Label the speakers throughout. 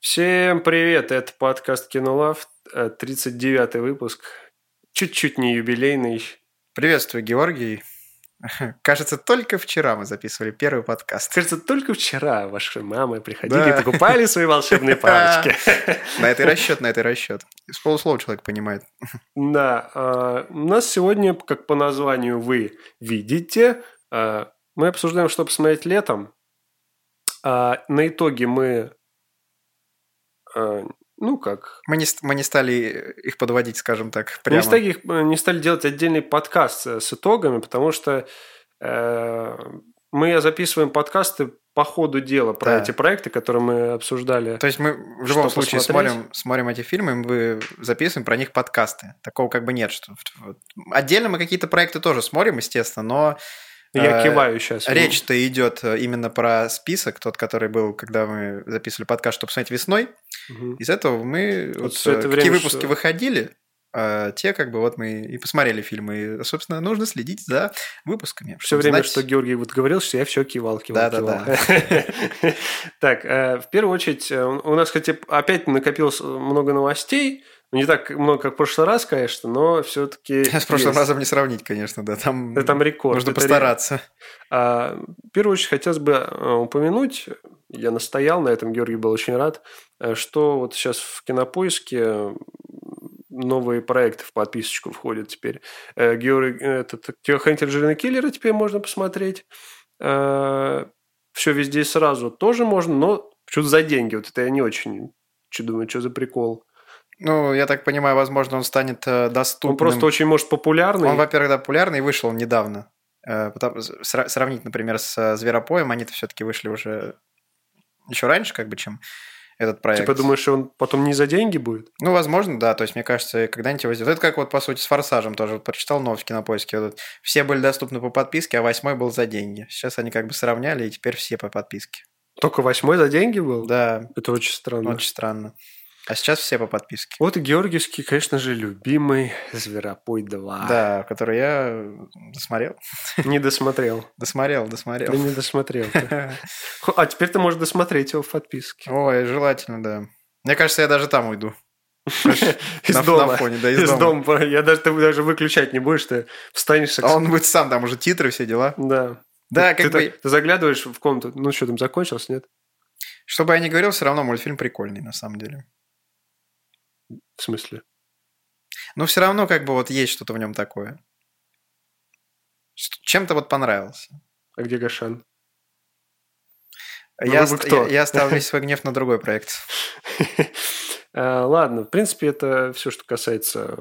Speaker 1: Всем привет! Это подкаст Кинолав, 39-й выпуск. Чуть-чуть не юбилейный.
Speaker 2: Приветствую, Георгий. Кажется, только вчера мы записывали первый подкаст.
Speaker 1: Кажется, только вчера ваши мамы приходили да. и покупали свои волшебные палочки.
Speaker 2: На это расчет, на это расчет. С полуслова человек понимает.
Speaker 1: Да. У нас сегодня, как по названию вы видите, э, мы обсуждаем, что посмотреть летом. Э, На итоге мы ну как?
Speaker 2: Мы не, мы не стали их подводить, скажем так, прямо.
Speaker 1: Не стали, их, э, не стали делать отдельный подкаст э, с итогами, потому что э, мы записываем подкасты по ходу дела про да. эти проекты, которые мы обсуждали.
Speaker 2: То есть мы в любом случае посмотреть. смотрим, смотрим эти фильмы, мы записываем про них подкасты. Такого как бы нет. Что... Отдельно мы какие-то проекты тоже смотрим, естественно, но
Speaker 1: я киваю сейчас.
Speaker 2: э, Речь-то идет именно про список, тот, который был, когда мы записывали подкаст, чтобы смотреть весной. Угу. Из этого мы вот вот, это время, какие выпуски что... выходили, а те как бы вот мы и посмотрели фильмы. И, собственно, нужно следить за выпусками.
Speaker 1: Все время, знать... что Георгий вот говорил, что я все кивал, кивал, да, кивал. Да, да. Так, э, в первую очередь, у нас, хотя опять накопилось э, много новостей. Не так много, как в прошлый раз, конечно, но все-таки.
Speaker 2: С прошлым есть. разом не сравнить, конечно, да. Там,
Speaker 1: да, там рекорд.
Speaker 2: Нужно постараться.
Speaker 1: А, в первую очередь хотелось бы э, упомянуть, я настоял на этом, Георгий был очень рад, э, что вот сейчас в кинопоиске новые проекты в подписочку входят теперь. Э, Георгий, этот Теохантер Жирный Киллера теперь можно посмотреть. А, все везде и сразу тоже можно, но что-то за деньги. Вот это я не очень что думаю, что за прикол.
Speaker 2: Ну, я так понимаю, возможно, он станет э, доступным. Он
Speaker 1: просто очень, может, популярный.
Speaker 2: Он, во-первых, да, популярный, вышел он недавно. Э, Потом, сравнить, например, с «Зверопоем», они-то все-таки вышли уже еще раньше, как бы, чем этот проект.
Speaker 1: Типа думаешь, он потом не за деньги будет?
Speaker 2: Ну, возможно, да. То есть, мне кажется, когда-нибудь его сделают. Это как вот, по сути, с «Форсажем» тоже. Вот, прочитал новость в кинопоиске. Вот, все были доступны по подписке, а восьмой был за деньги. Сейчас они как бы сравняли, и теперь все по подписке.
Speaker 1: Только восьмой за деньги был?
Speaker 2: Да.
Speaker 1: Это очень странно.
Speaker 2: Очень странно. А сейчас все по подписке.
Speaker 1: Вот и Георгиевский, конечно же, любимый «Зверопой 2».
Speaker 2: Да, который я досмотрел.
Speaker 1: Не досмотрел.
Speaker 2: Досмотрел, досмотрел.
Speaker 1: Да не досмотрел. А теперь ты можешь досмотреть его в подписке.
Speaker 2: Ой, желательно, да. Мне кажется, я даже там уйду.
Speaker 1: Из на, дома. На фоне, да, из, из дома. дома. Я даже, ты даже выключать не будешь, ты встанешь.
Speaker 2: А он будет сам, там уже титры, все дела.
Speaker 1: Да.
Speaker 2: Да,
Speaker 1: ты,
Speaker 2: как
Speaker 1: ты,
Speaker 2: бы...
Speaker 1: так, ты заглядываешь в комнату, ну что, там закончилось, нет?
Speaker 2: Что бы я ни говорил, все равно мультфильм прикольный, на самом деле.
Speaker 1: В смысле?
Speaker 2: Но все равно как бы вот есть что-то в нем такое. Чем-то вот понравился.
Speaker 1: А где Гашан?
Speaker 2: Ну, я, ст- я, я оставил весь свой гнев на другой проект.
Speaker 1: А, Ладно, в принципе, это все, что касается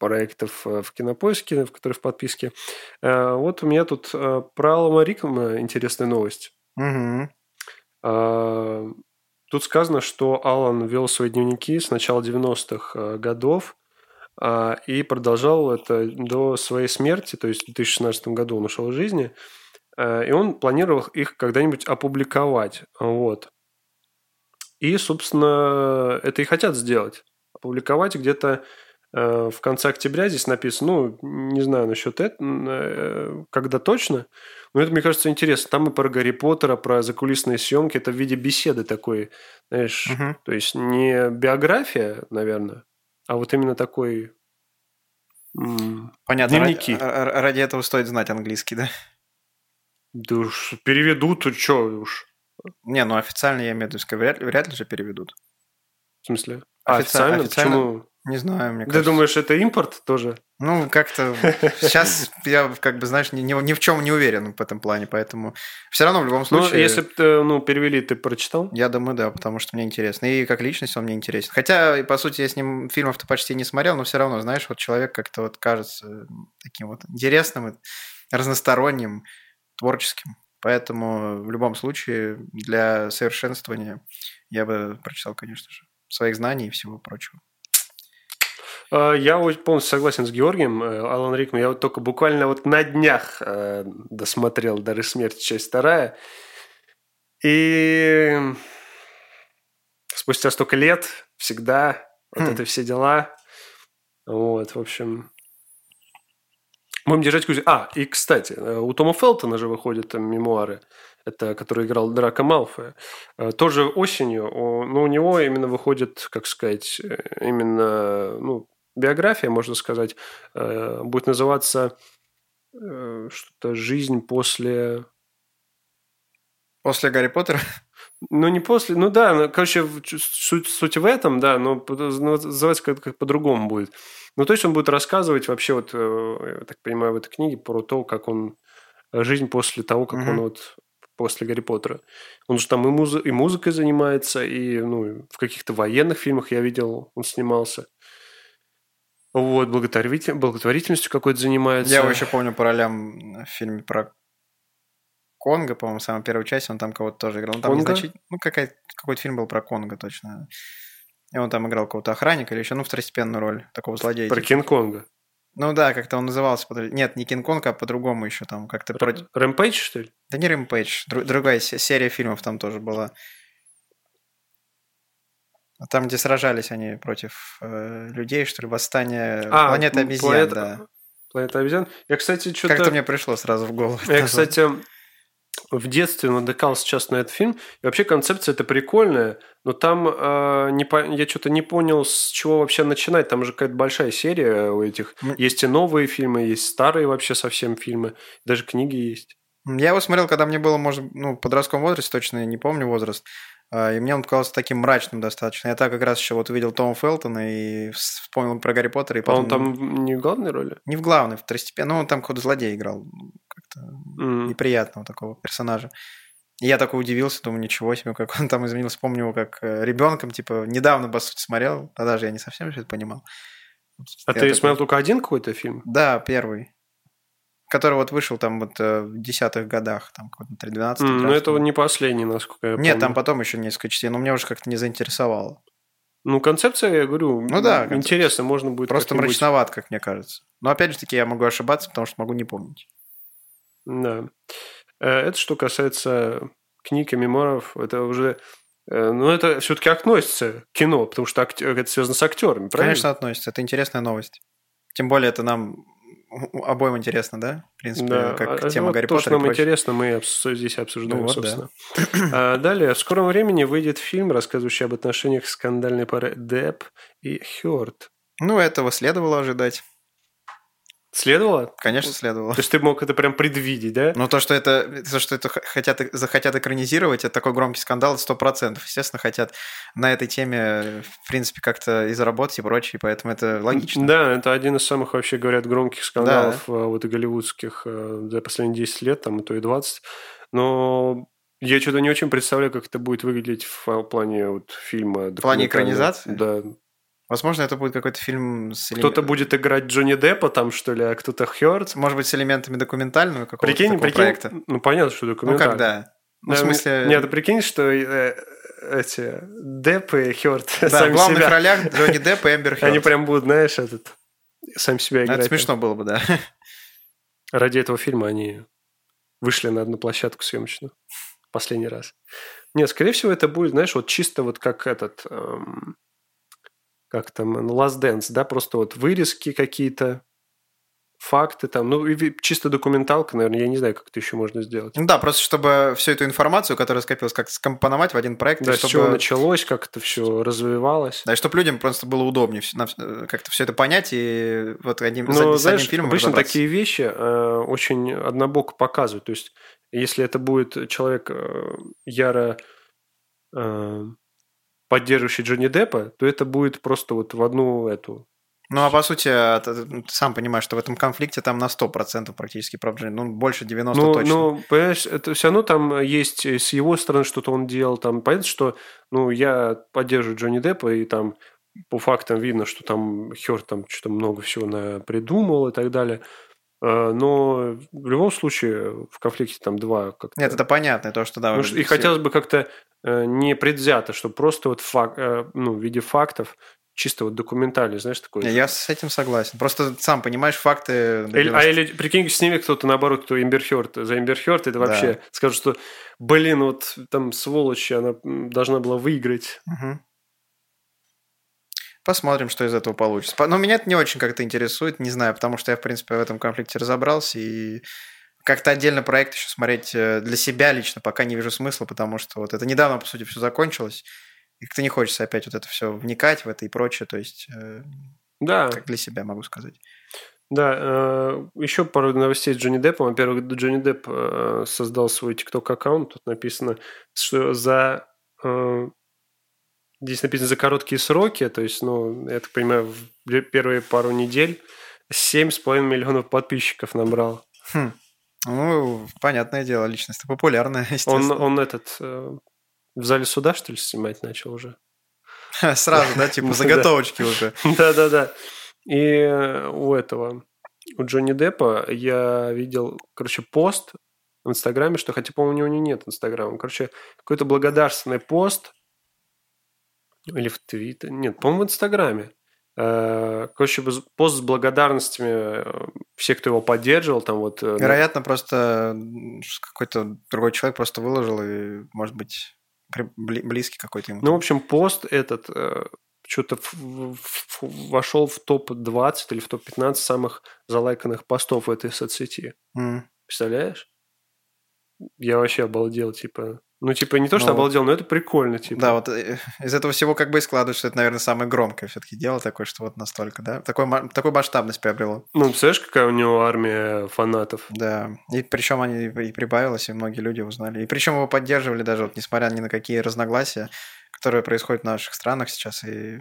Speaker 1: проектов э, в кинопоиске, в которые в подписке. А, Вот у меня тут э, про Алама Рикома интересная новость. А, Тут сказано, что Алан вел свои дневники с начала 90-х годов А, и продолжал это до своей смерти, то есть в 2016 году он ушел из жизни, А, и он планировал их когда-нибудь опубликовать. Вот. И, собственно, это и хотят сделать. Опубликовать где-то э, в конце октября здесь написано, ну, не знаю насчет этого, э, когда точно, но это, мне кажется, интересно. Там и про Гарри Поттера, про закулисные съемки, это в виде беседы такой, знаешь, угу. то есть не биография, наверное, а вот именно такой...
Speaker 2: Понятно. Дневники. Ради, а, ради этого стоит знать английский, да?
Speaker 1: Да уж переведут, что уж.
Speaker 2: Не, ну официально я имею в виду, вряд, вряд ли же переведут.
Speaker 1: В смысле?
Speaker 2: А, официально? официально? Почему? Не знаю, мне кажется.
Speaker 1: Ты думаешь, это импорт тоже?
Speaker 2: Ну, как-то сейчас я, как бы, знаешь, ни, ни, ни в чем не уверен в этом плане, поэтому все равно в любом случае...
Speaker 1: Ну, если бы ну, перевели, ты прочитал?
Speaker 2: Я думаю, да, потому что мне интересно. И как личность он мне интересен. Хотя, по сути, я с ним фильмов-то почти не смотрел, но все равно, знаешь, вот человек как-то вот кажется э, таким вот интересным, и разносторонним, творческим. Поэтому в любом случае для совершенствования я бы прочитал, конечно же, своих знаний и всего прочего.
Speaker 1: Э, Я полностью согласен с Георгием, э, Алан Рикман. Я вот только буквально вот на днях э, досмотрел «Дары смерти», часть вторая. И спустя столько лет, всегда, вот хм. это все дела. Вот, в общем... э, Будем держать кузи. А, и, кстати, у Тома Фелтона же выходят там мемуары. это который играл Драка Малфоя. Э, Тоже осенью, но у него именно выходит, как сказать, э, именно ну, биография, можно сказать, э, будет называться э, что-то «Жизнь после...»
Speaker 2: После Гарри Поттера?
Speaker 1: Ну, не после. Ну да, ну, короче, суть, суть в этом, да, но ну, называется как, как по-другому будет. Ну, то есть он будет рассказывать вообще, вот, э, я так понимаю, в этой книге про то, как он э, жизнь после того, как mm-hmm. он вот после Гарри Поттера. Он же там и, музы, и музыкой занимается, и ну, в каких-то военных фильмах я видел, он снимался. Вот, благотворитель, благотворительностью какой-то занимается.
Speaker 2: Я его еще помню по ролям в фильме про Конго, по-моему, самая первая часть, он там кого-то тоже играл. Он там незначительно... Ну, какой-то фильм был про Конго точно. И он там играл кого-то охранника или еще, ну, второстепенную роль такого злодея. типа.
Speaker 1: Про Кинг-Конга.
Speaker 2: Ну да, как-то он назывался. Нет, не Кинг-Конг, а по-другому еще там как-то... Р-
Speaker 1: против... Рэмпейдж, что ли?
Speaker 2: Да не Рэмпейдж, друг, другая серия фильмов там тоже была. А Там, где сражались они против э, людей, что ли, восстание а, планеты обезьян, планет... да.
Speaker 1: ну, Планета обезьян. Я, кстати, что-то...
Speaker 2: Как-то мне пришло сразу в голову.
Speaker 1: Я, кстати, в детстве натыкал сейчас на этот фильм. И вообще концепция это прикольная, но там э, не по... я что-то не понял, с чего вообще начинать. Там же какая-то большая серия у этих. Mm. Есть и новые фильмы, есть старые вообще совсем фильмы, даже книги есть.
Speaker 2: Я его смотрел, когда мне было, может, ну, в подростковом возрасте, точно не помню возраст. а, И мне он казался таким мрачным достаточно. Я так как раз еще вот увидел Тома Фелтона и вспомнил про Гарри Поттера. И «Ну,
Speaker 1: потом... А он там не в главной роли?
Speaker 2: Не в главной, второстепенно. Ну, он там какой-то злодей играл. ну, Как-то mm. неприятного такого персонажа. И я такой удивился, думаю, ничего себе, как он там изменился. Помню его как ребенком, типа, недавно, по сути, смотрел. Тогда же я не совсем все это понимал.
Speaker 1: А я ты такой... смотрел только один какой-то фильм?
Speaker 2: Да, первый который вот вышел там вот э, в десятых годах, там, 13 mm,
Speaker 1: Ну, это не последний, насколько я
Speaker 2: Нет,
Speaker 1: помню.
Speaker 2: Нет, там потом еще несколько частей, но меня уже как-то не заинтересовало.
Speaker 1: Ну, концепция, я говорю,
Speaker 2: ну, да, концепция.
Speaker 1: интересно, можно будет
Speaker 2: Просто как-нибудь... мрачноват, как мне кажется. Но опять же таки я могу ошибаться, потому что могу не помнить.
Speaker 1: Да. Э, Это что касается книг и меморов, это уже... Ну, это все-таки относится к кино, потому что это связано с актерами, правильно?
Speaker 2: Конечно, относится. Это интересная новость. Тем более, это нам обоим интересно, да? В принципе, да. как а, тема вот Гарри
Speaker 1: ну, то,
Speaker 2: Поттера.
Speaker 1: То, что нам интересно, мы здесь обсуждаем, ну, вот, собственно. Да. А, далее, в скором времени выйдет фильм, рассказывающий об отношениях скандальной пары Депп и Хёрд.
Speaker 2: Ну, этого следовало ожидать.
Speaker 1: Следовало?
Speaker 2: Конечно, следовало.
Speaker 1: То есть ты мог это прям предвидеть, да?
Speaker 2: Ну, то, что это, то, что это хотят, захотят экранизировать, это такой громкий скандал, это 100%. Естественно, хотят на этой теме, в принципе, как-то и заработать, и прочее, поэтому это логично.
Speaker 1: Да, это один из самых, вообще говорят, громких скандалов да. вот и голливудских э, за последние 10 лет, там, и то и 20. Но я что-то не очень представляю, как это будет выглядеть в плане вот, фильма.
Speaker 2: В плане экранизации?
Speaker 1: Да,
Speaker 2: Возможно, это будет какой-то фильм с...
Speaker 1: Кто-то будет играть Джонни Деппа там, что ли, а кто-то Хёрд.
Speaker 2: Может быть, с элементами документального какого-то
Speaker 1: прикинь,
Speaker 2: такого
Speaker 1: прикинь,
Speaker 2: проекта.
Speaker 1: Ну, понятно, что документальный. Э,
Speaker 2: Ну, когда? Ну, да, в смысле...
Speaker 1: Нет, ты прикинь, что э, эти Депп и Хёрд
Speaker 2: Да, сами в главных себя... ролях Джонни Депп и Эмбер Хёрд.
Speaker 1: Они прям будут, знаешь, этот... Сам себя играть.
Speaker 2: Это смешно было бы, да.
Speaker 1: Ради этого фильма они вышли на одну площадку съемочную. Последний раз. Нет, скорее всего, это будет, знаешь, вот чисто вот как этот... Эм как там, э, ну, Last Dance, да, просто вот вырезки какие-то, факты там, ну, и чисто документалка, наверное, я не знаю, как это еще можно сделать.
Speaker 2: Ну да, просто чтобы всю эту информацию, которая скопилась, как скомпоновать в один проект.
Speaker 1: Да,
Speaker 2: и
Speaker 1: чтобы... с чего началось, как это все развивалось.
Speaker 2: Да, и чтобы людям просто было удобнее э, как-то все это понять и вот одним, Но, с знаешь, одним фильмом
Speaker 1: Ну, обычно такие вещи э, очень однобоко показывают, то есть если это будет человек э, яро... Э, поддерживающий Джонни Деппа, то это будет просто вот в одну эту...
Speaker 2: Ну, а по сути, ты сам понимаешь, что в этом конфликте там на 100% практически прав Джонни, ну, больше 90%
Speaker 1: ну,
Speaker 2: точно.
Speaker 1: Ну, понимаешь, это все равно там есть с его стороны что-то он делал, там, понятно, что, ну, я поддерживаю Джонни Деппа, и там по фактам видно, что там Хер там что-то много всего придумал и так далее. Э, Но в любом случае в конфликте там два как-то...
Speaker 2: Нет, это понятно, то, что да.
Speaker 1: Ну, и хотелось бы как-то э, не предвзято, что просто вот фак, ну, в виде фактов чисто вот документальный, знаешь, такой.
Speaker 2: Я с этим согласен. Просто сам понимаешь факты.
Speaker 1: Или, а или прикинь, с ними кто-то наоборот, кто Имберхёрд, за Имберхёрд, это вообще да. скажут, что, блин, вот там сволочь, она должна была выиграть. Угу.
Speaker 2: Посмотрим, что из этого ну, получится. Но меня это не очень как-то интересует, не знаю, потому что я, в принципе, в этом конфликте разобрался и как-то отдельно проект еще смотреть э, для себя лично пока не вижу смысла, потому что вот это недавно, по сути, все закончилось, и как-то не хочется опять вот это все вникать в это и прочее, то есть э,
Speaker 1: Да,
Speaker 2: как для себя могу сказать.
Speaker 1: да. э, Еще пару новостей с Джонни Деппом. Во-первых, Джонни Депп э, создал свой TikTok-аккаунт. Тут написано, что за... э, Здесь написано за короткие сроки, то есть, ну, я так понимаю, в пе- первые пару недель 7,5 миллионов подписчиков набрал.
Speaker 2: Хм. Ну, понятное дело, личность популярная,
Speaker 1: Он,
Speaker 2: естественно.
Speaker 1: он этот э, в зале суда, что ли, снимать начал уже?
Speaker 2: Сразу, да, типа
Speaker 1: Да.
Speaker 2: заготовочки уже.
Speaker 1: Да-да-да. И э, у этого, у Джонни Деппа я видел, короче, пост в Инстаграме, что, хотя, по-моему, у него нет Инстаграма. Короче, какой-то благодарственный пост или в Твиттере. Нет, по-моему, в Инстаграме. Э, Короче, без- пост с благодарностями э, всех, кто его поддерживал, там вот... э, ну,
Speaker 2: Вероятно, просто м, какой-то другой человек просто выложил, и, может быть, при- бли- близкий какой-то ему.
Speaker 1: Ну, в общем, пост этот э, что-то вошел в топ-20 или в топ-15 самых залайканных постов в этой соцсети.
Speaker 2: М.
Speaker 1: Представляешь? Я вообще обалдел, типа... Ну, типа, не то, что
Speaker 2: Ну,
Speaker 1: обалдел, но это прикольно, типа.
Speaker 2: Да, вот э, из этого всего как бы и складывается, что это, наверное, самое громкое все-таки дело такое, что вот настолько, да? Такой, ма- такую масштабность приобрело.
Speaker 1: Ну, представляешь, какая у него армия фанатов?
Speaker 2: Да, и причем они и прибавилось, и многие люди узнали. И причем его поддерживали даже, вот, несмотря ни на какие разногласия, которые происходят в наших странах сейчас, и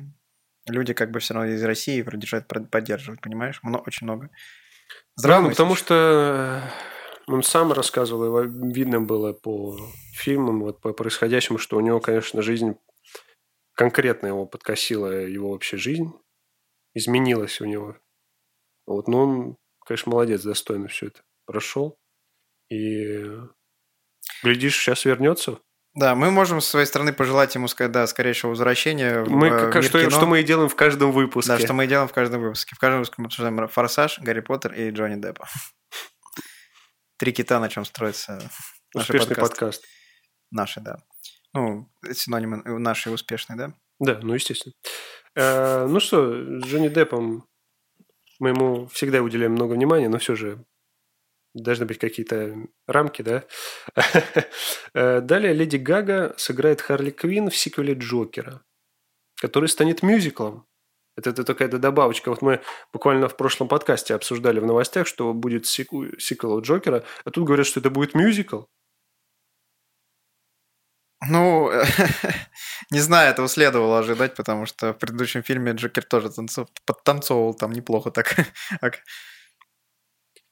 Speaker 2: люди как бы все равно из России продержать, прод- поддерживают, понимаешь? Мно- очень много.
Speaker 1: Да, ну,
Speaker 2: Здравомыслие.
Speaker 1: потому что э, он сам рассказывал, его видно было по фильмам, вот по происходящему, что у него, конечно, жизнь конкретно его подкосила, его вообще жизнь изменилась у него. Вот, но он, конечно, молодец, достойно все это прошел. И э, глядишь, сейчас вернется.
Speaker 2: Да, мы можем с своей стороны пожелать ему ска- да, скорейшего возвращения. в,
Speaker 1: Мы,
Speaker 2: э,
Speaker 1: как-
Speaker 2: мир
Speaker 1: что,
Speaker 2: кино.
Speaker 1: что мы и делаем в каждом выпуске.
Speaker 2: Да, что мы и делаем в каждом выпуске. В каждом выпуске мы обсуждаем «Форсаж», «Гарри Поттер» и Джонни Деппа. Три кита, на чем строится наши
Speaker 1: Успешный
Speaker 2: подкасты.
Speaker 1: подкаст.
Speaker 2: Наши, да. Ну, синонимы э, наши и успешные, да?
Speaker 1: Да, ну, естественно. Э, ну что, с Джонни Деппом мы ему всегда уделяем много внимания, но все же должны быть какие-то рамки, да? Э, Далее Леди Гага сыграет Харли Квинн в сиквеле Джокера, который станет мюзиклом. Это, это такая-то добавочка. Вот мы буквально в прошлом подкасте обсуждали в новостях, что будет сику- сиквел у Джокера, а тут говорят, что это будет мюзикл.
Speaker 2: Ну, не знаю, этого следовало ожидать, потому что в предыдущем фильме Джокер тоже танцо- подтанцовывал там неплохо так. Ак-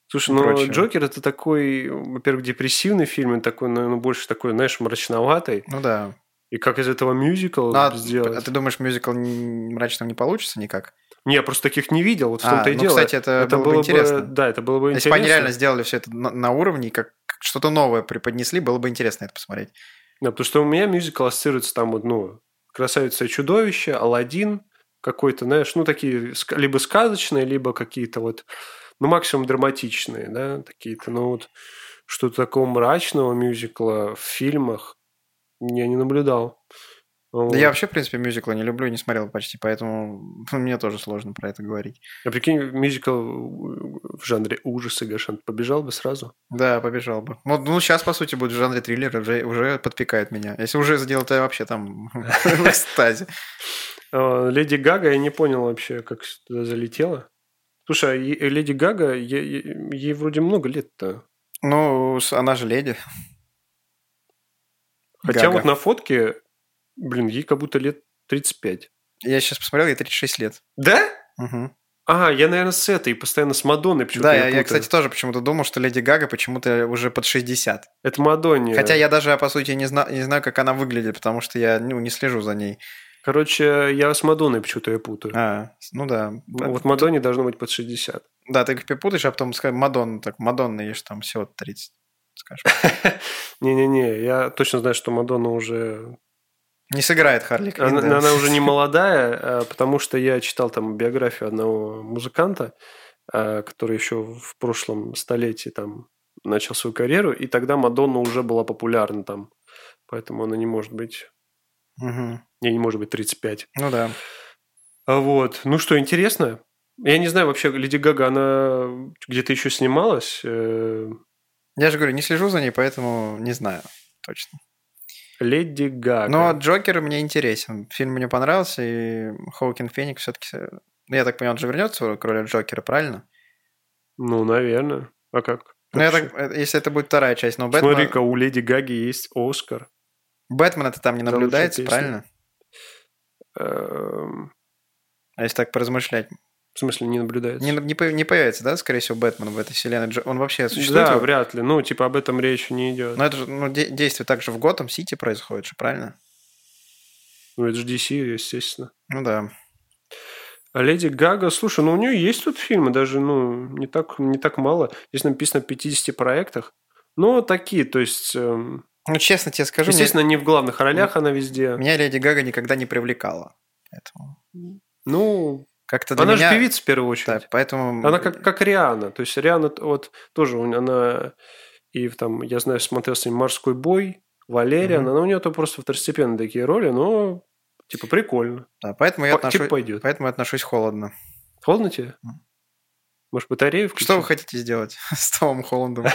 Speaker 1: Слушай, ну
Speaker 2: Короче.
Speaker 1: Джокер это такой, во-первых, депрессивный фильм, он такой, наверное, больше такой, знаешь, мрачноватый.
Speaker 2: Ну да.
Speaker 1: И как из этого мюзикл
Speaker 2: Ну, а,
Speaker 1: сделать?
Speaker 2: а ты думаешь, мюзикл н- мрачным не получится никак?
Speaker 1: Не, я просто таких не видел, вот в
Speaker 2: А,
Speaker 1: том-то и
Speaker 2: ну,
Speaker 1: дело.
Speaker 2: кстати, это было бы интересно.
Speaker 1: Да, это было бы
Speaker 2: Если
Speaker 1: интересно.
Speaker 2: бы они реально сделали все это на, на уровне, и как как что-то новое преподнесли, было бы интересно это посмотреть.
Speaker 1: Да, потому что у меня мюзикл ассоциируется там вот, ну, «Красавица и чудовище», «Аладдин», какой-то, знаешь, ну, такие ска- либо сказочные, либо какие-то вот, ну, максимум драматичные, да, такие-то, ну, вот что-то такого мрачного мюзикла в фильмах я не наблюдал. Вот.
Speaker 2: Да я вообще, в принципе, мюзиклы не люблю и не смотрел почти, поэтому мне тоже сложно про это говорить.
Speaker 1: А прикинь, мюзикл в жанре ужасы, Гошан, побежал бы сразу.
Speaker 2: Да, побежал бы. Вот, ну, сейчас, по сути, будет в жанре триллера, уже, уже подпекает меня. Если уже сделал, то я вообще там в экстазе.
Speaker 1: А, Леди Гага, я не понял вообще, как туда залетела. Слушай, а е- Леди Гага, е- е- ей вроде много лет-то.
Speaker 2: Ну, с- она же леди.
Speaker 1: Хотя
Speaker 2: Гага.
Speaker 1: вот на фотке, блин, ей как будто лет 35.
Speaker 2: Я сейчас посмотрел, ей 36 лет.
Speaker 1: Да?
Speaker 2: Мгм.
Speaker 1: А, я, наверное, с этой постоянно с Мадонной почему-то
Speaker 2: Да,
Speaker 1: её
Speaker 2: я, я,
Speaker 1: путаю.
Speaker 2: кстати, тоже почему-то думал, что Леди Гага почему-то уже под 60.
Speaker 1: Это Мадонни.
Speaker 2: Хотя я даже, по сути, не, зна- не знаю, как она выглядит, потому что я ну, не слежу за ней.
Speaker 1: Короче, я с Мадонной почему-то ее путаю.
Speaker 2: А, ну да.
Speaker 1: Вот Мадонне должно быть под 60.
Speaker 2: Да, ты их перепутаешь, а потом скажешь Мадонна, так Мадонна ей же там всего 30, скажем.
Speaker 1: Не-не-не, я точно знаю, что Мадонна уже...
Speaker 2: Не сыграет Харли Квинн,
Speaker 1: Она,
Speaker 2: да.
Speaker 1: она уже не молодая, а, потому что я читал там биографию одного музыканта, а, который еще в прошлом столетии там начал свою карьеру, и тогда Мадонна уже была популярна там. Поэтому она не может быть...
Speaker 2: Мгм.
Speaker 1: Ей не может быть 35.
Speaker 2: Ну да.
Speaker 1: А Вот. Ну что, интересно? Я не знаю, вообще Леди Гага, она где-то еще снималась. э,
Speaker 2: Я же говорю, не слежу за ней, поэтому не знаю точно.
Speaker 1: Леди Гага.
Speaker 2: Но Джокер мне интересен. Фильм мне понравился, и Хоукин Феникс все-таки... Ну, я так понимаю, он же вернется к роли Джокера, правильно?
Speaker 1: Ну, наверное. А как?
Speaker 2: Ну, я
Speaker 1: Вообще?
Speaker 2: так, если это будет вторая часть, но Бэтмен...
Speaker 1: Смотри-ка, у Леди Гаги есть Оскар.
Speaker 2: Бэтмен это там не
Speaker 1: Там
Speaker 2: наблюдается,
Speaker 1: лучшая песня.
Speaker 2: правильно?
Speaker 1: Эм,
Speaker 2: А если так поразмышлять?
Speaker 1: В смысле, не наблюдается.
Speaker 2: Не, не, по- не появится, да, скорее всего, Бэтмен в этой вселенной? Джо- Он вообще существует?
Speaker 1: Да,
Speaker 2: его?
Speaker 1: вряд ли. Ну, типа, об этом речь не идет.
Speaker 2: Но это же ну, де- действие также в Готэм Сити происходит же, правильно?
Speaker 1: Ну, это же DC, естественно.
Speaker 2: Ну да.
Speaker 1: А Леди Гага, слушай, ну у нее есть тут фильмы, даже, ну, не так, не так мало. Здесь написано в 50 проектах. Ну, такие, то есть, эм,
Speaker 2: Ну, честно тебе скажу, мне-
Speaker 1: естественно, не в главных ролях она везде.
Speaker 2: меня Леди Гага никогда не привлекала. Поэтому
Speaker 1: Ну,
Speaker 2: как-то для
Speaker 1: она
Speaker 2: меня... э,
Speaker 1: же певица в первую
Speaker 2: Да,
Speaker 1: очередь.
Speaker 2: поэтому...
Speaker 1: Она как, как Риана. То есть Риана т- вот тоже у- она и в там, я знаю, смотрел с ним морской бой, Валериан,
Speaker 2: Мгм.
Speaker 1: она ну, у нее то просто второстепенные такие роли, но типа прикольно.
Speaker 2: Да, поэтому я
Speaker 1: По- типа
Speaker 2: отношусь...
Speaker 1: пойдет.
Speaker 2: Поэтому я отношусь холодно.
Speaker 1: Холодно тебе?
Speaker 2: Мгм.
Speaker 1: Может, батарею включить?
Speaker 2: Что вы хотите сделать с Томом Холландом?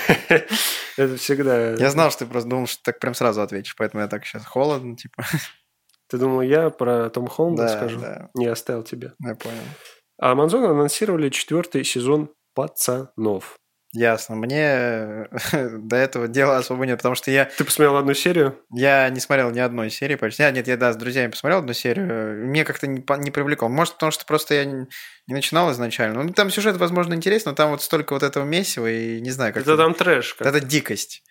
Speaker 1: Это всегда...
Speaker 2: Я знал, что ты просто думал, что так прям сразу ответишь, поэтому я так сейчас холодно, типа.
Speaker 1: Ты думал, я про Том Холланда
Speaker 2: Да,
Speaker 1: скажу?
Speaker 2: да,
Speaker 1: Не оставил тебя.
Speaker 2: я понял.
Speaker 1: А Амазон анонсировали четвертый сезон «Пацанов».
Speaker 2: Ясно. Мне до этого дела особо нет, потому что я,
Speaker 1: Ты посмотрел одну серию?
Speaker 2: я не смотрел ни одной серии почти. А, нет, я да, с друзьями посмотрел одну серию. Мне как-то не, по- не привлекло. Может, потому что просто я не, не начинал изначально. Ну, там сюжет, возможно, интересен, но там вот столько вот этого месива, и не знаю, как...
Speaker 1: Это там трэш. как-то.
Speaker 2: это дикость.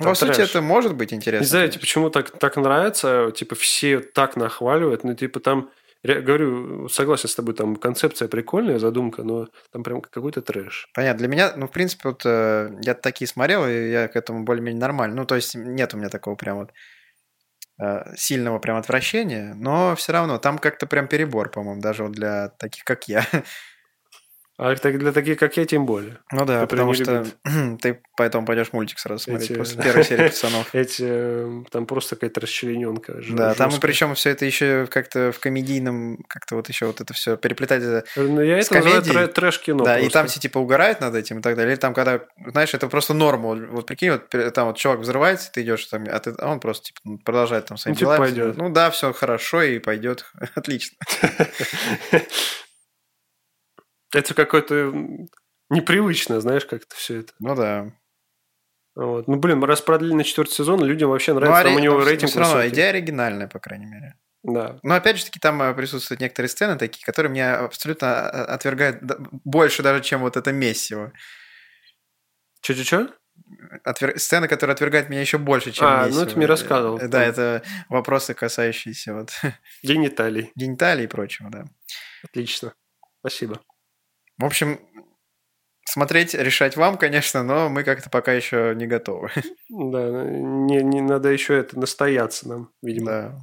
Speaker 2: Ну,
Speaker 1: Там
Speaker 2: По сути,
Speaker 1: трэш.
Speaker 2: это может быть интересно.
Speaker 1: Не знаю, типа,
Speaker 2: конечно.
Speaker 1: почему так, так нравится, типа, все так нахваливают, ну, типа, там, ре- говорю, согласен с тобой, там концепция прикольная, задумка, но там прям какой-то трэш.
Speaker 2: Понятно, для меня, ну, в принципе, вот э, я такие смотрел, и я к этому более-менее нормально. Ну, то есть нет у меня такого прям вот э, сильного прям отвращения, но все равно там как-то прям перебор, по-моему, даже вот для таких, как я.
Speaker 1: А так- для таких, как я, тем более.
Speaker 2: Ну да,
Speaker 1: Которые
Speaker 2: потому
Speaker 1: не
Speaker 2: что ты поэтому пойдешь мультик сразу смотреть
Speaker 1: Эти-
Speaker 2: после первой серии пацанов.
Speaker 1: Эти, э, там просто какая-то расчлененка. ж-
Speaker 2: Да, там и
Speaker 1: жесткая.
Speaker 2: причем все это еще как-то в комедийном, как-то вот еще вот это все переплетать. э,
Speaker 1: Ну, я
Speaker 2: с
Speaker 1: это называю
Speaker 2: комедией.
Speaker 1: трэ- трэш-кино.
Speaker 2: да, и
Speaker 1: Ну, просто.
Speaker 2: там все типа угорают над этим и так далее. Или там, когда, знаешь, это просто норма. Вот, Вот прикинь, вот пер- там вот чувак взрывается, ты идешь, там, а, ты- а он просто типа, ну, продолжает там свои
Speaker 1: Ну, типа,
Speaker 2: дела.
Speaker 1: пойдет.
Speaker 2: Ну да, все хорошо и пойдет. Отлично.
Speaker 1: Это какое-то м, непривычно, знаешь, как-то все это.
Speaker 2: Ну да.
Speaker 1: Вот. Ну, блин, раз продлили на четвертый сезон, людям вообще
Speaker 2: Ну,
Speaker 1: нравится,
Speaker 2: ори-
Speaker 1: там у него
Speaker 2: но
Speaker 1: рейтинг
Speaker 2: все равно
Speaker 1: высокий.
Speaker 2: идея оригинальная, по крайней мере.
Speaker 1: Да.
Speaker 2: Но опять же таки там э, присутствуют некоторые сцены такие, которые меня абсолютно э, отвергают д- больше даже, чем вот это мессиво.
Speaker 1: Че-че-че?
Speaker 2: Отвер- Сцены, которые отвергают меня еще больше, чем
Speaker 1: А, ну,
Speaker 2: мессиво.
Speaker 1: ты мне рассказывал.
Speaker 2: Э, Да, это вопросы, касающиеся вот
Speaker 1: Гениталий.
Speaker 2: гениталий и прочего, да.
Speaker 1: Отлично. Спасибо.
Speaker 2: В общем, смотреть, решать вам, конечно, но мы как-то пока еще не готовы.
Speaker 1: Да, не, не надо еще это настояться нам, видимо.
Speaker 2: Да.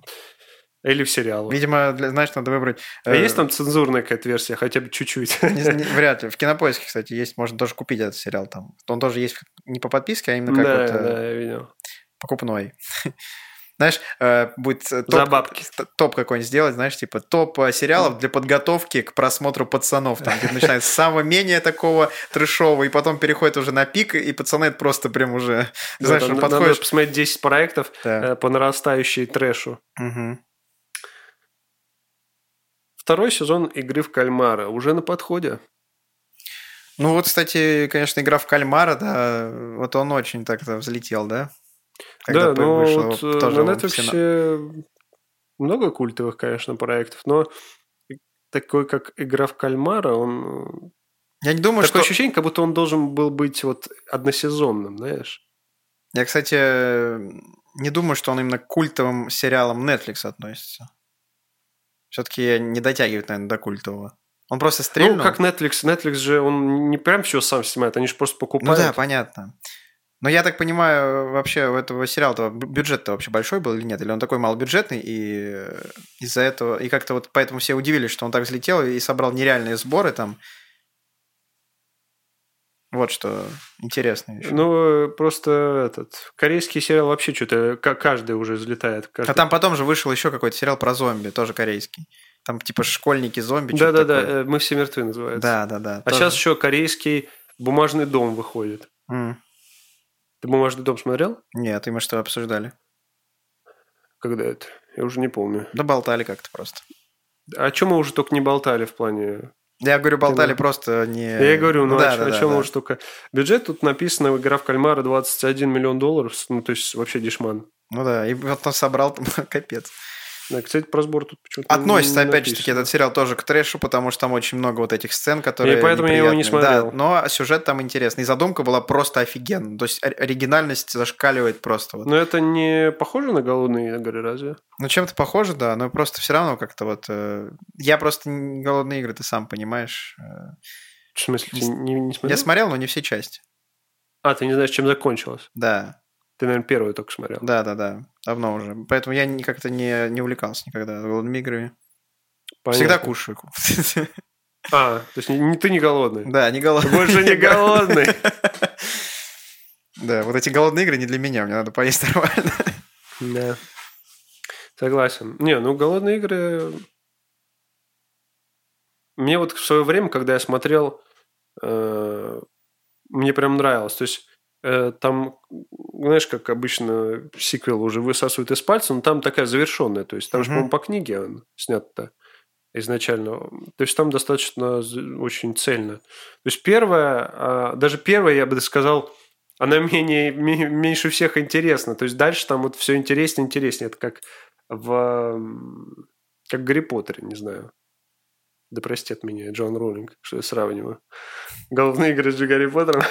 Speaker 1: Или в сериалах.
Speaker 2: Видимо, для- знаешь, надо выбрать...
Speaker 1: А
Speaker 2: э,
Speaker 1: есть там цензурная какая-то версия, хотя бы чуть-чуть?
Speaker 2: не- не- вряд ли. В кинопоиске, кстати, есть, можно тоже купить этот сериал там. Он тоже есть не по подписке, а
Speaker 1: Да,
Speaker 2: именно как вот э,
Speaker 1: да, я видел.
Speaker 2: покупной. Знаешь, э, будет э,
Speaker 1: За
Speaker 2: топ,
Speaker 1: бабки.
Speaker 2: т- топ какой-нибудь сделать, знаешь, типа топ э, сериалов для подготовки к просмотру пацанов. Там где начинают с самого менее такого трешового, и потом переходит уже на пик, и пацаны это просто прям уже...
Speaker 1: Да,
Speaker 2: Знаешь,
Speaker 1: там
Speaker 2: уже
Speaker 1: на- надо
Speaker 2: подходишь...
Speaker 1: посмотреть 10 проектов
Speaker 2: Да.
Speaker 1: э, по нарастающей трэшу.
Speaker 2: Мгм.
Speaker 1: Второй сезон «Игры в кальмара» уже на подходе.
Speaker 2: Ну вот, кстати, конечно, игра в кальмара, да, вот он очень так-то взлетел, да? Когда
Speaker 1: да, но
Speaker 2: вышел,
Speaker 1: вот, э,
Speaker 2: тоже
Speaker 1: на
Speaker 2: он все
Speaker 1: Netflix много культовых, конечно, проектов, но такой, как «Игра в кальмара», он... э,
Speaker 2: на- Я не думаю,
Speaker 1: Такое
Speaker 2: что...
Speaker 1: ощущение, как будто он должен был быть вот односезонным, знаешь?
Speaker 2: Я, кстати, не думаю, что он именно к культовым сериалам Netflix относится. Все-таки не дотягивает, наверное, до культового. Он просто стрельнул.
Speaker 1: Ну, как Netflix. Netflix же, он не прям все сам снимает, они же просто
Speaker 2: Ну да,
Speaker 1: покупают.
Speaker 2: понятно. Но я так понимаю, вообще у этого сериала бюджет-то вообще большой был или нет? Или он такой малобюджетный, и э, из-за этого... И как-то вот поэтому все удивились, что он так взлетел и собрал нереальные сборы там. Вот что интересно еще.
Speaker 1: ну, э, просто этот... Корейский сериал вообще что-то... Каждый уже взлетает.
Speaker 2: а там потом же вышел еще какой-то сериал про зомби, тоже корейский. Там типа школьники-зомби. что-то такое.
Speaker 1: Да-да-да, э, А «Мы все мертвы» называется.
Speaker 2: Да, да, да.
Speaker 1: А сейчас еще корейский «Бумажный дом» выходит. Ты «Бумажный дом» смотрел?
Speaker 2: Нет, и мы что обсуждали?
Speaker 1: Когда это? Я уже не помню.
Speaker 2: Да болтали как-то просто.
Speaker 1: О чем мы уже только не болтали в плане...
Speaker 2: Я говорю, болтали
Speaker 1: Да.
Speaker 2: просто не...
Speaker 1: Я и говорю, ну,
Speaker 2: Э, Да,
Speaker 1: о,
Speaker 2: да, да,
Speaker 1: чем
Speaker 2: да.
Speaker 1: уже только... Бюджет тут написано, игра в кальмара 21 миллион долларов, ну, то есть вообще дешман.
Speaker 2: Ну да, и вот он собрал там капец.
Speaker 1: Да, кстати, про сбор тут почему-то Ну, не- не
Speaker 2: Относится, опять же таки,
Speaker 1: написано.
Speaker 2: этот сериал тоже к трэшу, потому что там очень много вот этих сцен, которые
Speaker 1: И поэтому я его не
Speaker 2: неприятные. Да,
Speaker 1: смотрел.
Speaker 2: но сюжет там интересный. И задумка была просто офигенная. То есть ори- оригинальность зашкаливает просто. Вот.
Speaker 1: Но это не похоже на голодные игры, разве?
Speaker 2: Ну, чем-то похоже, да, но просто все равно как-то вот... э, Я просто не- голодные игры, ты сам понимаешь. э,
Speaker 1: В смысле, ты не, не смотрел?
Speaker 2: Я смотрел, но не все части.
Speaker 1: А, ты не знаешь, чем закончилось.
Speaker 2: Да,
Speaker 1: Ты, наверное, первую только смотрел.
Speaker 2: да, да, да. Давно уже. Поэтому я ни- как-то не, не увлекался никогда голодными играми. Всегда
Speaker 1: Понятно.
Speaker 2: кушаю.
Speaker 1: А, то есть не- не- ты не голодный.
Speaker 2: Да, не голодный.
Speaker 1: Ты больше не голодный.
Speaker 2: Да, вот эти голодные игры не для меня, мне надо поесть нормально.
Speaker 1: Да. Согласен. Не, ну голодные игры. Мне вот в свое время, когда я смотрел, э, мне прям нравилось. То есть э, там, знаешь, как обычно сиквел уже высасывают из пальца, но там такая завершенная. То есть там же,
Speaker 2: Мгм.
Speaker 1: по-моему, по книге он снят-то изначально. То есть там достаточно з- очень цельно. То есть первая, а, даже первая, я бы сказал, она менее, ме- меньше всех интересна. То есть дальше там вот все интереснее, интереснее. Это как в м, как в Гарри Поттере, не знаю. Да простит меня Джон Роллинг, что я сравниваю. Головные игры с Гарри Поттером.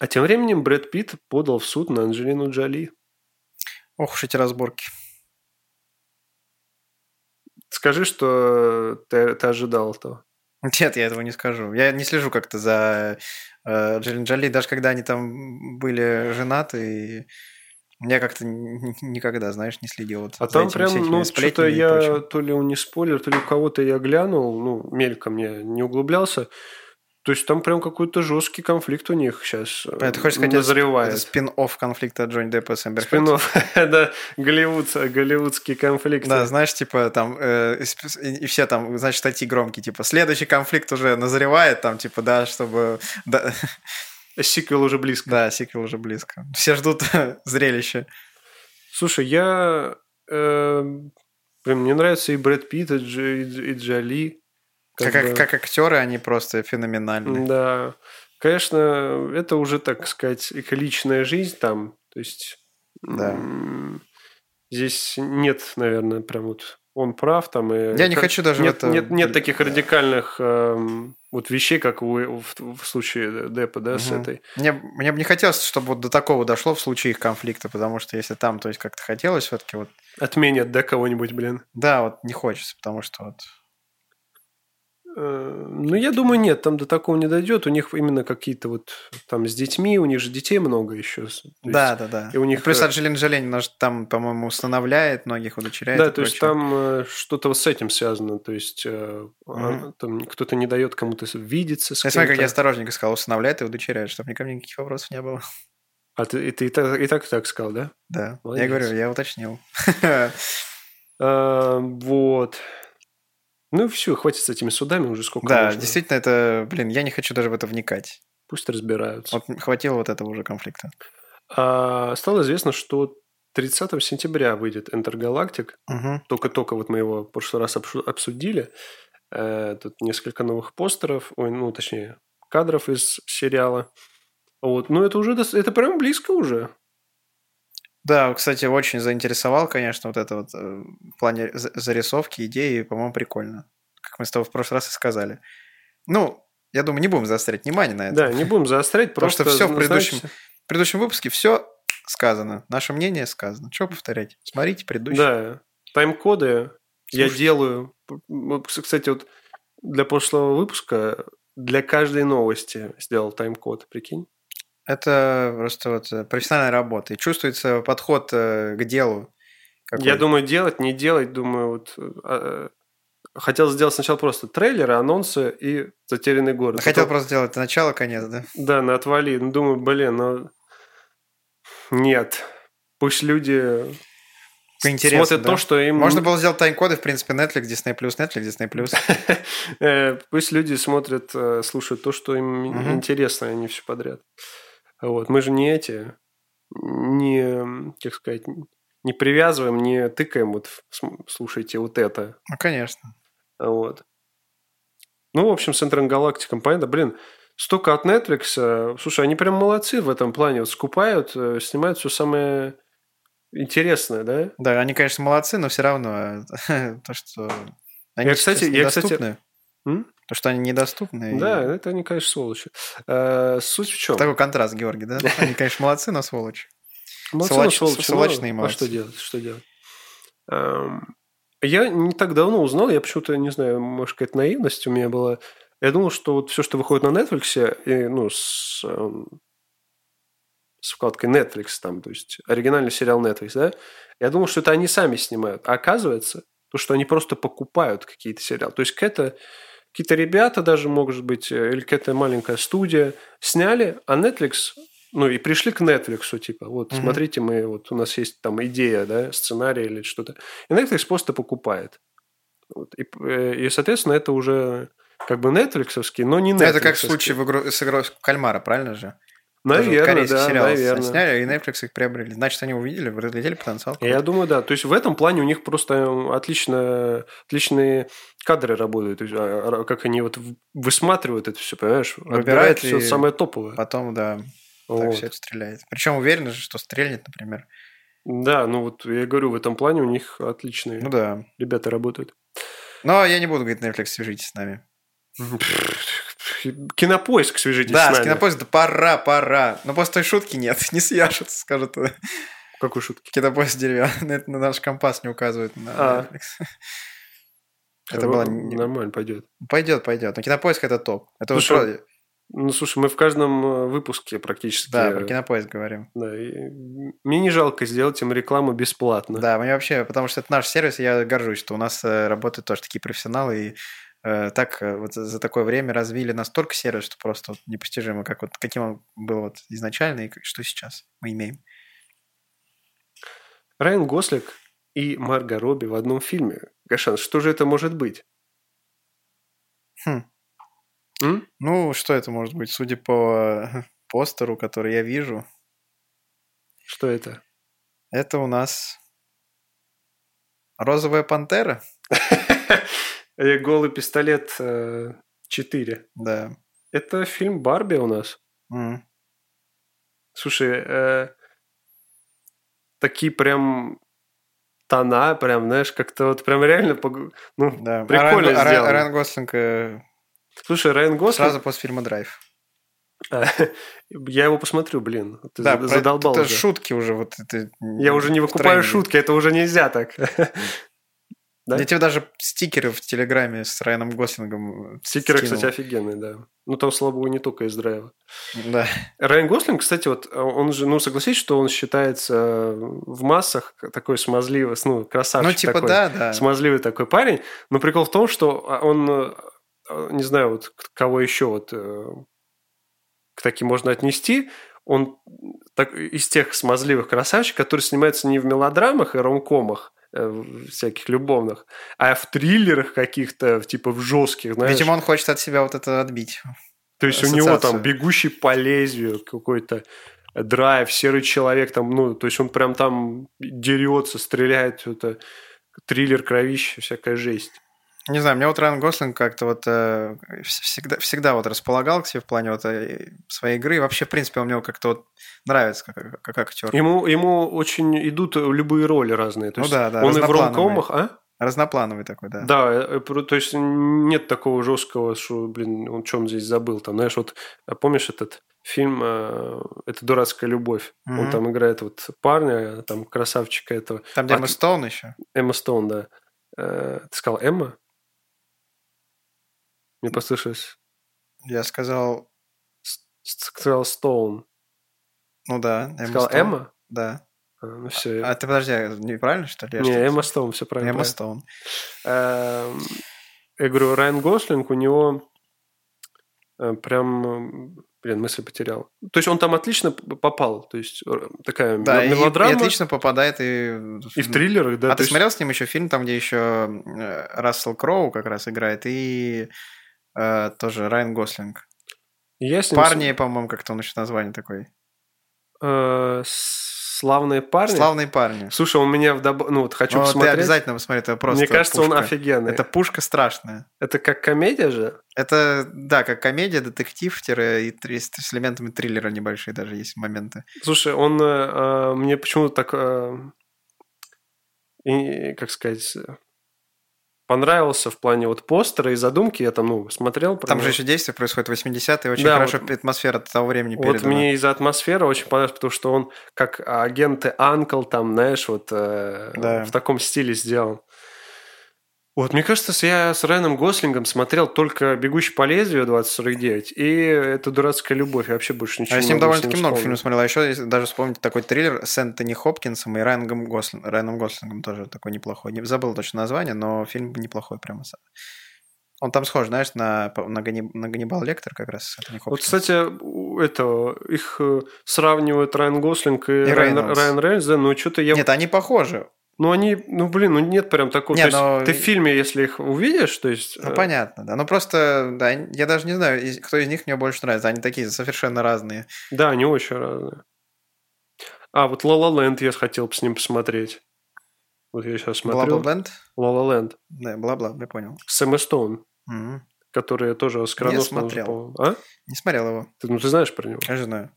Speaker 1: А тем временем Брэд Питт подал в суд на Анджелину Джоли.
Speaker 2: Ох уж эти разборки.
Speaker 1: Скажи, что ты, ты ожидал этого.
Speaker 2: Нет, я этого не скажу. Я не слежу как-то за э, Анджелиной Джоли, даже когда они там были женаты, и я как-то н- н- никогда, знаешь, не следил. вот
Speaker 1: А
Speaker 2: за
Speaker 1: там
Speaker 2: этими
Speaker 1: прям,
Speaker 2: всякими
Speaker 1: ну, что-то
Speaker 2: сплетнями и
Speaker 1: я,
Speaker 2: прочим.
Speaker 1: то ли он не спойлер, то ли у кого-то я глянул, ну, мельком я не углублялся. То есть там прям какой-то жесткий конфликт у них сейчас
Speaker 2: А, ты хочешь сказать, это сп-
Speaker 1: назревает.
Speaker 2: Это спин-офф конфликта Джонни Деппа с Эмбер Хёрд?
Speaker 1: Спинов, да, голливуд, голливудский конфликт.
Speaker 2: Да, знаешь, типа там э, и сп- и и все там, значит, статьи громкие, типа следующий конфликт уже назревает, там, типа, да, чтобы да,
Speaker 1: Сиквел уже близко.
Speaker 2: да, сиквел уже близко. Все ждут зрелища.
Speaker 1: Слушай, я... э, блин, мне нравится и Брэд Питт, и, Дж- и Дж- и Джоли. бы.
Speaker 2: Как, как, как актеры они просто феноменальны.
Speaker 1: Да. Конечно, это уже, так сказать, их личная жизнь там. То есть...
Speaker 2: Да.
Speaker 1: м, Здесь нет, наверное, прям вот он прав там. И
Speaker 2: Я не
Speaker 1: как-
Speaker 2: хочу даже в
Speaker 1: нет,
Speaker 2: это-
Speaker 1: нет, нет таких
Speaker 2: Да.
Speaker 1: радикальных эм, вот вещей, как у, в, в случае Деппа, да, с
Speaker 2: Мгм.
Speaker 1: этой.
Speaker 2: Мне, мне бы не хотелось, чтобы вот до такого дошло в случае их конфликта, потому что если там, то есть как-то хотелось все-таки вот...
Speaker 1: Отменят, да, кого-нибудь, блин.
Speaker 2: Да, вот не хочется, потому что вот...
Speaker 1: Э, Ну, я думаю, нет, там до такого не дойдет. У них именно какие-то вот там с детьми, у них же детей много еще. То есть-
Speaker 2: да, да, да.
Speaker 1: и у них,
Speaker 2: Плюс
Speaker 1: э,
Speaker 2: Анджелина Джоли, она же там, по-моему, установляет многих, удочеряет.
Speaker 1: Да,
Speaker 2: и
Speaker 1: то есть
Speaker 2: прочее.
Speaker 1: там э, что-то вот с этим связано. То есть э, а,
Speaker 2: Мгм.
Speaker 1: там кто-то не дает кому-то с- видеться с
Speaker 2: Я смотри, как
Speaker 1: кем-то.
Speaker 2: я осторожненько сказал, устанавливает и удочеряет, чтобы никому никаких вопросов не было.
Speaker 1: А ты, и ты и, так, и так, и так сказал, да?
Speaker 2: Да, я
Speaker 1: Молодец.
Speaker 2: говорю, я уточнил.
Speaker 1: А, вот. Ну и все, хватит с этими судами уже сколько
Speaker 2: Да,
Speaker 1: можно.
Speaker 2: действительно, это, блин, я не хочу даже в это вникать.
Speaker 1: Пусть разбираются.
Speaker 2: Вот хватило вот этого уже конфликта.
Speaker 1: А, стало известно, что 30 сентября выйдет Intergalactic.
Speaker 2: Мгм.
Speaker 1: только-только вот мы его в прошлый раз обшу- обсудили. Э, Тут несколько новых постеров, ой, ну, точнее, кадров из сериала. Вот. Ну, это уже, дос- это прям близко уже.
Speaker 2: Да, кстати, очень заинтересовал, конечно, вот это вот э, в плане за- зарисовки, идеи, по-моему, прикольно. Как мы с тобой в прошлый раз и сказали. Ну, я думаю, не будем заострять внимание на это.
Speaker 1: Да, не будем заострять,
Speaker 2: Потому что
Speaker 1: просто...
Speaker 2: всё в
Speaker 1: ну,
Speaker 2: предыдущем-
Speaker 1: знаете,
Speaker 2: В предыдущем выпуске все сказано. Наше мнение сказано. Чего повторять? Смотрите предыдущий.
Speaker 1: Да, тайм-коды я
Speaker 2: Слушайте.
Speaker 1: делаю. Вот, Кстати, вот для прошлого выпуска для каждой новости сделал тайм-код, прикинь.
Speaker 2: Это просто вот э, профессиональная работа. И чувствуется подход э, к делу. какой.
Speaker 1: Я думаю, делать, не делать, думаю, вот... э, э, Хотел сделать сначала просто трейлеры, анонсы и «Затерянный город».
Speaker 2: Ну, Хотел
Speaker 1: Потом-
Speaker 2: просто сделать начало, конец, да?
Speaker 1: Да, на отвали. Ну, думаю, блин, ну... Нет. Пусть люди
Speaker 2: Интересно,
Speaker 1: смотрят
Speaker 2: да?
Speaker 1: то, что им...
Speaker 2: Можно было сделать тайм-коды, в принципе, Netflix, Disney+, Netflix, Disney+.
Speaker 1: Э, Пусть люди смотрят, э, слушают то, что им
Speaker 2: Мгм.
Speaker 1: интересно, а не все подряд. Вот. Мы же не эти, не, как сказать, не привязываем, не тыкаем, вот слушайте вот это.
Speaker 2: Ну, конечно.
Speaker 1: Вот. Ну, в общем, с Энтером Галактиком, понятно, блин, столько от Netflix. э, Слушай, они прям молодцы в этом плане. Вот скупают, э, снимают все самое интересное, да?
Speaker 2: Да, они, конечно, молодцы, но все равно э, то, что
Speaker 1: они я, кстати, я,
Speaker 2: недоступны. Кстати... То, что они недоступны.
Speaker 1: Да, и... это они, конечно, сволочи. А, суть в чем?
Speaker 2: Такой контраст, Георгий, да? Они, конечно, молодцы, но сволочи.
Speaker 1: Молодцы, Сволоч... сволочи.
Speaker 2: Сволочные молодцы.
Speaker 1: А что делать? Что делать? Эм, Я не так давно узнал, я почему-то, не знаю, может, какая-то наивность у меня была. Я думал, что вот все, что выходит на Netflix, и, ну, с, эм, с вкладкой Netflix, там, то есть оригинальный сериал Netflix, да, я думал, что это они сами снимают. А оказывается, то, что они просто покупают какие-то сериалы. То есть какая-то какие-то ребята даже, может быть, э, или какая-то маленькая студия сняли, а Netflix, ну и пришли к Netflix, типа, вот, mm-hmm. смотрите, мы, вот у нас есть там идея, да, сценарий или что-то. И Netflix просто покупает. Вот. И, э, и, соответственно, это уже как бы Netflix, но не Ну, Netflix.
Speaker 2: Ну, Это как в случае в игру, с игрой кальмара, правильно же?
Speaker 1: Наверное,
Speaker 2: Даже вот
Speaker 1: да,
Speaker 2: сериал
Speaker 1: наверное.
Speaker 2: сняли, и Netflix их приобрели. Значит, они увидели, разглядели потенциал. какой-то.
Speaker 1: Я думаю, да. То есть в этом плане у них просто э, отлично, отличные кадры работают. То есть, а, а, как они вот высматривают это все, понимаешь?
Speaker 2: Выбирают
Speaker 1: Отбирают
Speaker 2: и
Speaker 1: все самое топовое.
Speaker 2: Потом, да, так
Speaker 1: Вот.
Speaker 2: все это стреляет. Причем уверены же, что стрельнет, например.
Speaker 1: Да, ну вот я и говорю, в этом плане у них отличные
Speaker 2: Ну да.
Speaker 1: ребята работают.
Speaker 2: Но я не буду говорить Netflix, свяжитесь с нами.
Speaker 1: Кинопоиск свяжитесь
Speaker 2: да,
Speaker 1: с
Speaker 2: с
Speaker 1: нами.
Speaker 2: кинопоезда пора, пора. Но после той шутки нет, не свяжутся, скажут. э,
Speaker 1: Какой шутки?
Speaker 2: Кинопоезд деревянный. Это на наш компас не указывает на
Speaker 1: А.
Speaker 2: Netflix. Это было не-
Speaker 1: Нормально пойдет.
Speaker 2: Пойдет, пойдет. Но кинопоиск это топ. Это вот
Speaker 1: Слушай,
Speaker 2: вроде-
Speaker 1: Ну, слушай, мы в каждом э, выпуске практически...
Speaker 2: Да,
Speaker 1: э,
Speaker 2: про кинопоиск говорим.
Speaker 1: да, и Мне не жалко сделать им рекламу бесплатно.
Speaker 2: Да, мне вообще, потому что это наш сервис, и я горжусь, что у нас э, работают тоже такие профессионалы, и э, так э, вот за- за такое время развили настолько сервис, что просто вот непостижимо, как вот, каким он был вот изначально и как- что сейчас мы имеем.
Speaker 1: Райан Гослик и Марго Робби в одном фильме. Гашан, что же это может быть?
Speaker 2: Хм.
Speaker 1: М?
Speaker 2: Ну, что это может быть? Судя по э, постеру, который я вижу,
Speaker 1: Что это?
Speaker 2: это у нас «Розовая пантера».
Speaker 1: Э, Голый пистолет э, 4.
Speaker 2: Да.
Speaker 1: Это фильм Барби у нас.
Speaker 2: М.
Speaker 1: Слушай, э, такие прям тона, прям, знаешь, как-то вот прям реально... пог- Ну,
Speaker 2: Да.
Speaker 1: прикольно
Speaker 2: А Райан- а Райан-
Speaker 1: сделано.
Speaker 2: Райан Гослинг э,
Speaker 1: Слушай, Райан Гослик...
Speaker 2: сразу после фильма «Драйв».
Speaker 1: Я его посмотрю, блин. Ты
Speaker 2: Да,
Speaker 1: за-
Speaker 2: про-
Speaker 1: задолбал
Speaker 2: это
Speaker 1: уже.
Speaker 2: шутки уже вот это
Speaker 1: Я уже не
Speaker 2: в
Speaker 1: выкупаю
Speaker 2: тренде.
Speaker 1: шутки, это уже нельзя так. да?
Speaker 2: Я тебе даже стикеры в Телеграме с Райаном Гослингом
Speaker 1: Стикеры,
Speaker 2: скинул.
Speaker 1: кстати, офигенные, да. Ну, там, слава богу, не только из драйва.
Speaker 2: Да.
Speaker 1: Райан Гослинг, кстати, вот э, он же, ну, согласись, что он считается э, в массах такой смазливый, ну, красавчик
Speaker 2: Ну, типа,
Speaker 1: такой.
Speaker 2: да, да.
Speaker 1: смазливый такой парень. Но прикол в том, что он, э, э, не знаю, вот к- кого еще вот э, к таким можно отнести, он так, из тех смазливых красавчиков, которые снимаются не в мелодрамах и ромкомах э, в- всяких любовных, а в триллерах каких-то, в- типа в жестких, знаешь.
Speaker 2: Видимо, он хочет от себя вот это отбить.
Speaker 1: То есть у него
Speaker 2: ассоциацию.
Speaker 1: там бегущий по лезвию какой-то э, драйв, серый человек там, ну, то есть он прям там дерется, стреляет, это триллер, кровище, всякая жесть.
Speaker 2: Не знаю, мне вот Райан Гослинг как-то вот э, вс- всегда, всегда вот располагал к себе в плане вот э, своей игры. И вообще, в принципе, он мне как-то вот нравится как, как актер.
Speaker 1: Ему, ему очень идут любые роли разные. То
Speaker 2: Ну
Speaker 1: есть
Speaker 2: да, да,
Speaker 1: он и в
Speaker 2: разноплановые.
Speaker 1: ромкомах, а?
Speaker 2: Разноплановый такой, да.
Speaker 1: Да, э, про- то есть нет такого жесткого, что, блин, он чем здесь забыл. Там, знаешь, вот а помнишь этот фильм э, «Это дурацкая любовь». Он
Speaker 2: Мгм.
Speaker 1: там играет вот парня, там красавчика этого.
Speaker 2: Там, где
Speaker 1: А-
Speaker 2: Эмма Стоун еще.
Speaker 1: Эмма Стоун, да. Э, Ты сказал Эмма? Мне послышалось.
Speaker 2: Я сказал,
Speaker 1: С- с- Сказал Стоун.
Speaker 2: ну да,
Speaker 1: Ты Сказал
Speaker 2: Стоун.
Speaker 1: Эмма?
Speaker 2: Да.
Speaker 1: А, Ну все.
Speaker 2: А ты подожди, неправильно, что ли? Я
Speaker 1: Не,
Speaker 2: что-то-
Speaker 1: Эмма Стоун, все правильно.
Speaker 2: Эмма Стоун.
Speaker 1: Эм, Я говорю, Райан Гослинг, у него э, прям... э, Блин, мысль потерял. То есть он там отлично п- попал. То есть э, такая
Speaker 2: Да, и,
Speaker 1: мел-
Speaker 2: и
Speaker 1: мелодрама. И,
Speaker 2: отлично попадает и...
Speaker 1: в триллерах, да.
Speaker 2: а
Speaker 1: то
Speaker 2: ты
Speaker 1: есть-
Speaker 2: смотрел с ним еще фильм, там, где еще э, Рассел Кроу как раз играет, и э, тоже Райан Гослинг.
Speaker 1: Я с ним
Speaker 2: Парни, по-моему, как-то он еще название такое.
Speaker 1: э, «Славные парни».
Speaker 2: Славные парни.
Speaker 1: Слушай, он меня вдоб... Ну, вот хочу
Speaker 2: Ну, Ты
Speaker 1: посмотреть.
Speaker 2: обязательно посмотри, это просто
Speaker 1: Мне кажется, он
Speaker 2: пушка.
Speaker 1: офигенный.
Speaker 2: Это
Speaker 1: Это...
Speaker 2: пушка страшная.
Speaker 1: как комедия же?
Speaker 2: Это, да, как комедия, детектив, тире, и три- с с элементами триллера небольшие даже есть моменты.
Speaker 1: Слушай, он э, э, мне почему-то так, э, и, как сказать, э, понравился в плане вот постера и задумки. Я там, ну, смотрел. про
Speaker 2: Там
Speaker 1: него.
Speaker 2: же еще действие происходит в 80-е, очень
Speaker 1: Да,
Speaker 2: хорошо
Speaker 1: вот-
Speaker 2: атмосфера того времени
Speaker 1: Вот
Speaker 2: передана.
Speaker 1: мне из-за атмосферы очень понравилось, потому что он как агенты Анкл, там, знаешь, вот э,
Speaker 2: Да.
Speaker 1: в таком стиле сделан. Вот, мне кажется, с- я с Райаном Гослингом смотрел только «Бегущий по лезвию» 2049 и «Это дурацкая любовь». Я вообще больше
Speaker 2: А
Speaker 1: ничего
Speaker 2: я
Speaker 1: не
Speaker 2: с ним
Speaker 1: могу
Speaker 2: довольно-таки много
Speaker 1: вспомнить.
Speaker 2: фильмов смотрел. А еще если даже вспомнить такой триллер с Энтони Хопкинсом и Райаном Гослин- Райаном Гослингом тоже такой неплохой. Не забыл точно название, но фильм неплохой прямо. с- Он там схож, знаешь, на, на, Ганни- на Ганнибал Лектор как раз с Энтони
Speaker 1: Вот,
Speaker 2: Хопкинсом.
Speaker 1: кстати, у- это, их э, сравнивают Райан Гослинг и, Райан,
Speaker 2: Рейнольдс.
Speaker 1: Райан Рейнольдс, да, но что-то я...
Speaker 2: Нет, они похожи.
Speaker 1: Ну, они, ну, блин, ну нет прям такого...
Speaker 2: Не,
Speaker 1: то есть
Speaker 2: но-
Speaker 1: Ты в фильме, если их увидишь, то есть...
Speaker 2: Ну,
Speaker 1: э,
Speaker 2: понятно, да. Ну, просто, да, я даже не знаю, из- кто из них мне больше нравится. Они такие совершенно разные.
Speaker 1: Да, они очень разные. А, вот «Ла-Ла Ленд» я хотел бы с ним посмотреть. Вот я сейчас смотрю.
Speaker 2: Бла-бла-бленд?
Speaker 1: «Ла-Ла Ленд».
Speaker 2: Да, бла-бла, я понял.
Speaker 1: Сэм и Стоун,
Speaker 2: Мгм.
Speaker 1: который тоже оскароносный.
Speaker 2: смотрел.
Speaker 1: А?
Speaker 2: Не смотрел его.
Speaker 1: Ты, ну, ты знаешь про него?
Speaker 2: Я же знаю.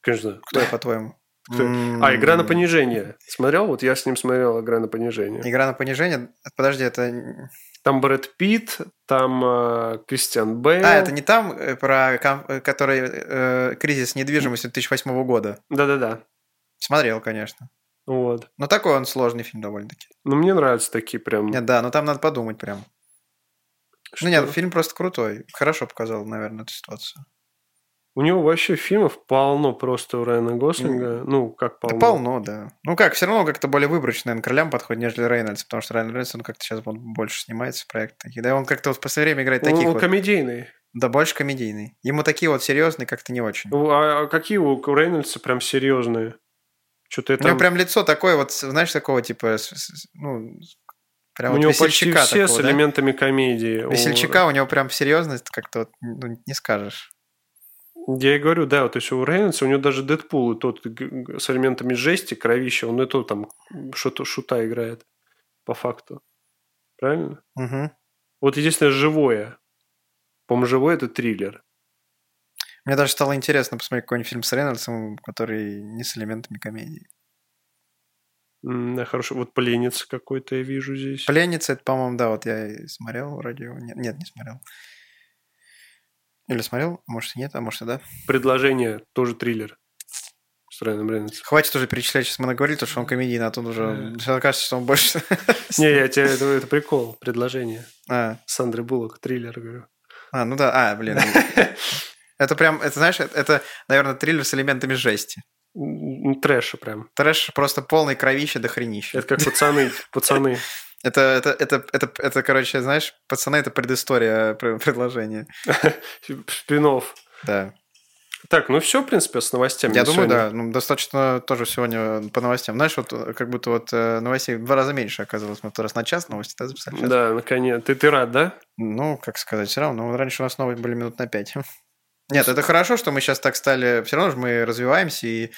Speaker 1: Конечно. знаю.
Speaker 2: Кто я, по-твоему?
Speaker 1: Кто я?
Speaker 2: М.
Speaker 1: А, «Игра на понижение». Смотрел? Вот я с ним смотрел «Игра на понижение».
Speaker 2: Игра на понижение. Подожди, это
Speaker 1: Там Брэд Питт, там э, Кристиан Бейл.
Speaker 2: А, это не там, э, про ком- э, который э, кризис недвижимости 2008 года.
Speaker 1: Да-да-да.
Speaker 2: Смотрел, конечно.
Speaker 1: Вот.
Speaker 2: Но такой он сложный фильм довольно-таки.
Speaker 1: Ну, мне нравятся такие прям...
Speaker 2: Нет, да, но там надо подумать прям.
Speaker 1: что-
Speaker 2: Ну нет, фильм просто крутой. Хорошо показал, наверное, эту ситуацию.
Speaker 1: У него вообще фильмов полно просто у Райана Гослинга. Ну, как
Speaker 2: Да
Speaker 1: полно.
Speaker 2: полно, да. Ну как, все равно как-то более выборочно, наверное, к ролям подходит, нежели Рейнольдс, потому что Рейнольдс, он как-то сейчас больше снимается в проектах. Да, и он как-то вот в последнее время играет
Speaker 1: Он-
Speaker 2: таких
Speaker 1: он
Speaker 2: вот,
Speaker 1: комедийный.
Speaker 2: да, больше комедийный. Ему такие вот серьезные как-то не очень.
Speaker 1: Ну, А, а какие у Рейнольдса прям серьезные? Что-то
Speaker 2: У него
Speaker 1: это...
Speaker 2: прям лицо такое вот, знаешь, такого типа, с- с- ну, прям
Speaker 1: у
Speaker 2: вот
Speaker 1: него почти
Speaker 2: весельчака
Speaker 1: все с
Speaker 2: такого, да?
Speaker 1: элементами комедии. У-
Speaker 2: Весельчака у него прям серьезность как-то вот, ну, не скажешь.
Speaker 1: Я и говорю, да, вот, то есть у Рейнольдса, у него даже Дэдпул и тот г- г- с элементами жести, кровища, он и то там что-то шута играет по факту. Правильно?
Speaker 2: Мгм.
Speaker 1: Вот единственное, живое. По-моему, живое это триллер.
Speaker 2: Мне даже стало интересно посмотреть какой-нибудь фильм с Рейнольдсом, который не с элементами комедии.
Speaker 1: М, Да, хорошо. Вот пленец какой-то я вижу здесь.
Speaker 2: «Пленница» — это, по-моему, да, вот я и смотрел вроде его. Нет, нет, не смотрел. Или смотрел, может, и нет, а может, и да.
Speaker 1: Предложение тоже триллер. С Райаном Рейнольдсом.
Speaker 2: Хватит уже перечислять, сейчас мы наговорили, потому что он комедийный, а тут уже... всё Кажется, что он больше...
Speaker 1: Не, я тебе... Это, это прикол. Предложение.
Speaker 2: А,
Speaker 1: С Андрей Буллок. Триллер, говорю.
Speaker 2: а, ну да, а, блин. Это прям, это знаешь, это- это, наверное, триллер с элементами жести.
Speaker 1: М, Трэша прям.
Speaker 2: Трэш просто полный кровища до хренища.
Speaker 1: Это как пацаны, пацаны.
Speaker 2: Это, это, это, это, это, короче, знаешь, пацаны, это предыстория пр- предложения.
Speaker 1: Спинов.
Speaker 2: Да.
Speaker 1: Так, ну все, в принципе, с новостями.
Speaker 2: Я
Speaker 1: на
Speaker 2: думаю,
Speaker 1: сегодня.
Speaker 2: да. Ну, достаточно тоже сегодня по новостям. Знаешь, вот э, как будто вот э, новостей в два раза меньше оказалось. Мы в тот раз на час новости да, записали. Сейчас-
Speaker 1: Да, наконец. Ты, ты рад, да?
Speaker 2: Ну, как сказать, все равно. Ну, раньше у нас новости были минут на пять. Нет, это хорошо, что мы сейчас так стали. Все равно же мы развиваемся и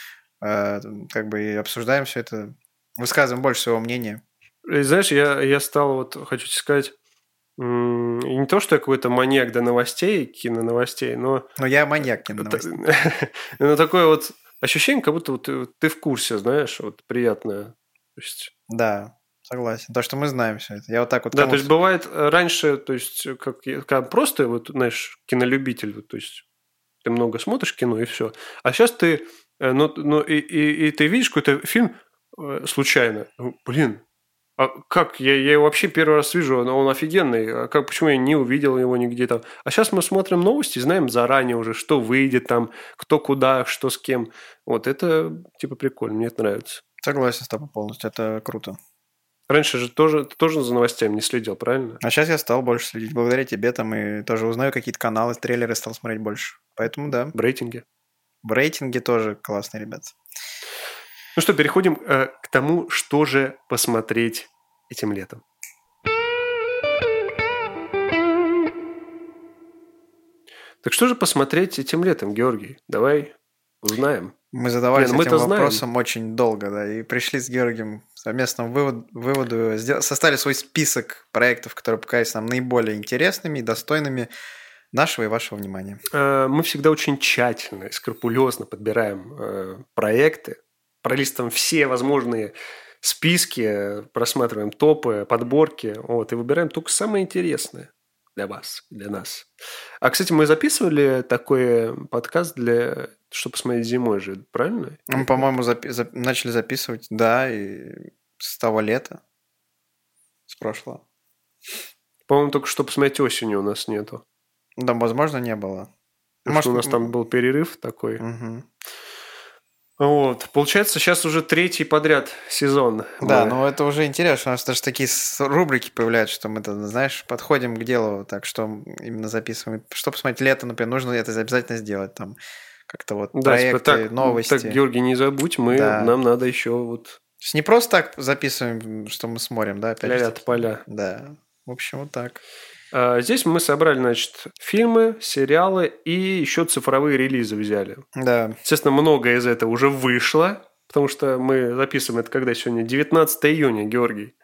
Speaker 2: э, как бы и обсуждаем все это, высказываем больше своего мнения.
Speaker 1: И знаешь, я, я стал, вот, хочу тебе сказать, м, и не то, что я какой-то маньяк до новостей, киноновостей, но...
Speaker 2: Но я маньяк киноновостей.
Speaker 1: Но ну, такое вот ощущение, как будто вот ты, ты в курсе, знаешь, вот приятное. То есть,
Speaker 2: Да, согласен. То, что мы знаем все это. Я вот так вот
Speaker 1: да, то
Speaker 2: кому-то-
Speaker 1: есть бывает э, раньше, то есть э, как, я- как просто вот, знаешь, кинолюбитель, вот, то есть ты много смотришь кино и все. А сейчас ты, э, ну, ну и, и- и ты видишь какой-то фильм э, случайно, Ну, блин, а как я, я его вообще первый раз вижу, но он офигенный, а как почему я не увидел его нигде там? А сейчас мы смотрим новости, знаем заранее уже, что выйдет там, кто куда, что с кем. Вот это типа прикольно, мне это нравится.
Speaker 2: Согласен с тобой полностью, это круто.
Speaker 1: Раньше же тоже ты тоже за новостями не следил, правильно?
Speaker 2: А сейчас я стал больше следить. Благодаря тебе там и тоже узнаю какие-то каналы, трейлеры стал смотреть больше. Поэтому да,
Speaker 1: В рейтинге.
Speaker 2: в рейтинге тоже классные ребята.
Speaker 1: Ну что, переходим э, к тому, что же посмотреть этим летом. Так что же посмотреть этим летом, Георгий? Давай Узнаем.
Speaker 2: Мы задавались
Speaker 1: Нет, мы-то
Speaker 2: этим
Speaker 1: ну знаем.
Speaker 2: вопросом очень долго, да, и пришли с Георгием к совместному вывод- выводу, сдел- составили свой список проектов, которые показались нам наиболее интересными и достойными нашего и вашего внимания.
Speaker 1: Э, Мы всегда очень тщательно и скрупулезно подбираем э, проекты, пролистываем все возможные списки, э, просматриваем топы, подборки, вот, и выбираем только самое интересное для вас, для нас. А, кстати, мы записывали такой подкаст для «Что посмотреть зимой» же, правильно?
Speaker 2: Мы, Ну, по-моему, запи- зап- начали записывать, да, и с того лета, с прошлого.
Speaker 1: По-моему, только «Что посмотреть осенью» у нас нету.
Speaker 2: Ну, Там, возможно, не было.
Speaker 1: Может, у нас там был перерыв такой.
Speaker 2: Мгм.
Speaker 1: Вот. Получается, сейчас уже третий подряд сезон.
Speaker 2: Да,
Speaker 1: Мы-
Speaker 2: ну это уже интересно, у нас даже такие с- рубрики появляются, что мы, там, знаешь, подходим к делу, так что именно записываем. Что посмотреть лето, например, нужно это обязательно сделать, там как-то вот
Speaker 1: Да,
Speaker 2: проекты,
Speaker 1: типа, так,
Speaker 2: новости.
Speaker 1: Так, Георгий, не забудь, мы,
Speaker 2: Да.
Speaker 1: нам надо еще вот
Speaker 2: То есть не просто так записываем, что мы смотрим, да, опять
Speaker 1: ля
Speaker 2: же.
Speaker 1: поля.
Speaker 2: Да, в общем, вот так.
Speaker 1: А, здесь мы собрали, значит, фильмы, сериалы и еще цифровые релизы взяли.
Speaker 2: Да,
Speaker 1: Естественно, многое из этого уже вышло, потому что мы записываем это когда сегодня? 19 июня, Георгий.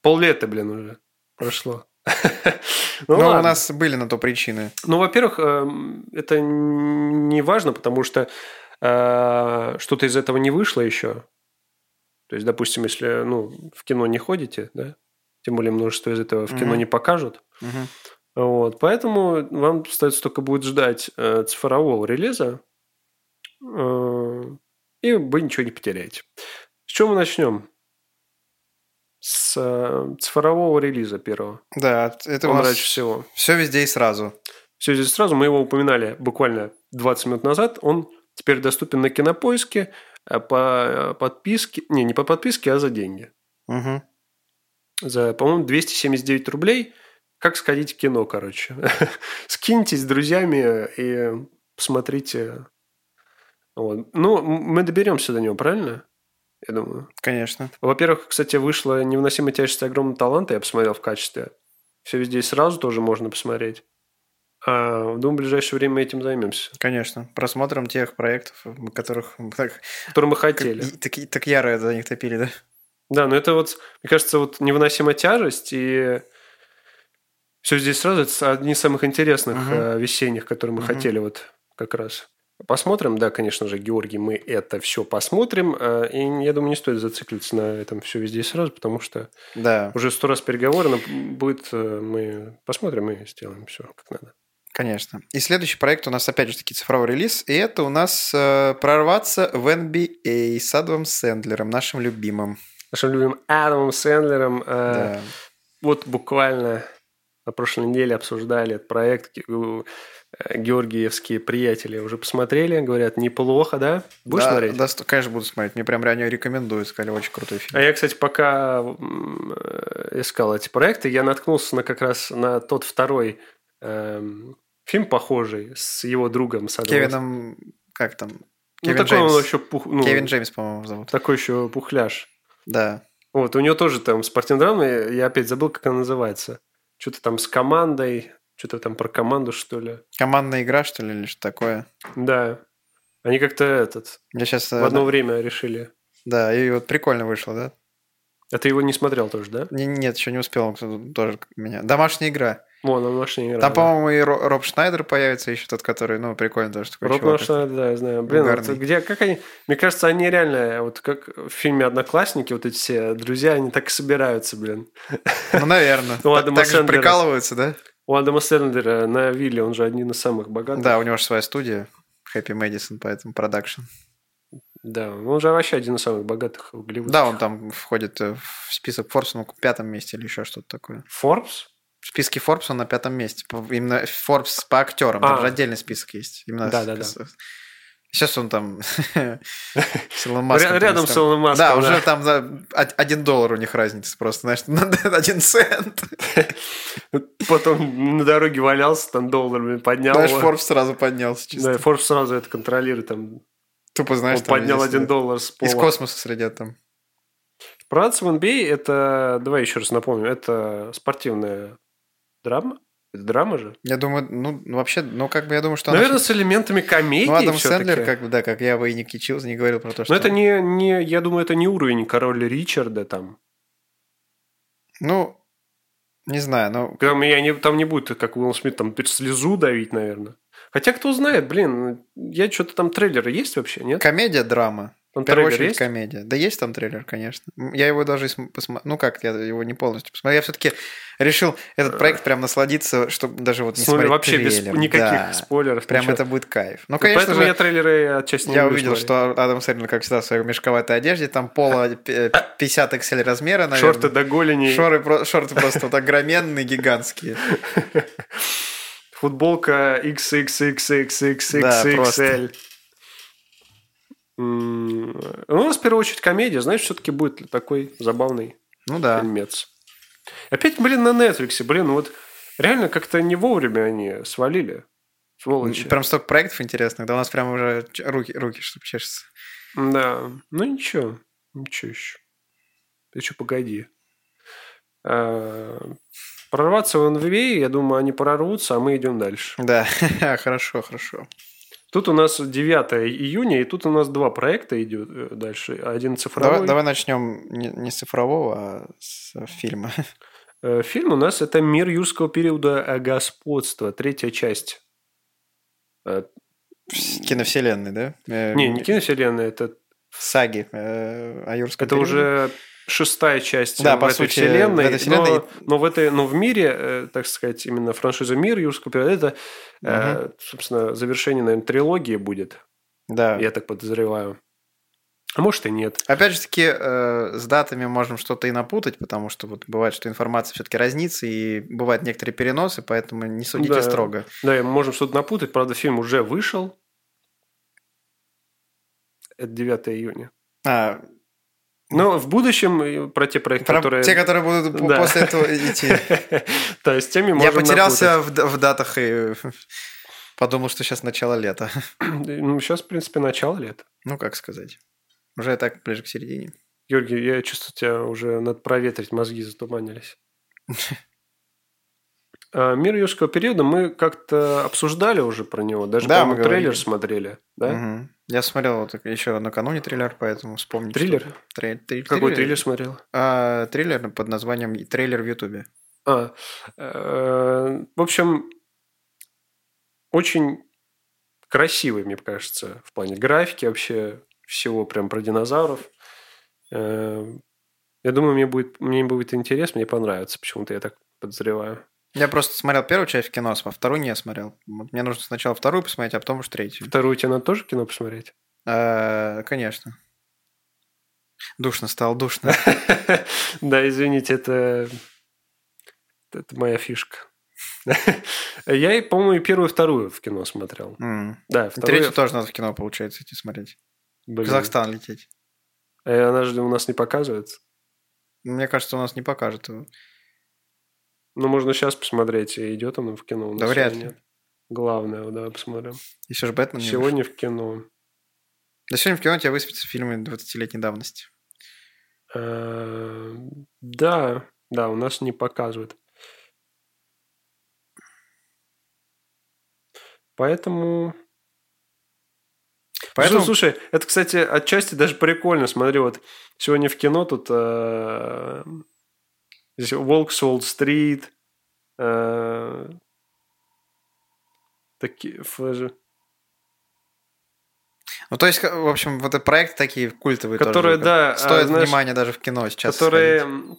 Speaker 1: Поллета, блин, уже прошло.
Speaker 2: ну,
Speaker 1: ладно.
Speaker 2: у нас были на то причины.
Speaker 1: Ну, во-первых, эм, это не важно, потому что э, что-то из этого не вышло еще. То есть, допустим, если ну, в кино не ходите, да, тем более множество из этого в кино
Speaker 2: Мгм.
Speaker 1: не покажут.
Speaker 2: Мгм.
Speaker 1: Вот, поэтому вам остается только будет ждать э, цифрового релиза, э, и вы ничего не потеряете. С чего мы начнем? С э, цифрового релиза первого.
Speaker 2: Да, это у
Speaker 1: Он
Speaker 2: нас
Speaker 1: раньше всего.
Speaker 2: все везде и сразу.
Speaker 1: Все здесь сразу. Мы его упоминали буквально 20 минут назад. Он теперь доступен на кинопоиске э, по э, подписке. Не, не по подписке, а за деньги.
Speaker 2: Мгм.
Speaker 1: За, по-моему, 279 рублей. Как сходить в кино, короче. Скиньтесь с друзьями и посмотрите. Вот. Ну, м- мы доберемся до него, правильно? Я думаю.
Speaker 2: Конечно.
Speaker 1: Во-первых, кстати, вышло «Невыносимая тяжесть огромного таланта», я посмотрел в качестве. Все везде и сразу тоже можно посмотреть. А, думаю, в ближайшее время мы этим займемся.
Speaker 2: Конечно. Просмотрим тех проектов, м, которых мы так,
Speaker 1: Который мы
Speaker 2: как-
Speaker 1: хотели.
Speaker 2: и- так, и- так яро за них топили, да?
Speaker 1: Да, но это вот, мне кажется, вот «Невыносимая тяжесть» и «Все здесь сразу» – это одни из самых интересных
Speaker 2: Мгм.
Speaker 1: э, весенних, которые мы
Speaker 2: Мгм.
Speaker 1: хотели вот как раз. Посмотрим, да, конечно же, Георгий, мы это все посмотрим. э, И я думаю, не стоит зацикливаться на этом все везде и сразу, потому что
Speaker 2: Да,
Speaker 1: Уже сто раз переговорено будет, э, мы посмотрим и сделаем все как надо.
Speaker 2: конечно. И следующий проект у нас опять же таки цифровой релиз, и это у нас э, прорваться в NBA с Адамом Сэндлером, нашим любимым.
Speaker 1: Нашим любимым Адамом Сэндлером э,
Speaker 2: Да.
Speaker 1: вот буквально на прошлой неделе обсуждали этот проект. Ге- у, э, Георгиевские приятели уже посмотрели, говорят, неплохо, да? Будешь
Speaker 2: Да,
Speaker 1: смотреть?
Speaker 2: да, ст- конечно, буду смотреть. Мне прям реально рекомендуют, сказали, очень крутой фильм.
Speaker 1: А я, кстати, пока м, э, искал эти проекты, я наткнулся на как раз на тот второй эм, фильм похожий с его другом с Адамом.
Speaker 2: Кевином, как там?
Speaker 1: Ну,
Speaker 2: Кевин
Speaker 1: такой
Speaker 2: Джеймс.
Speaker 1: он еще пух- ну,
Speaker 2: Кевин Джеймс, по-моему, зовут.
Speaker 1: такой еще пухляж.
Speaker 2: Да.
Speaker 1: Вот, у нее тоже там спортивная драма, я опять забыл, как она называется. Что-то там с командой, что-то там про команду, что ли.
Speaker 2: Командная игра, что ли, или что такое?
Speaker 1: Да. Они как-то этот
Speaker 2: Я сейчас...
Speaker 1: в одно время решили.
Speaker 2: Да, и вот прикольно вышло, да?
Speaker 1: А ты его не смотрел тоже, да?
Speaker 2: Не- Нет, еще не успел, он кто-то тоже как меня. Домашняя игра.
Speaker 1: Вон, он машине играл.
Speaker 2: Там,
Speaker 1: да.
Speaker 2: по-моему, и Ро- Роб Шнайдер появится еще тот, который, ну, прикольно тоже такой
Speaker 1: Роб
Speaker 2: чувак.
Speaker 1: Лошадь, да, я знаю. Блин, вот
Speaker 2: Угарный.
Speaker 1: где, как они... Мне кажется, они реально, вот как в фильме «Одноклассники», вот эти все друзья, они так и собираются, блин.
Speaker 2: Ну, наверное.
Speaker 1: У
Speaker 2: Та-
Speaker 1: Адама
Speaker 2: Так же
Speaker 1: Сэндлера.
Speaker 2: прикалываются, да?
Speaker 1: У Адама Сэндлера на вилле, он же один из самых богатых.
Speaker 2: Да, у него же своя студия. Happy Madison, поэтому продакшн.
Speaker 1: Да, он же вообще один из самых богатых в Голливуде.
Speaker 2: Да, он там входит э, в список Forbes, ну, в пятом месте или еще что-то такое.
Speaker 1: Forbes?
Speaker 2: В списке Forbes он на пятом месте. По- Именно Forbes по актерам. Там
Speaker 1: А.
Speaker 2: же отдельный список есть. Именно
Speaker 1: Да-да-да.
Speaker 2: с- Сейчас он там с
Speaker 1: Ря-
Speaker 2: Илоном Маском.
Speaker 1: рядом
Speaker 2: там
Speaker 1: с Илоном Маском.
Speaker 2: Да, уже там за од- один доллар у них разница просто, знаешь, на один цент.
Speaker 1: Потом на дороге валялся, там доллар блин, поднял.
Speaker 2: Знаешь,
Speaker 1: его.
Speaker 2: Forbes сразу поднялся чисто.
Speaker 1: Да, и Forbes сразу это контролирует. Там,
Speaker 2: Тупо, знаешь,
Speaker 1: он
Speaker 2: там
Speaker 1: поднял
Speaker 2: есть,
Speaker 1: один
Speaker 2: э,
Speaker 1: доллар с пола.
Speaker 2: Из космоса средят там.
Speaker 1: Прорваться в NBA – это, давай еще раз напомню, это спортивная драма. Это драма же?
Speaker 2: Я думаю, ну, ну, вообще, ну, как бы я думаю, что... она-
Speaker 1: Наверное, с элементами комедии
Speaker 2: Ну, Адам
Speaker 1: всё-таки.
Speaker 2: Сэндлер, как бы, да, как я бы и не кичился, не говорил про то, что...
Speaker 1: Но это не, не, я думаю, это не уровень короля Ричарда там.
Speaker 2: Ну, не знаю, ну...
Speaker 1: Там, я не, там не будет, как Уилл Смит, там слезу давить, наверное. Хотя кто знает, блин, я что-то там трейлеры есть вообще, нет?
Speaker 2: Комедия, драма.
Speaker 1: Там
Speaker 2: В первую
Speaker 1: Ну, трейлер
Speaker 2: очередь
Speaker 1: есть?
Speaker 2: комедия. Да есть там трейлер, конечно. М, Я его даже посмотрел. Ну как, я его не полностью посмотрел. Я все-таки решил этот проект прям насладиться, чтобы даже вот не
Speaker 1: Смотри,
Speaker 2: смотреть
Speaker 1: вообще без
Speaker 2: трейлер.
Speaker 1: никаких
Speaker 2: Да.
Speaker 1: спойлеров.
Speaker 2: Прям
Speaker 1: ничего.
Speaker 2: это будет кайф. Ну,
Speaker 1: Ну,
Speaker 2: конечно
Speaker 1: Поэтому
Speaker 2: же,
Speaker 1: я трейлеры отчасти не
Speaker 2: я
Speaker 1: люблю
Speaker 2: увидел,
Speaker 1: смотреть. А,
Speaker 2: что Адам Сэндлер, как всегда, в своей мешковатой одежде, там пола э, 50 XL размера, наверное.
Speaker 1: Шорты до голени,
Speaker 2: Шоры про- шорты просто вот огроменные, гигантские.
Speaker 1: футболка
Speaker 2: Да, просто.
Speaker 1: XXXXXXXL. М, Ну, у нас в первую очередь комедия, знаешь, все-таки будет такой забавный
Speaker 2: Ну да.
Speaker 1: фильмец. Опять, блин, на Netflix, блин, вот реально как-то не вовремя они свалили. Сволочи.
Speaker 2: Прям столько проектов интересных, да у нас прям уже ч- руки, руки чтобы чешутся.
Speaker 1: Да, ну ничего, ничего еще. Ты что, погоди. А, Прорваться в NBA, я думаю, они прорвутся, а мы идем дальше.
Speaker 2: Да, хорошо, хорошо.
Speaker 1: Тут у нас 9 июня, и тут у нас два проекта идет э, дальше. Один цифровой.
Speaker 2: Давай, давай начнем не, не с цифрового, а с фильма.
Speaker 1: Э, Фильм у нас это «Мир юрского периода э, господства», третья часть. Э,
Speaker 2: С Киновселенной, да? Э,
Speaker 1: Не, не киновселенная, это,
Speaker 2: Саги э, о юрском
Speaker 1: это
Speaker 2: периоде.
Speaker 1: уже шестая часть
Speaker 2: Да,
Speaker 1: в
Speaker 2: по
Speaker 1: этой
Speaker 2: сути,
Speaker 1: вселенной.
Speaker 2: в этой вселенной-
Speaker 1: Но, но в, этой, но в мире, э, так сказать, именно франшиза «Мир юрского периода» это, э, собственно, завершение, наверное, трилогии будет,
Speaker 2: Да.
Speaker 1: я так подозреваю. А может и нет.
Speaker 2: Опять же таки, э, с датами можем что-то и напутать, потому что вот бывает, что информация все-таки разнится, и бывают некоторые переносы, поэтому не судите
Speaker 1: Да.
Speaker 2: строго.
Speaker 1: Да, и мы можем что-то напутать. Правда, фильм уже вышел. Это 9 июня.
Speaker 2: А,
Speaker 1: Но в будущем э, про те проекты,
Speaker 2: про
Speaker 1: которые...
Speaker 2: Те, которые будут по-
Speaker 1: Да.
Speaker 2: после этого идти.
Speaker 1: То есть теми
Speaker 2: Я
Speaker 1: можем
Speaker 2: потерялся в, д- в датах и подумал, что сейчас начало лета.
Speaker 1: Ну, сейчас, в принципе, начало лет.
Speaker 2: Ну, как сказать. Уже так ближе к середине.
Speaker 1: Георгий, я чувствую, тебя уже надо проветрить, мозги затуманились. А, Мир юрского периода мы как-то обсуждали уже про него. Даже,
Speaker 2: Да,
Speaker 1: по-моему,
Speaker 2: мы
Speaker 1: трейлер
Speaker 2: говорили.
Speaker 1: смотрели. Да?
Speaker 2: Мгм. Я смотрел вот еще накануне триллер, поэтому вспомнить.
Speaker 1: Триллер?
Speaker 2: что-то. Трей- трей-
Speaker 1: Какой трейлер смотрел?
Speaker 2: А, триллер под названием «Трейлер в Ютубе».
Speaker 1: А, э, в общем, очень красивый, мне кажется, в плане графики вообще всего прям про динозавров. Э, Я думаю, мне будет, мне будет интересно, мне понравится. Почему-то я так подозреваю.
Speaker 2: Я просто смотрел первую часть в кино, а вторую не смотрел. Вот Мне нужно сначала вторую посмотреть, а потом уж третью.
Speaker 1: Вторую тебе надо тоже кино посмотреть?
Speaker 2: А, конечно. Душно стало, душно.
Speaker 1: Да, извините, это, это моя фишка. Я, и, по-моему, и первую, и вторую в кино смотрел.
Speaker 2: М.
Speaker 1: Да,
Speaker 2: И
Speaker 1: вторую.
Speaker 2: Третью тоже надо в кино, получается, идти смотреть. В
Speaker 1: блин.
Speaker 2: Казахстан лететь.
Speaker 1: Э, Она же у нас не показывается.
Speaker 2: Мне кажется, у нас не покажет его.
Speaker 1: Ну, можно сейчас посмотреть, и идет оно в кино. у нас
Speaker 2: Да
Speaker 1: или
Speaker 2: вряд ли.
Speaker 1: нет. Главное, вот давай посмотрим.
Speaker 2: Еще же Бэтмен не вышел.
Speaker 1: Сегодня в кино.
Speaker 2: Да сегодня в кино тебя высветятся фильмы 20-летней давности.
Speaker 1: Э, Да, да, у нас не показывают. Поэтому...
Speaker 2: Поэтому-
Speaker 1: Ну, Слушай, Слушай, это, кстати, отчасти даже прикольно. Смотри, вот сегодня в кино тут э, здесь Волк с Уолл-стрит, э, такие... ф-
Speaker 2: Ну, то есть, в общем, вот и проекты такие культовые
Speaker 1: Которые,
Speaker 2: тоже,
Speaker 1: да,
Speaker 2: как стоят
Speaker 1: а, знаешь,
Speaker 2: внимания даже в кино сейчас.
Speaker 1: которые
Speaker 2: сходить.
Speaker 1: м,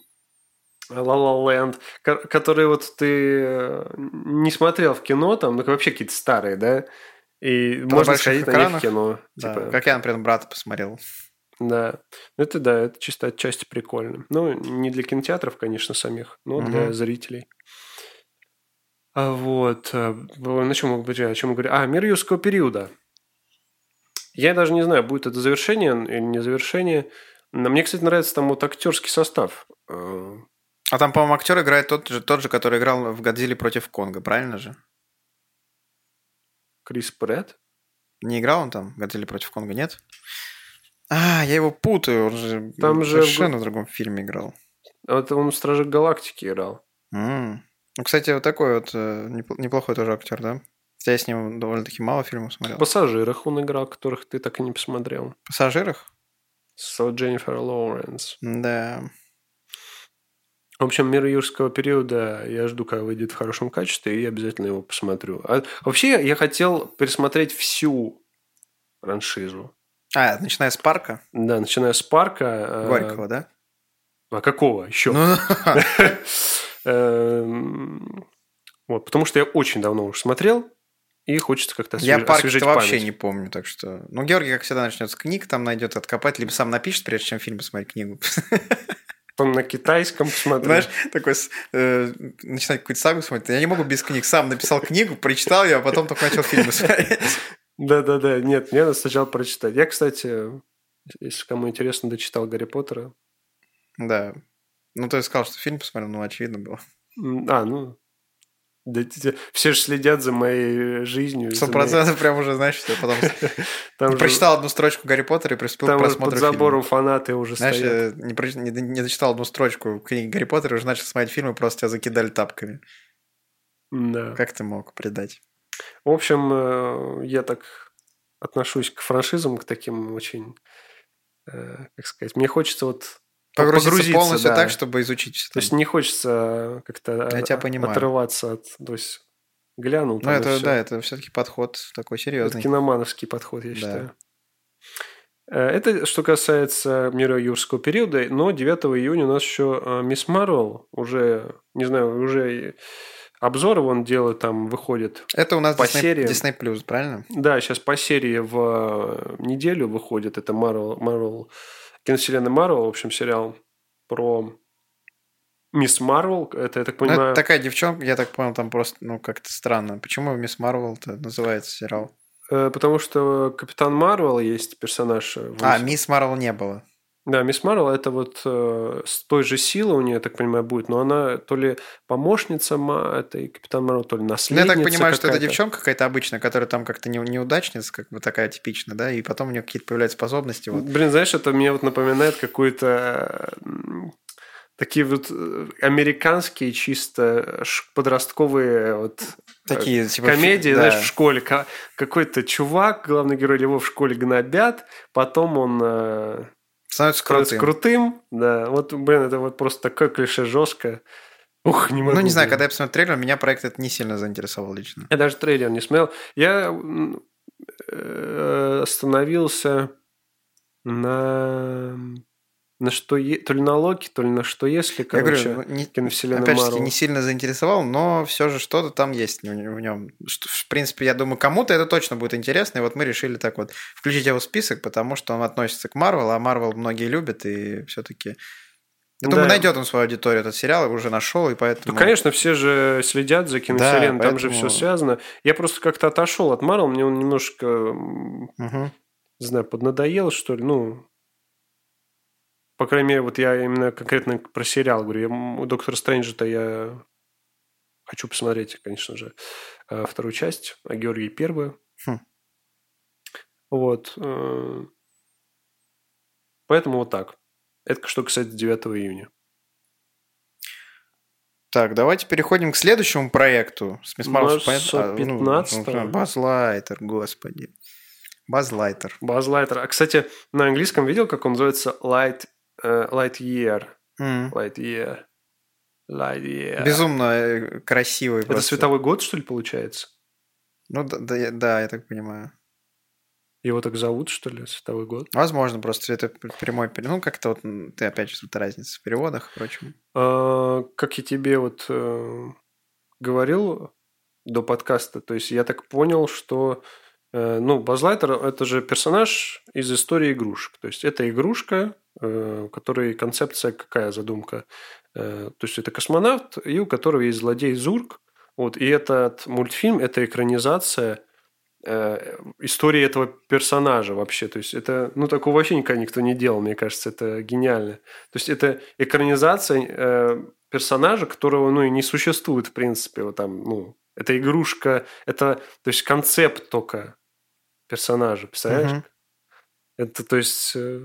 Speaker 1: La La Land, ко- которые вот ты э, не смотрел в кино, там, ну вообще какие-то старые, да? И можно
Speaker 2: больших
Speaker 1: сходить на них
Speaker 2: экранах,
Speaker 1: в кино.
Speaker 2: Да,
Speaker 1: типа,
Speaker 2: Как я, например, брата посмотрел.
Speaker 1: да. Ну, Это да, это чисто отчасти прикольно. Ну, не для кинотеатров, конечно, самих, но для
Speaker 2: Мгм.
Speaker 1: зрителей. А вот, э, б- на чем мы были, о чем мы говорили? А, мир юрского периода. Я даже не знаю, будет это завершение или не завершение. Но мне, кстати, нравится там вот актерский состав. Э,
Speaker 2: А там, по-моему, актер играет тот же, тот же, который играл в «Годзилле против Конга», правильно же?
Speaker 1: Крис Прэд?
Speaker 2: Не играл он там в «Годзилле против Конга», нет? А, я его путаю, он же
Speaker 1: Там
Speaker 2: там
Speaker 1: же в
Speaker 2: совершенно в другом фильме играл.
Speaker 1: Это он в «Страже Галактики» играл.
Speaker 2: М. Ну, кстати, вот такой вот э, непл- неплохой тоже актер, да? Хотя я с ним довольно-таки мало фильмов
Speaker 1: В
Speaker 2: смотрел.
Speaker 1: «Пассажирах» он играл, которых ты так и не посмотрел.
Speaker 2: «Пассажирах»?
Speaker 1: С Дженнифер Лоуренс.
Speaker 2: Да.
Speaker 1: В общем, «Мир юрского периода» я жду, когда выйдет в хорошем качестве, и обязательно его посмотрю. А вообще, я хотел пересмотреть всю франшизу.
Speaker 2: А, начиная с «Парка»
Speaker 1: Да, начиная с парка. э,
Speaker 2: Горького, да?
Speaker 1: А какого еще?
Speaker 2: Ну,
Speaker 1: Эм, Вот, потому что я очень давно уже смотрел, и хочется как-то
Speaker 2: я
Speaker 1: освеж-
Speaker 2: «Парк»
Speaker 1: освежить
Speaker 2: то вообще
Speaker 1: память.
Speaker 2: не помню, так что... Ну, Георгий, как всегда, начнет с книг, там найдет откопать, либо сам напишет, прежде чем фильм посмотреть книгу.
Speaker 1: Там на китайском смотрел.
Speaker 2: Знаешь, такой с- э, начинать какую-то сагу смотреть. Я не могу без книг. Сам написал книгу, прочитал ее, а потом только начал фильмы смотреть.
Speaker 1: Да-да-да, нет, мне надо сначала прочитать. Я, кстати, если кому интересно, дочитал Гарри Поттера.
Speaker 2: Да. Ну, ты сказал, что фильм посмотрел, ну, очевидно было.
Speaker 1: М, А, ну... да те- все же следят за моей э, жизнью. за
Speaker 2: Сто
Speaker 1: моей-
Speaker 2: процентов прям уже, знаешь, что потом...
Speaker 1: Там же-
Speaker 2: Прочитал одну строчку Гарри Поттера и приступил к
Speaker 1: там уже
Speaker 2: просмотру
Speaker 1: под
Speaker 2: фильма.
Speaker 1: забором фанаты уже
Speaker 2: Знаешь,
Speaker 1: стоят.
Speaker 2: э, не, про- не- не дочитал одну строчку книги Гарри Поттера, уже начал смотреть фильмы, просто тебя закидали тапками.
Speaker 1: Да.
Speaker 2: Как ты мог предать?
Speaker 1: В общем, э, я так отношусь к франшизам, к таким очень, э, как сказать, мне хочется вот
Speaker 2: Погрузиться,
Speaker 1: погрузиться,
Speaker 2: полностью
Speaker 1: да.
Speaker 2: так, чтобы изучить Ну, все.
Speaker 1: То есть не хочется э, как-то а,
Speaker 2: Я тебя понимаю.
Speaker 1: отрываться от... То есть глянул
Speaker 2: ну,
Speaker 1: там и
Speaker 2: это,
Speaker 1: всё.
Speaker 2: да, это все-таки подход такой
Speaker 1: Это
Speaker 2: серьезный.
Speaker 1: киномановский подход, я
Speaker 2: Да.
Speaker 1: считаю. Э, Это что касается мира юрского периода, но 9 июня у нас еще э, Мисс Марвел, уже, не знаю, уже и обзоры вон делают, там выходит.
Speaker 2: Это у нас
Speaker 1: По
Speaker 2: Disney,
Speaker 1: сериям.
Speaker 2: Disney+, Plus, правильно?
Speaker 1: Да, сейчас по серии в э, неделю выходит, это Марвел, Марвел киновселенная Марвел, в общем, сериал про Мисс Марвел, это, я так
Speaker 2: Ну, это
Speaker 1: понимаю...
Speaker 2: такая девчонка, я так понял, там просто, ну, как-то странно. Почему Мисс Марвел-то называется сериал?
Speaker 1: Э, Потому что Капитан Марвел есть персонаж. э, в-
Speaker 2: А, Мисс Марвел не было.
Speaker 1: Да, Мисс Марвел это вот э, с той же силы у нее, я так понимаю, будет, но она то ли помощница Ма, этой Капитан Марвел, то ли
Speaker 2: Ну,
Speaker 1: наследница
Speaker 2: я так понимаю, что это
Speaker 1: какая-то.
Speaker 2: девчонка какая-то обычная, которая там как-то не, неудачница, как бы такая типичная, да, и потом у нее какие-то появляются способности. Вот.
Speaker 1: Блин, знаешь, это мне вот напоминает какую-то э, м, такие вот э, американские чисто ш- подростковые вот
Speaker 2: Такие, типа... фи-
Speaker 1: комедии,
Speaker 2: да.
Speaker 1: знаешь, в школе Ка- какой-то чувак, главный герой, его в школе гнобят, потом он э,
Speaker 2: Становится
Speaker 1: становится
Speaker 2: крутым.
Speaker 1: крутым, да. Вот, блин, это вот просто такое клише жестко. Ух, не могу.
Speaker 2: Ну, не знаю,
Speaker 1: блин.
Speaker 2: когда я посмотрел трейлер, меня проект этот не сильно заинтересовал лично.
Speaker 1: Я даже трейлер не смотрел. Я м, э, остановился на... На что... е- То ли на Локи, то ли на что если,
Speaker 2: Я
Speaker 1: короче.
Speaker 2: говорю, ну, не-
Speaker 1: киновселенная
Speaker 2: опять же, таки,
Speaker 1: Марвел.
Speaker 2: не сильно заинтересовал, но все же что-то там есть в нем. В принципе, я думаю, кому-то это точно будет интересно, и вот мы решили так вот включить его в список, потому что он относится к Марвел, а Марвел многие любят, и все-таки... Я думаю,
Speaker 1: Да.
Speaker 2: найдет он свою аудиторию этот сериал, его уже нашел, и
Speaker 1: Ну,
Speaker 2: поэтому...
Speaker 1: конечно, все же следят за киновселенной, там же все
Speaker 2: поэтому-
Speaker 1: связано. Я просто как-то отошел от Марвел, мне он немножко, м,
Speaker 2: Мгм.
Speaker 1: не знаю, поднадоел, что ли, ну... По крайней мере, вот я именно конкретно про сериал говорю. Я, м, Доктора Стрэнджа-то я хочу посмотреть, конечно же, э, вторую часть, а Георгий первую.
Speaker 2: Хм.
Speaker 1: Вот. э, Поэтому вот так. Это что касается 9 июня.
Speaker 2: Так, давайте переходим к следующему проекту. С Мисс Марвел всё понятно? А, ну,
Speaker 1: 515-го.
Speaker 2: ну, Базлайтер, господи. Базлайтер.
Speaker 1: Базлайтер. А, кстати, на английском видел, как он называется? Light, э, Lightyear.
Speaker 2: М.
Speaker 1: Lightyear. Lightyear.
Speaker 2: Безумно э, красивый.
Speaker 1: Это световой год, что ли, получается?
Speaker 2: Ну да, да, я- да, я так понимаю.
Speaker 1: Его так зовут, что ли, световой год?
Speaker 2: Возможно, просто это п- прямой перевод. Ну, как-то вот м, ты опять же тут разница в переводах и прочем.
Speaker 1: А, как я тебе вот э, говорил до подкаста, то есть я так понял, что э, ну, Базлайтер – это же персонаж из истории игрушек. То есть это игрушка, э, у которой концепция какая задумка? Э, то есть это космонавт, и у которого есть злодей Зурк. Вот, и этот мультфильм – это экранизация э, истории этого персонажа вообще. То есть это, ну, такого вообще никогда никто не делал, мне кажется, это гениально. То есть это экранизация э, персонажа, которого, ну, и не существует, в принципе, вот там, ну, это игрушка, это, то есть концепт только персонажа, представляешь?
Speaker 2: Мгм.
Speaker 1: Это, то есть, э,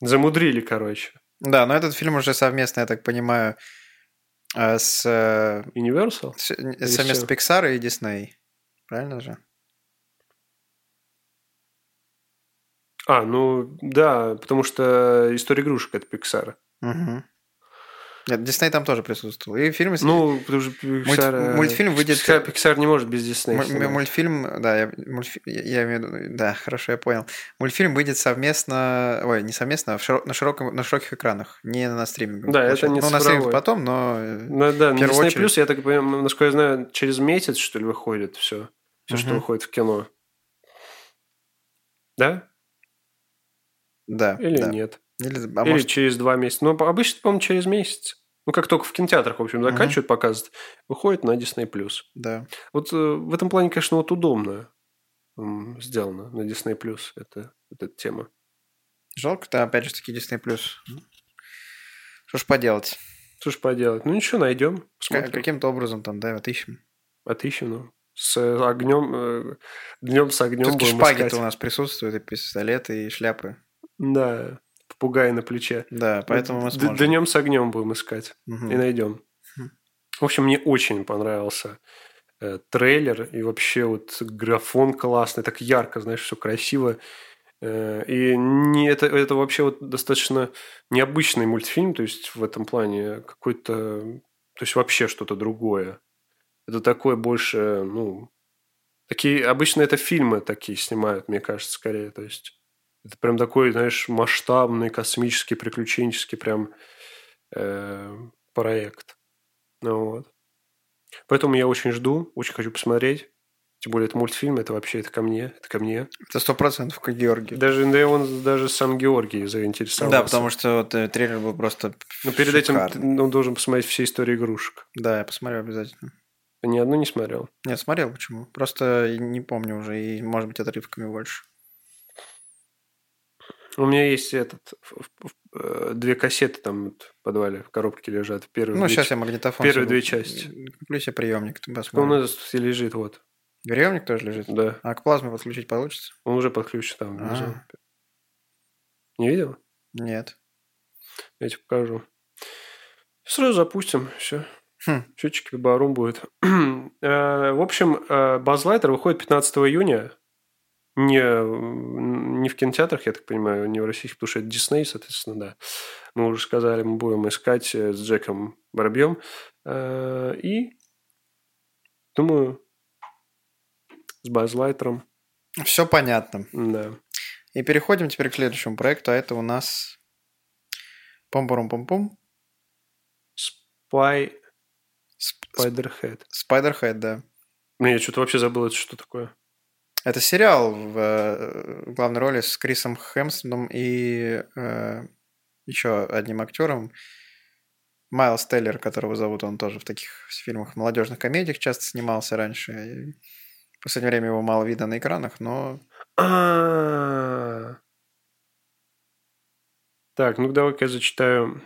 Speaker 1: замудрили, короче.
Speaker 2: Да, но этот фильм уже совместно, я так понимаю, э, с, э,
Speaker 1: Universal?
Speaker 2: с- совместно Pixar и Disney. Правильно же?
Speaker 1: А, ну да, потому что история игрушек это Pixar.
Speaker 2: Мгм. Нет, Дисней там тоже присутствовал. И фильм... с-
Speaker 1: Ну, потому что Pixar, э,
Speaker 2: мультфильм выйдет-
Speaker 1: Pixar, Pixar не может без
Speaker 2: М-
Speaker 1: Disney.
Speaker 2: м- Мультфильм, да, я, мультфи- я- я имею в виду, да, хорошо, я понял. Мультфильм выйдет совместно, ой, не совместно, а в широ- на, широком, на широких экранах, не на стриминге.
Speaker 1: Да, это не
Speaker 2: Ну, на стриминге
Speaker 1: цифровой.
Speaker 2: потом, но... э,
Speaker 1: Ну, да,
Speaker 2: в
Speaker 1: на
Speaker 2: первую
Speaker 1: Disney+,
Speaker 2: очередь.
Speaker 1: Plus, я так понимаю, насколько я знаю, через месяц, что ли, выходит все. Все, что
Speaker 2: Мгм.
Speaker 1: выходит в кино. Да?
Speaker 2: Да,
Speaker 1: Или
Speaker 2: да.
Speaker 1: нет?
Speaker 2: Или, а
Speaker 1: Или
Speaker 2: может,
Speaker 1: через два месяца. Ну, по- обычно, по-моему, через месяц. Ну, как только в кинотеатрах, в общем,
Speaker 2: Мгм.
Speaker 1: заканчивают, показывают, выходит на Disney+.
Speaker 2: да.
Speaker 1: Вот э, в этом плане, конечно, вот удобно м, сделано на Disney+, это, эта тема.
Speaker 2: Жалко, да, опять же таки Disney+. Что ж поделать?
Speaker 1: Что ж поделать? Ну, ничего, найдем,
Speaker 2: Ка-
Speaker 1: посмотрим,
Speaker 2: Каким-то образом там, да, вот ищем.
Speaker 1: отыщем. ну. С огнем, э, днем с огнем
Speaker 2: Все-таки
Speaker 1: будем
Speaker 2: шпаги-то
Speaker 1: искать.
Speaker 2: у нас присутствуют, и пистолеты, и шляпы.
Speaker 1: Да, попугай на плече.
Speaker 2: Да, поэтому мы
Speaker 1: Ну, Д-
Speaker 2: сможем.
Speaker 1: Днем с огнем будем искать
Speaker 2: Мгм.
Speaker 1: и найдем.
Speaker 2: Мгм.
Speaker 1: В общем, мне очень понравился э, трейлер и вообще вот графон классный, так ярко, знаешь, все красиво. Э, И не, это, это вообще вот достаточно необычный мультфильм, то есть в этом плане какой-то... То есть вообще что-то другое. Это такое больше, ну... Такие, обычно это фильмы такие снимают, мне кажется, скорее. То есть это прям такой, знаешь, масштабный, космический, приключенческий прям э, проект. Ну вот. Поэтому я очень жду, очень хочу посмотреть. Тем более это мультфильм, это вообще это ко мне, это ко мне.
Speaker 2: Это сто процентов к Георгию.
Speaker 1: Даже да, и он даже сам Георгий заинтересовался.
Speaker 2: Да, потому что вот, э, трейлер был просто
Speaker 1: Но Ну, перед этим
Speaker 2: шикарный.
Speaker 1: ты- он должен посмотреть все истории игрушек.
Speaker 2: Да, я посмотрю обязательно.
Speaker 1: Ты ни одну не смотрел?
Speaker 2: Нет, смотрел почему. Просто и не помню уже, и, может быть, отрывками больше.
Speaker 1: У меня есть этот в- в- э, две кассеты там вот в подвале в коробке лежат. Первые
Speaker 2: ну,
Speaker 1: две
Speaker 2: сейчас
Speaker 1: ч-
Speaker 2: я магнитофон.
Speaker 1: первые две
Speaker 2: себе куп-
Speaker 1: части.
Speaker 2: Куплю себе приемник, ты посмотрим.
Speaker 1: Он у нас лежит вот.
Speaker 2: Приемник тоже лежит.
Speaker 1: Да.
Speaker 2: А к плазме подключить получится?
Speaker 1: Он уже подключен там. внизу.
Speaker 2: А.
Speaker 1: Не видел?
Speaker 2: Нет.
Speaker 1: Я тебе покажу. Сразу запустим. Все.
Speaker 2: Хм.
Speaker 1: Счетчики барум будет. Э, В общем, э, Buzz Lightyear выходит 15 июня. Не, м, не в кинотеатрах, я так понимаю, не в российских, потому что это Дисней, соответственно, да. Мы уже сказали, мы будем искать э, с Джеком Воробьем. Э, И, думаю, с Buzz Lightyear'ом,
Speaker 2: Все понятно.
Speaker 1: да.
Speaker 2: И переходим теперь к следующему проекту, а это у нас... Пом-пом-пом-пом.
Speaker 1: Spy
Speaker 2: Сп-
Speaker 1: Spiderhead.
Speaker 2: Spiderhead, да.
Speaker 1: Мне что-то вообще забыл, это что такое.
Speaker 2: Это сериал в э, в главной роли с Крисом Хемсоном и еще одним актером. Майлз Теллер, которого зовут, он тоже в таких фильмах, молодежных комедиях часто снимался раньше. И в последнее время его мало видно на экранах, но
Speaker 1: А. Так, ну давай-ка я зачитаю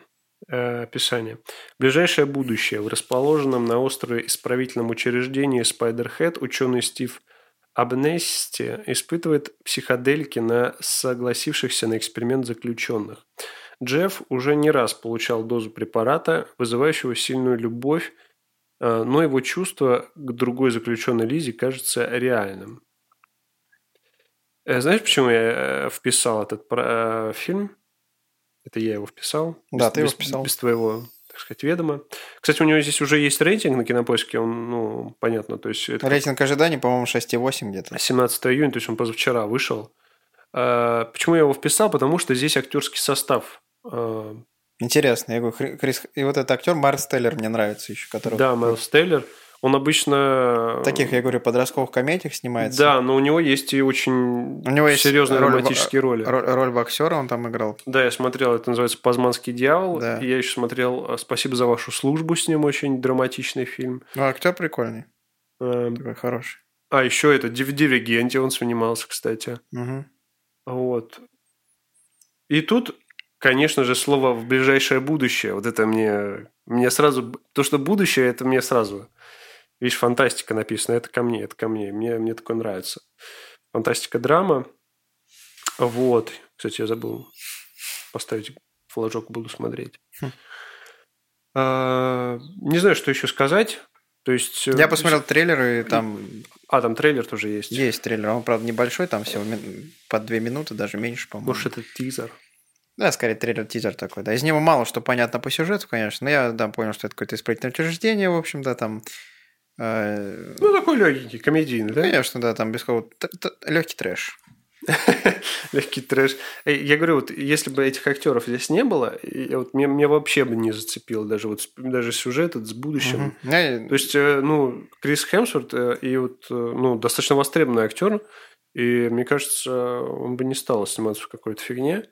Speaker 1: э, описание. Ближайшее будущее. В расположенном на острове исправительном учреждении Spiderhead ученый Стив Абнести испытывает психодельки на согласившихся на эксперимент заключенных. Джефф уже не раз получал дозу препарата, вызывающего сильную любовь, э, но его чувство к другой заключенной Лизе кажется реальным. Э, Знаешь, почему я э, вписал этот про- э, фильм? Это я его вписал.
Speaker 2: Да, ты его
Speaker 1: без-
Speaker 2: вписал.
Speaker 1: Без твоего, так сказать, ведома. Кстати, у него здесь уже есть рейтинг на кинопоиске, он, ну, понятно, то есть это
Speaker 2: рейтинг ожиданий, по-моему, 6,8 где-то.
Speaker 1: 17 июня, то есть он позавчера вышел. Э, Почему я его вписал? Потому что здесь актерский состав. Э,
Speaker 2: Интересно, я говорю, Хри- Крис... И вот этот актер Майлз Теллер мне нравится еще, который
Speaker 1: Да, Майлз Тейлор. Он обычно...
Speaker 2: в таких, я говорю, подростковых комедиях снимается.
Speaker 1: Да, но у него есть и очень
Speaker 2: У него есть
Speaker 1: серьезные
Speaker 2: роль в-
Speaker 1: романтические роли.
Speaker 2: Ро- Роль боксера он там играл.
Speaker 1: Да, я смотрел, это называется «Пазманский дьявол».
Speaker 2: Да.
Speaker 1: И Я еще смотрел э, «Спасибо за вашу службу», с ним очень драматичный фильм.
Speaker 2: Ну, актер прикольный,
Speaker 1: Э,
Speaker 2: такой хороший.
Speaker 1: А еще это «Дивергенти» он снимался, кстати.
Speaker 2: Мгм.
Speaker 1: Вот. И тут, конечно же, слово в ближайшее будущее. Вот это мне... Мне сразу... То, что будущее, это мне сразу... Видишь, фантастика написана. Это ко мне, это ко мне. Мне, мне такое нравится. Фантастика-драма. Вот. Кстати, я
Speaker 2: Хм.
Speaker 1: забыл поставить флажок, буду смотреть. А, Не знаю, что еще сказать. То есть... э,
Speaker 2: Я посмотрел трейлеры, там
Speaker 1: А, там трейлер тоже есть.
Speaker 2: есть трейлер. Он, правда, небольшой, там всего мин- по две минуты, даже меньше, по-моему.
Speaker 1: Может, это тизер.
Speaker 2: Да, скорее трейлер-тизер такой. Да, из него мало что понятно по сюжету, конечно. Но я да, понял, что это какое-то исправительное учреждение, в общем, да, там. э,
Speaker 1: Ну, такой легенький, комедийный, да?
Speaker 2: Конечно, да, там без кого легкий трэш.
Speaker 1: Легкий трэш. Эй, Я говорю, вот если бы этих актеров здесь не было, и вот меня, меня вообще бы не зацепил даже вот с- даже сюжет этот с будущим.
Speaker 2: Мгм. Я-
Speaker 1: То есть, э, ну, Крис Хемсворт э, и вот, э, ну, достаточно востребованный актер, и мне кажется, он бы не стал сниматься в какой-то фигне.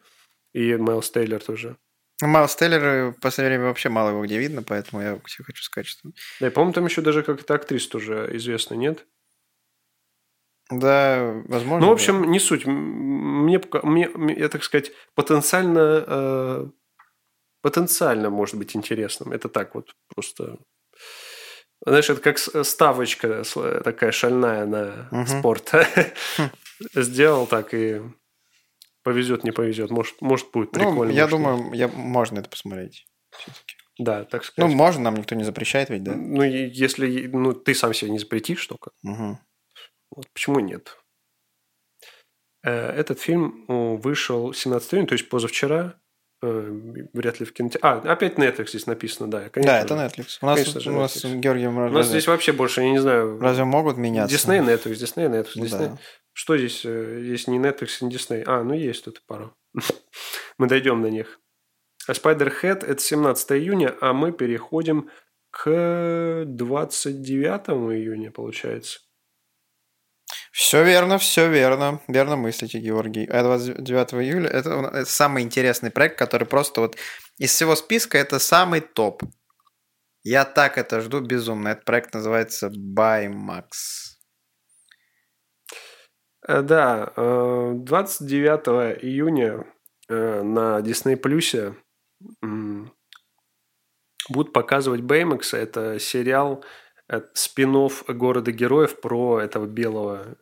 Speaker 1: И Майлз Тейлор тоже.
Speaker 2: Ну, Майлз Теллер в последнее время вообще мало его где видно, поэтому я все хочу сказать, что...
Speaker 1: Да, и, по-моему, там еще даже как-то актриса тоже известная, нет?
Speaker 2: Да, возможно.
Speaker 1: Ну, в
Speaker 2: да.
Speaker 1: общем, не суть. М- Мне, пока- мне, мне, я так сказать, потенциально, э, потенциально может быть интересным. Это так вот просто. Знаешь, это как с- э, ставочка с- э, такая шальная на
Speaker 2: Мгм. Хм.
Speaker 1: спорт. Сделал так и повезет, не повезет. Может, может будет
Speaker 2: Ну,
Speaker 1: прикольно. может,
Speaker 2: я
Speaker 1: нет.
Speaker 2: думаю, я... можно это посмотреть.
Speaker 1: Да, так сказать.
Speaker 2: Ну,
Speaker 1: Ну,
Speaker 2: можно, нам никто не запрещает ведь, да?
Speaker 1: е- если ну, ты сам себя не запретишь только.
Speaker 2: Мгм.
Speaker 1: Вот почему нет? Э, Этот фильм о, вышел 17 июня, то есть позавчера. Э, Вряд ли в кинотеатре. А, опять Netflix здесь написано, да. Конечно.
Speaker 2: Да,
Speaker 1: же.
Speaker 2: это Netflix. У нас,
Speaker 1: Конечно же,
Speaker 2: у нас
Speaker 1: Netflix.
Speaker 2: Георгий
Speaker 1: У нас
Speaker 2: разве,
Speaker 1: здесь вообще больше, я не знаю.
Speaker 2: разве могут меняться?
Speaker 1: Дисней, Netflix, Дисней, Netflix,
Speaker 2: Ну
Speaker 1: Дисней.
Speaker 2: да.
Speaker 1: Что здесь? э, Здесь не Netflix, не Дисней. А, ну есть тут пара. мы дойдем до них. А Spider-Head это 17 июня, а мы переходим к 29 июня, получается.
Speaker 2: Все верно, все верно. Верно мыслите, Георгий. А 29 июля это, у нас- это самый интересный проект, который просто вот из всего списка это самый топ. Я так это жду безумно. Этот проект называется Baymax.
Speaker 1: Э, Да, э, 29 июня э, на Disney Плюсе м, будут показывать Бэймакса. Это сериал спин города героев про этого белого.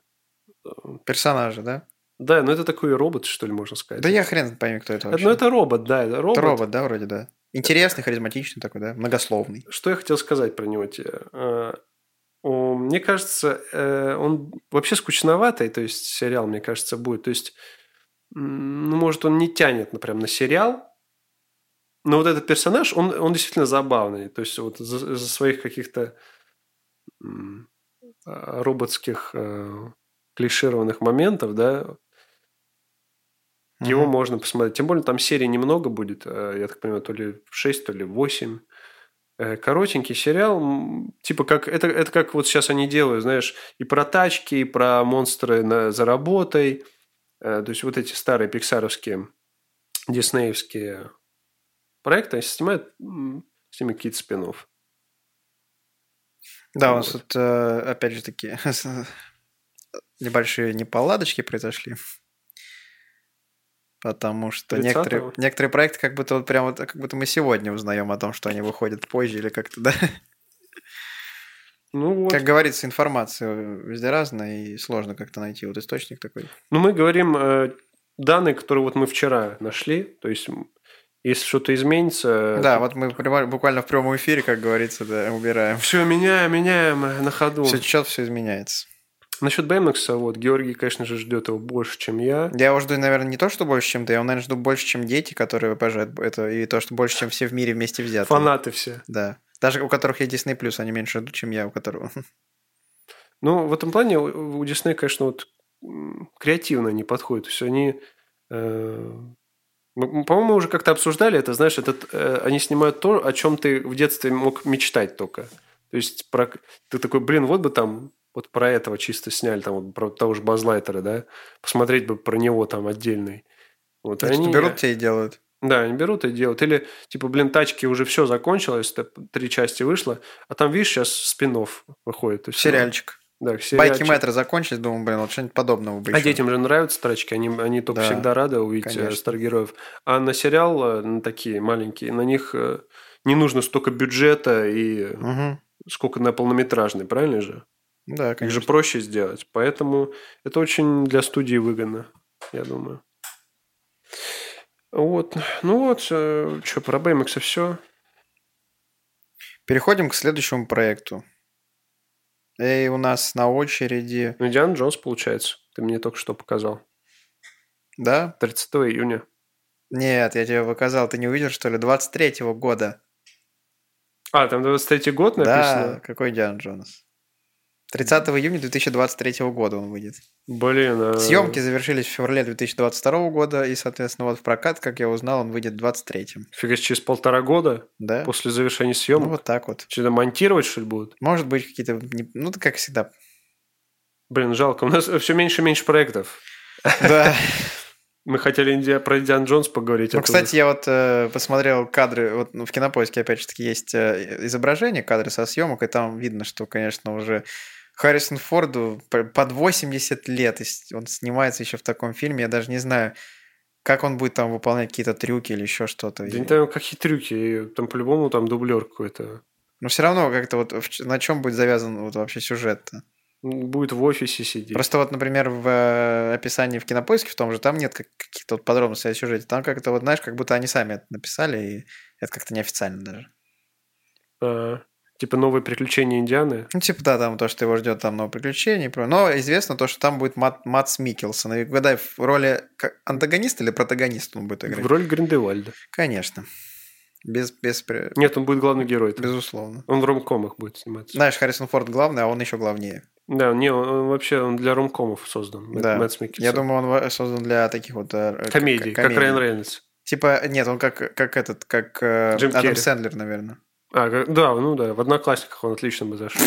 Speaker 2: Персонажи, да?
Speaker 1: Да, ну это такой робот, что ли, можно сказать.
Speaker 2: Да я хрен пойми, кто это
Speaker 1: Э,
Speaker 2: вообще.
Speaker 1: Ну это робот, да, это робот.
Speaker 2: Это робот, да, вроде, да. Интересный, харизматичный такой, да? Многословный.
Speaker 1: Что я хотел сказать про него тебе? Э, о, Мне кажется, э, он вообще скучноватый, то есть сериал, мне кажется, будет. То есть, м, ну, может, он не тянет, например, на сериал, но вот этот персонаж, он, он действительно забавный. То есть, вот за, за своих каких-то м, а, роботских э, клишированных моментов, да, его
Speaker 2: Мгм.
Speaker 1: можно посмотреть. Тем более, там серий немного будет. э, Я так понимаю, то ли 6, то ли 8. Э, Коротенький сериал. м, Типа как... Это, это как вот сейчас они делают, знаешь, и про тачки, и про монстры на, за работой. Э, То есть, вот эти старые пиксаровские, диснеевские проекты, они снимают м, с ними какие-то спинов.
Speaker 2: Да, у нас тут, э, опять же, такие небольшие неполадочки произошли. Потому что
Speaker 1: 30-го?
Speaker 2: некоторые, некоторые проекты как будто вот прям вот, как будто мы сегодня узнаем о том, что они выходят позже или как-то, да.
Speaker 1: Ну, вот.
Speaker 2: Как говорится, информация везде разная, и сложно как-то найти вот источник такой.
Speaker 1: Ну, мы говорим э, данные, которые вот мы вчера нашли. То есть, м, если что-то изменится...
Speaker 2: Да, вот мы прямо- буквально в прямом эфире, как говорится, да, убираем.
Speaker 1: Все, меняем, меняем э, на ходу.
Speaker 2: Все течет, все изменяется.
Speaker 1: Насчет Бэймакса, вот, Георгий, конечно же, ждет его больше, чем я.
Speaker 2: Я его жду, наверное, не то, что больше, чем ты, я его, наверное, жду больше, чем дети, которые обожают это, и то, что больше, чем все в мире вместе взятые.
Speaker 1: Фанаты все.
Speaker 2: Да. Даже у которых есть Disney Plus, они меньше ждут, чем я, у которого.
Speaker 1: Ну, в этом плане у у Диснея, конечно, вот м, креативно они подходят. То есть они... э, мы- По-моему, мы уже как-то обсуждали это, знаешь, этот, э, они снимают то, о чем ты в детстве мог мечтать только. То есть про, к- ты такой, блин, вот бы там вот про этого чисто сняли, там вот про того же Базлайтера, да, посмотреть бы про него там отдельный. Вот, а
Speaker 2: Значит,
Speaker 1: они-
Speaker 2: берут тебя и делают.
Speaker 1: Да, они берут и делают. Или, типа, блин, тачки уже все закончилось, т- три части вышло, а там, видишь, сейчас спин выходит. То есть,
Speaker 2: Сериальчик.
Speaker 1: Да,
Speaker 2: Байки
Speaker 1: сериальчик.
Speaker 2: метро закончились, думаю, блин, вот что-нибудь подобного бы
Speaker 1: А
Speaker 2: ещё.
Speaker 1: детям же нравятся тачки, они, они только
Speaker 2: Да,
Speaker 1: всегда рады увидеть
Speaker 2: конечно.
Speaker 1: э, старгероев. А на сериал, э, на такие маленькие, на них э, не нужно столько бюджета и
Speaker 2: Мгм.
Speaker 1: сколько на полнометражный, правильно же?
Speaker 2: Да,
Speaker 1: Их же
Speaker 2: конечно.
Speaker 1: проще сделать. Поэтому это очень для студии выгодно, я думаю. э, Вот. Ну вот, что, про Бэймакса все.
Speaker 2: Переходим к следующему проекту. И у нас на очереди...
Speaker 1: Ну, Диана Джонс, получается. Ты мне только что показал.
Speaker 2: Да?
Speaker 1: 30 июня.
Speaker 2: Нет, я тебе показал. Ты не увидел, что ли? 23-го года.
Speaker 1: А, там 23 год
Speaker 2: Да,
Speaker 1: написано?
Speaker 2: какой Диана Джонас? 30 июня 2023 года он выйдет.
Speaker 1: Блин. а-
Speaker 2: Съемки завершились в феврале 2022 года, и, соответственно, вот в прокат, как я узнал, он выйдет 23-м.
Speaker 1: Фига, через полтора года
Speaker 2: Да?
Speaker 1: после завершения
Speaker 2: Ну,
Speaker 1: съемок.
Speaker 2: вот так вот.
Speaker 1: Что-то монтировать, что ли, будут?
Speaker 2: Может быть, какие-то... не- Ну, это как всегда.
Speaker 1: Блин, жалко. У нас все меньше и меньше проектов.
Speaker 2: Да.
Speaker 1: Мы хотели Инди- про Индиан Джонс поговорить. а
Speaker 2: Ну,
Speaker 1: то-
Speaker 2: кстати, я вот э, посмотрел кадры, вот ну, в Кинопоиске, опять же таки, есть э, изображение, кадры со съемок, и там видно, что, конечно, уже Харрисон Форду п- под 80 лет, и с- он снимается еще в таком фильме, я даже не знаю, как он будет там выполнять какие-то трюки или еще что-то.
Speaker 1: Да не там какие трюки. Там по-любому там дублер какой-то.
Speaker 2: Но все ну, равно как-то вот в ч- на чем будет завязан вот вообще сюжет-то?
Speaker 1: Будет в офисе сидеть.
Speaker 2: Просто вот, например, в э, описании в Кинопоиске в том же, там нет как- каких-то вот подробностей о сюжете, там как-то вот, знаешь, как будто они сами это написали, и это как-то неофициально даже.
Speaker 1: А, типа новые приключения Индианы.
Speaker 2: Ну, типа, да, там то, что его ждет там новое приключение. и про- Но известно то, что там будет Мат, Матс Микелсон. И угадай, в роли ка- антагониста или протагониста он будет играть?
Speaker 1: В роль Гриндевальда.
Speaker 2: Конечно. Без, без, пре-
Speaker 1: Нет, он будет главный герой.
Speaker 2: безусловно.
Speaker 1: Он в ромкомах будет сниматься.
Speaker 2: Знаешь, Харрисон Форд главный, а он еще главнее.
Speaker 1: Да, не, он, он вообще он для ромкомов создан. Мэтт-
Speaker 2: Да.
Speaker 1: Мэтт Миккельсон.
Speaker 2: Я думаю, он во- создан для таких вот... э, э,
Speaker 1: комедии,
Speaker 2: к-
Speaker 1: как
Speaker 2: комедий.
Speaker 1: Райан Рейнольдс.
Speaker 2: Типа, нет, он как, как этот, как э,
Speaker 1: Джим
Speaker 2: Адам
Speaker 1: Керри.
Speaker 2: Сэндлер, наверное.
Speaker 1: А, как- да, ну да, в одноклассниках он отлично бы зашел.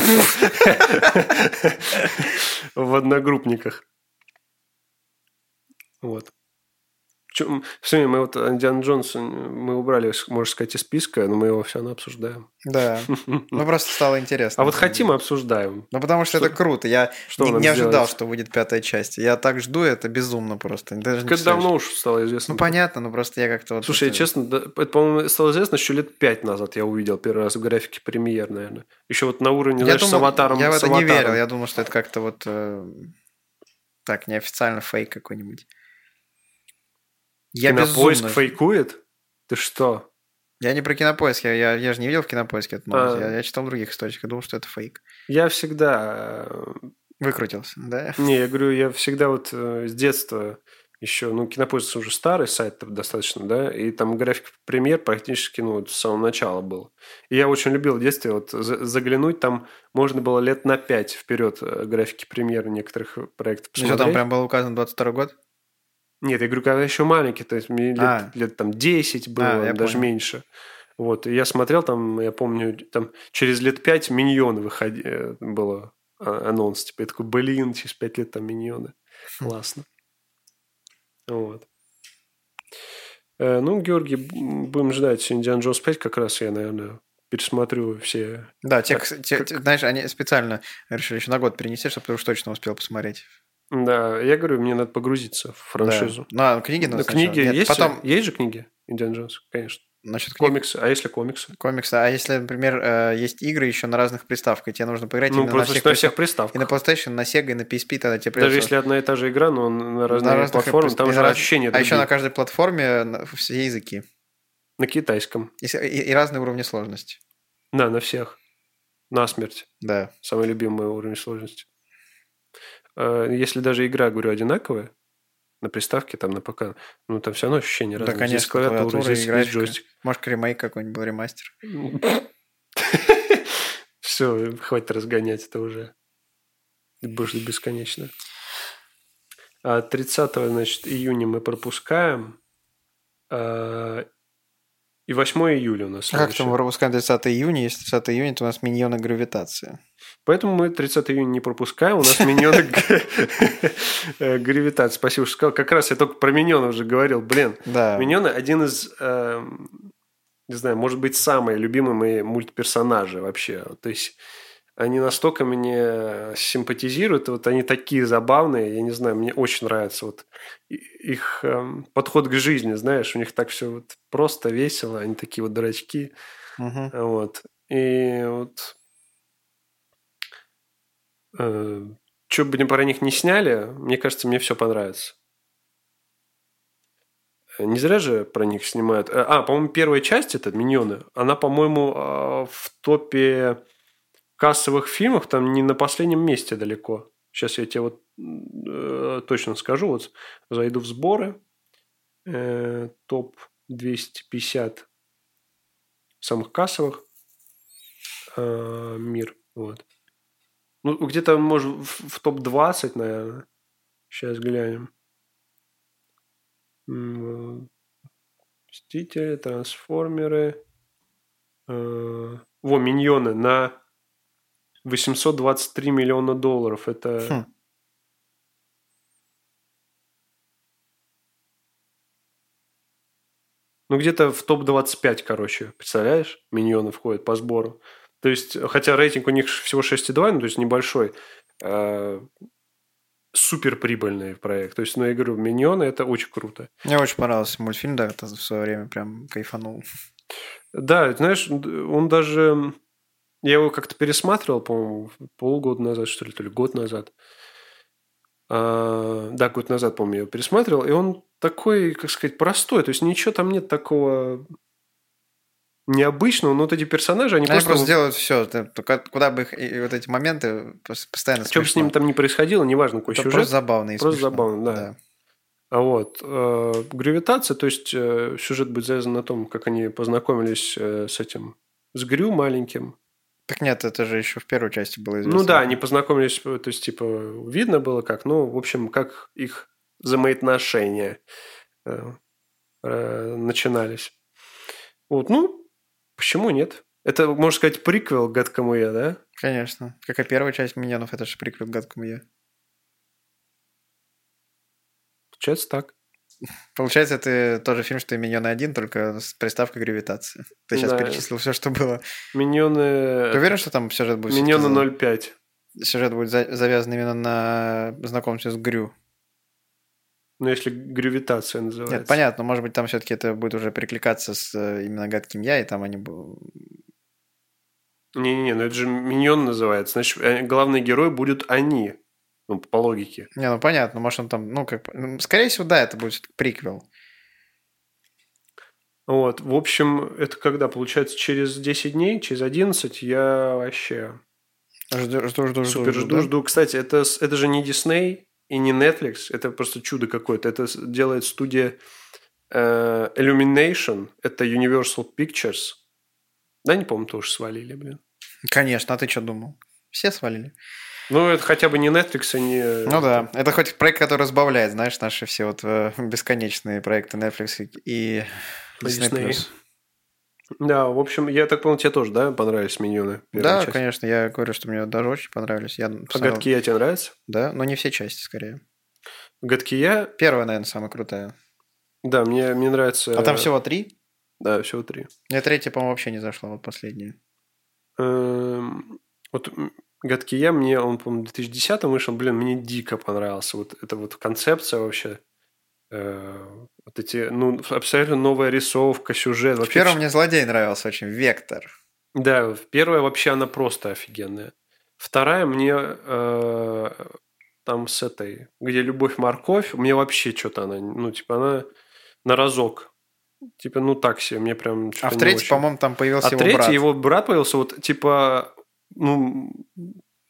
Speaker 1: В одногруппниках. Вот. Чё, Все время мы вот Индиан Джонс э, мы убрали, с- можно сказать, из списка, но мы его все равно обсуждаем.
Speaker 2: Да. Ну, просто стало интересно.
Speaker 1: А вот хотим, и обсуждаем.
Speaker 2: Ну, потому что,
Speaker 1: Что-
Speaker 2: это круто. Я
Speaker 1: что
Speaker 2: не,
Speaker 1: нам
Speaker 2: не ожидал,
Speaker 1: сделать?
Speaker 2: что будет пятая часть. Я так жду, это безумно просто. Даже не
Speaker 1: Как
Speaker 2: представляешь.
Speaker 1: давно уж стало известно.
Speaker 2: Ну, понятно, но просто я как-то вот...
Speaker 1: Слушай, я
Speaker 2: это-
Speaker 1: честно, да, это, по-моему, стало известно еще лет пять назад я увидел первый раз в графике премьер, наверное. Еще вот на уровне,
Speaker 2: я
Speaker 1: знаешь, с
Speaker 2: думал-
Speaker 1: аватаром.
Speaker 2: Я в
Speaker 1: с
Speaker 2: это не
Speaker 1: «Аватаром».
Speaker 2: верил, я думал, что это как-то вот... э, так, неофициально фейк какой-нибудь. Я
Speaker 1: Кинопоиск
Speaker 2: безумно...
Speaker 1: фейкует? Ты что?
Speaker 2: Я не про кинопоиск, я, я, я же не видел в кинопоиске эту новость.
Speaker 1: А.
Speaker 2: Я, я читал в других источниках, думал, что это фейк.
Speaker 1: Я всегда... э,
Speaker 2: Выкрутился, да?
Speaker 1: Не, я говорю, я всегда вот э, с детства еще... Ну, Кинопоиск уже старый сайт достаточно, да? И там график премьер практически, ну, вот с самого начала был. И я очень любил в детстве вот за- заглянуть. Там можно было лет на пять вперед э, графики премьер некоторых проектов
Speaker 2: Ну, что там
Speaker 1: посмотреть.
Speaker 2: прям было указано 22 год?
Speaker 1: Нет, я говорю, когда еще маленький, то есть мне лет,
Speaker 2: А.
Speaker 1: лет там 10 было,
Speaker 2: А, я
Speaker 1: даже
Speaker 2: понял.
Speaker 1: меньше. Вот, и я смотрел там, я помню, там через лет 5 миньоны выходи... э, было а, анонс, типа, я такой, блин, через 5 лет там миньоны.
Speaker 2: Хм.
Speaker 1: Классно. Вот. Э, Ну, Георгий, б- будем ждать Индиан Джонс 5, как раз я, наверное, пересмотрю все.
Speaker 2: Да, те, те- те- знаешь, они специально решили еще на год перенести, чтобы ты уж точно успел посмотреть.
Speaker 1: Да, я говорю, мне надо погрузиться в франшизу.
Speaker 2: Да. На книги надо
Speaker 1: Ну,
Speaker 2: сначала.
Speaker 1: книги
Speaker 2: Нет,
Speaker 1: есть?
Speaker 2: Потом,
Speaker 1: Есть же книги Индиан Джонс, конечно.
Speaker 2: насчет книг,
Speaker 1: Комиксы. А если комиксы?
Speaker 2: комиксы. А если, например, э, есть игры еще на разных приставках, и тебе нужно поиграть
Speaker 1: Ну,
Speaker 2: именно
Speaker 1: просто
Speaker 2: на всех
Speaker 1: на всех
Speaker 2: И на
Speaker 1: приставках.
Speaker 2: PlayStation, на Sega, и на PSP, тогда тебе
Speaker 1: Даже
Speaker 2: придется...
Speaker 1: если одна и та же игра, но на разные
Speaker 2: разных
Speaker 1: платформы,
Speaker 2: прист-
Speaker 1: там
Speaker 2: и
Speaker 1: же
Speaker 2: раз-
Speaker 1: ощущения
Speaker 2: А еще
Speaker 1: другие.
Speaker 2: на каждой платформе на- все языки.
Speaker 1: на китайском.
Speaker 2: И, с- и- и разные уровни сложности.
Speaker 1: Да, на всех. На смерть.
Speaker 2: Да.
Speaker 1: Самый любимый уровень сложности. Э, Если даже игра, говорю, одинаковая, на приставке, там, на ПК, ну, там все равно ощущения
Speaker 2: Да,
Speaker 1: разные. здесь
Speaker 2: конечно,
Speaker 1: клавиатура,
Speaker 2: клавиатура и
Speaker 1: здесь, здесь
Speaker 2: графика.
Speaker 1: джойстик.
Speaker 2: Может, ремейк какой-нибудь был, ремастер.
Speaker 1: Все, хватит разгонять это уже. Будешь бесконечно. А 30 значит, июня мы пропускаем. А, И 8 июля у нас.
Speaker 2: А как
Speaker 1: следующее.
Speaker 2: там выпускаем 30 июня? Если 30 июня, то у нас миньоны гравитации.
Speaker 1: Поэтому мы 30 июня не пропускаем. У нас миньоны гравитация. Спасибо, что сказал. Как раз я только про миньонов уже говорил. Блин,
Speaker 2: Да.
Speaker 1: миньоны один из, эм, не знаю, может быть, самые любимые мои мультперсонажи вообще. То есть они настолько мне симпатизируют, вот они такие забавные, я не знаю, мне очень нравится вот и- их эм, подход к жизни, знаешь, у них так все вот просто весело, они такие вот дурачки.
Speaker 2: Мгм.
Speaker 1: Вот. И вот... что бы мы про них не сняли, мне кажется, мне все понравится. Э, Не зря же про них снимают. А, по-моему, первая часть, это «Миньоны», она, по-моему, а, в топе кассовых фильмов там не на последнем месте далеко. Сейчас я тебе вот э, точно скажу. Вот зайду в сборы. Э, топ 250 самых кассовых. Э, мир. Вот. Ну, где-то, может, в, в топ-20, наверное. Сейчас глянем. Мстители, трансформеры. Э, во, миньоны на 823 миллиона долларов. Это... Хм. Ну, где-то в топ-25, короче, представляешь? Миньоны входят по сбору. То есть, хотя рейтинг у них всего 6,2, ну, то есть небольшой, э, супер прибыльный проект. То есть, ну, я говорю, Миньоны – это очень круто.
Speaker 2: Мне очень понравился мультфильм, да, это в свое время прям кайфанул.
Speaker 1: Да, знаешь, он даже... Я его как-то пересматривал, по-моему, полгода назад, что ли, то ли год назад. А, да, год назад, по-моему, я его пересматривал. И он такой, как сказать, простой. То есть ничего там нет такого необычного, но вот эти персонажи, они,
Speaker 2: они просто... просто делают все, только куда бы их, и вот эти моменты постоянно
Speaker 1: Что бы с ним там не происходило, неважно, какой
Speaker 2: Это
Speaker 1: сюжет.
Speaker 2: просто забавно и
Speaker 1: Просто
Speaker 2: смешно.
Speaker 1: забавно, да.
Speaker 2: Да.
Speaker 1: А вот, э, гравитация, то есть э, сюжет будет завязан на том, как они познакомились э, с этим, с Грю маленьким.
Speaker 2: Так нет, это же еще в первой части было известно.
Speaker 1: Ну да, они познакомились, э, то есть типа видно было как, ну, в общем, как их взаимоотношения э, э, начинались. Вот, ну, почему нет? Это, можно сказать, приквел гадкому я, да?
Speaker 2: Конечно. Как и первая часть Миньонов, это же приквел к гадкому я.
Speaker 1: Получается так.
Speaker 2: Получается, это тоже фильм, что и Миньоны один, только с приставкой гравитации. Ты сейчас
Speaker 1: Да.
Speaker 2: перечислил все, что было. Ты
Speaker 1: Миньоны... э,
Speaker 2: уверен, что там сюжет будет... всё-таки за-
Speaker 1: Миньоны 0,5.
Speaker 2: Сюжет будет за- завязан именно на знакомстве с Грю.
Speaker 1: Ну, если гравитация называется.
Speaker 2: Нет, понятно, может быть, там все-таки это будет уже перекликаться с э, именно гадким я, и там они бу-
Speaker 1: Не-не-не, ну это же миньон называется. Значит, э, главный герой будут они. Ну, по логике.
Speaker 2: Не, ну понятно, может, он там, ну, как... ну, Скорее всего, да, это будет всё-таки приквел.
Speaker 1: Вот. В общем, это когда? Получается, через 10 дней, через 11 я вообще
Speaker 2: Жду, жду, жду, жду.
Speaker 1: супер жду,
Speaker 2: да?
Speaker 1: жду. Кстати, это, с- это же не Дисней и не Netflix. Это просто чудо какое-то. Это с- делает студия э, Illumination. Это Universal Pictures. Да, не помню, тоже свалили, блин.
Speaker 2: Конечно, а ты что думал? Все свалили.
Speaker 1: Ну, это хотя бы не Netflix и не...
Speaker 2: Ну да, это хоть проект, который разбавляет, знаешь, наши все вот э, бесконечные проекты Netflix и- и Disney+.
Speaker 1: Disney. Да, в общем, я так понял, тебе тоже, да, понравились миньоны? первая
Speaker 2: Да,
Speaker 1: часть?
Speaker 2: конечно, я говорю, что мне даже очень понравились. Я
Speaker 1: А
Speaker 2: посмотрел-
Speaker 1: «Гадкий я» тебе нравится?
Speaker 2: Да, но не все части, скорее.
Speaker 1: «Гадкий я»,
Speaker 2: Первая, наверное, самая крутая.
Speaker 1: да, мне, мне нравится...
Speaker 2: А там всего три?
Speaker 1: Да, всего три.
Speaker 2: Мне третья, по-моему, вообще не зашла, вот последняя.
Speaker 1: Эм, Вот м, «Гадкий я», мне он, по-моему, в 2010 вышел, блин, мне дико понравился. Вот эта вот концепция вообще. Э, Вот эти, ну, абсолютно новая рисовка, сюжет.
Speaker 2: В
Speaker 1: Вообще,
Speaker 2: первом мне злодей нравился очень, Вектор.
Speaker 1: Да, в- первая вообще она просто офигенная. Вторая мне э, там с этой, где любовь морковь, мне вообще что-то она, ну типа она на разок, типа ну так себе, мне прям.
Speaker 2: А
Speaker 1: чё-то
Speaker 2: в
Speaker 1: не
Speaker 2: третьей,
Speaker 1: очень.
Speaker 2: по-моему, там появился
Speaker 1: а
Speaker 2: его
Speaker 1: третий
Speaker 2: брат.
Speaker 1: его брат появился вот типа ну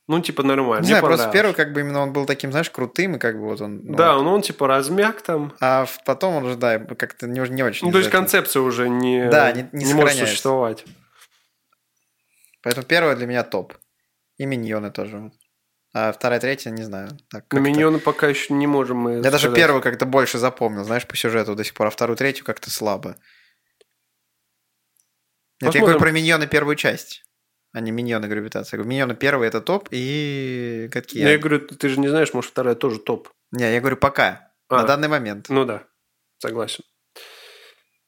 Speaker 1: ну типа нормально. мне
Speaker 2: Не знаю, просто
Speaker 1: понравилось.
Speaker 2: первый, как бы именно он был таким, знаешь, крутым, и как бы вот он... ну,
Speaker 1: Да, он, он типа размяк там.
Speaker 2: А в- потом он же, да, как-то не, не очень...
Speaker 1: Ну, то есть
Speaker 2: из-за этого.
Speaker 1: концепция уже не,
Speaker 2: Да, не- не
Speaker 1: может
Speaker 2: сохраняется.
Speaker 1: существовать.
Speaker 2: Поэтому первая для меня топ. И миньоны тоже. А вторая, третья, не знаю. Так,
Speaker 1: На
Speaker 2: как-то-
Speaker 1: Ну, миньоны пока еще не можем мы.
Speaker 2: Я даже
Speaker 1: сказать.
Speaker 2: первую как-то больше запомнил, знаешь, по сюжету до сих пор, а вторую, третью как-то слабо. Нет, я
Speaker 1: Посмотрим.
Speaker 2: говорю про миньоны первую часть, а не миньоны гравитации. Я говорю, миньоны первые это топ и
Speaker 1: Ну,
Speaker 2: какие?
Speaker 1: Я говорю, ты же не знаешь, может вторая тоже топ.
Speaker 2: Не, я говорю пока,
Speaker 1: А.
Speaker 2: на данный момент.
Speaker 1: Ну да, согласен.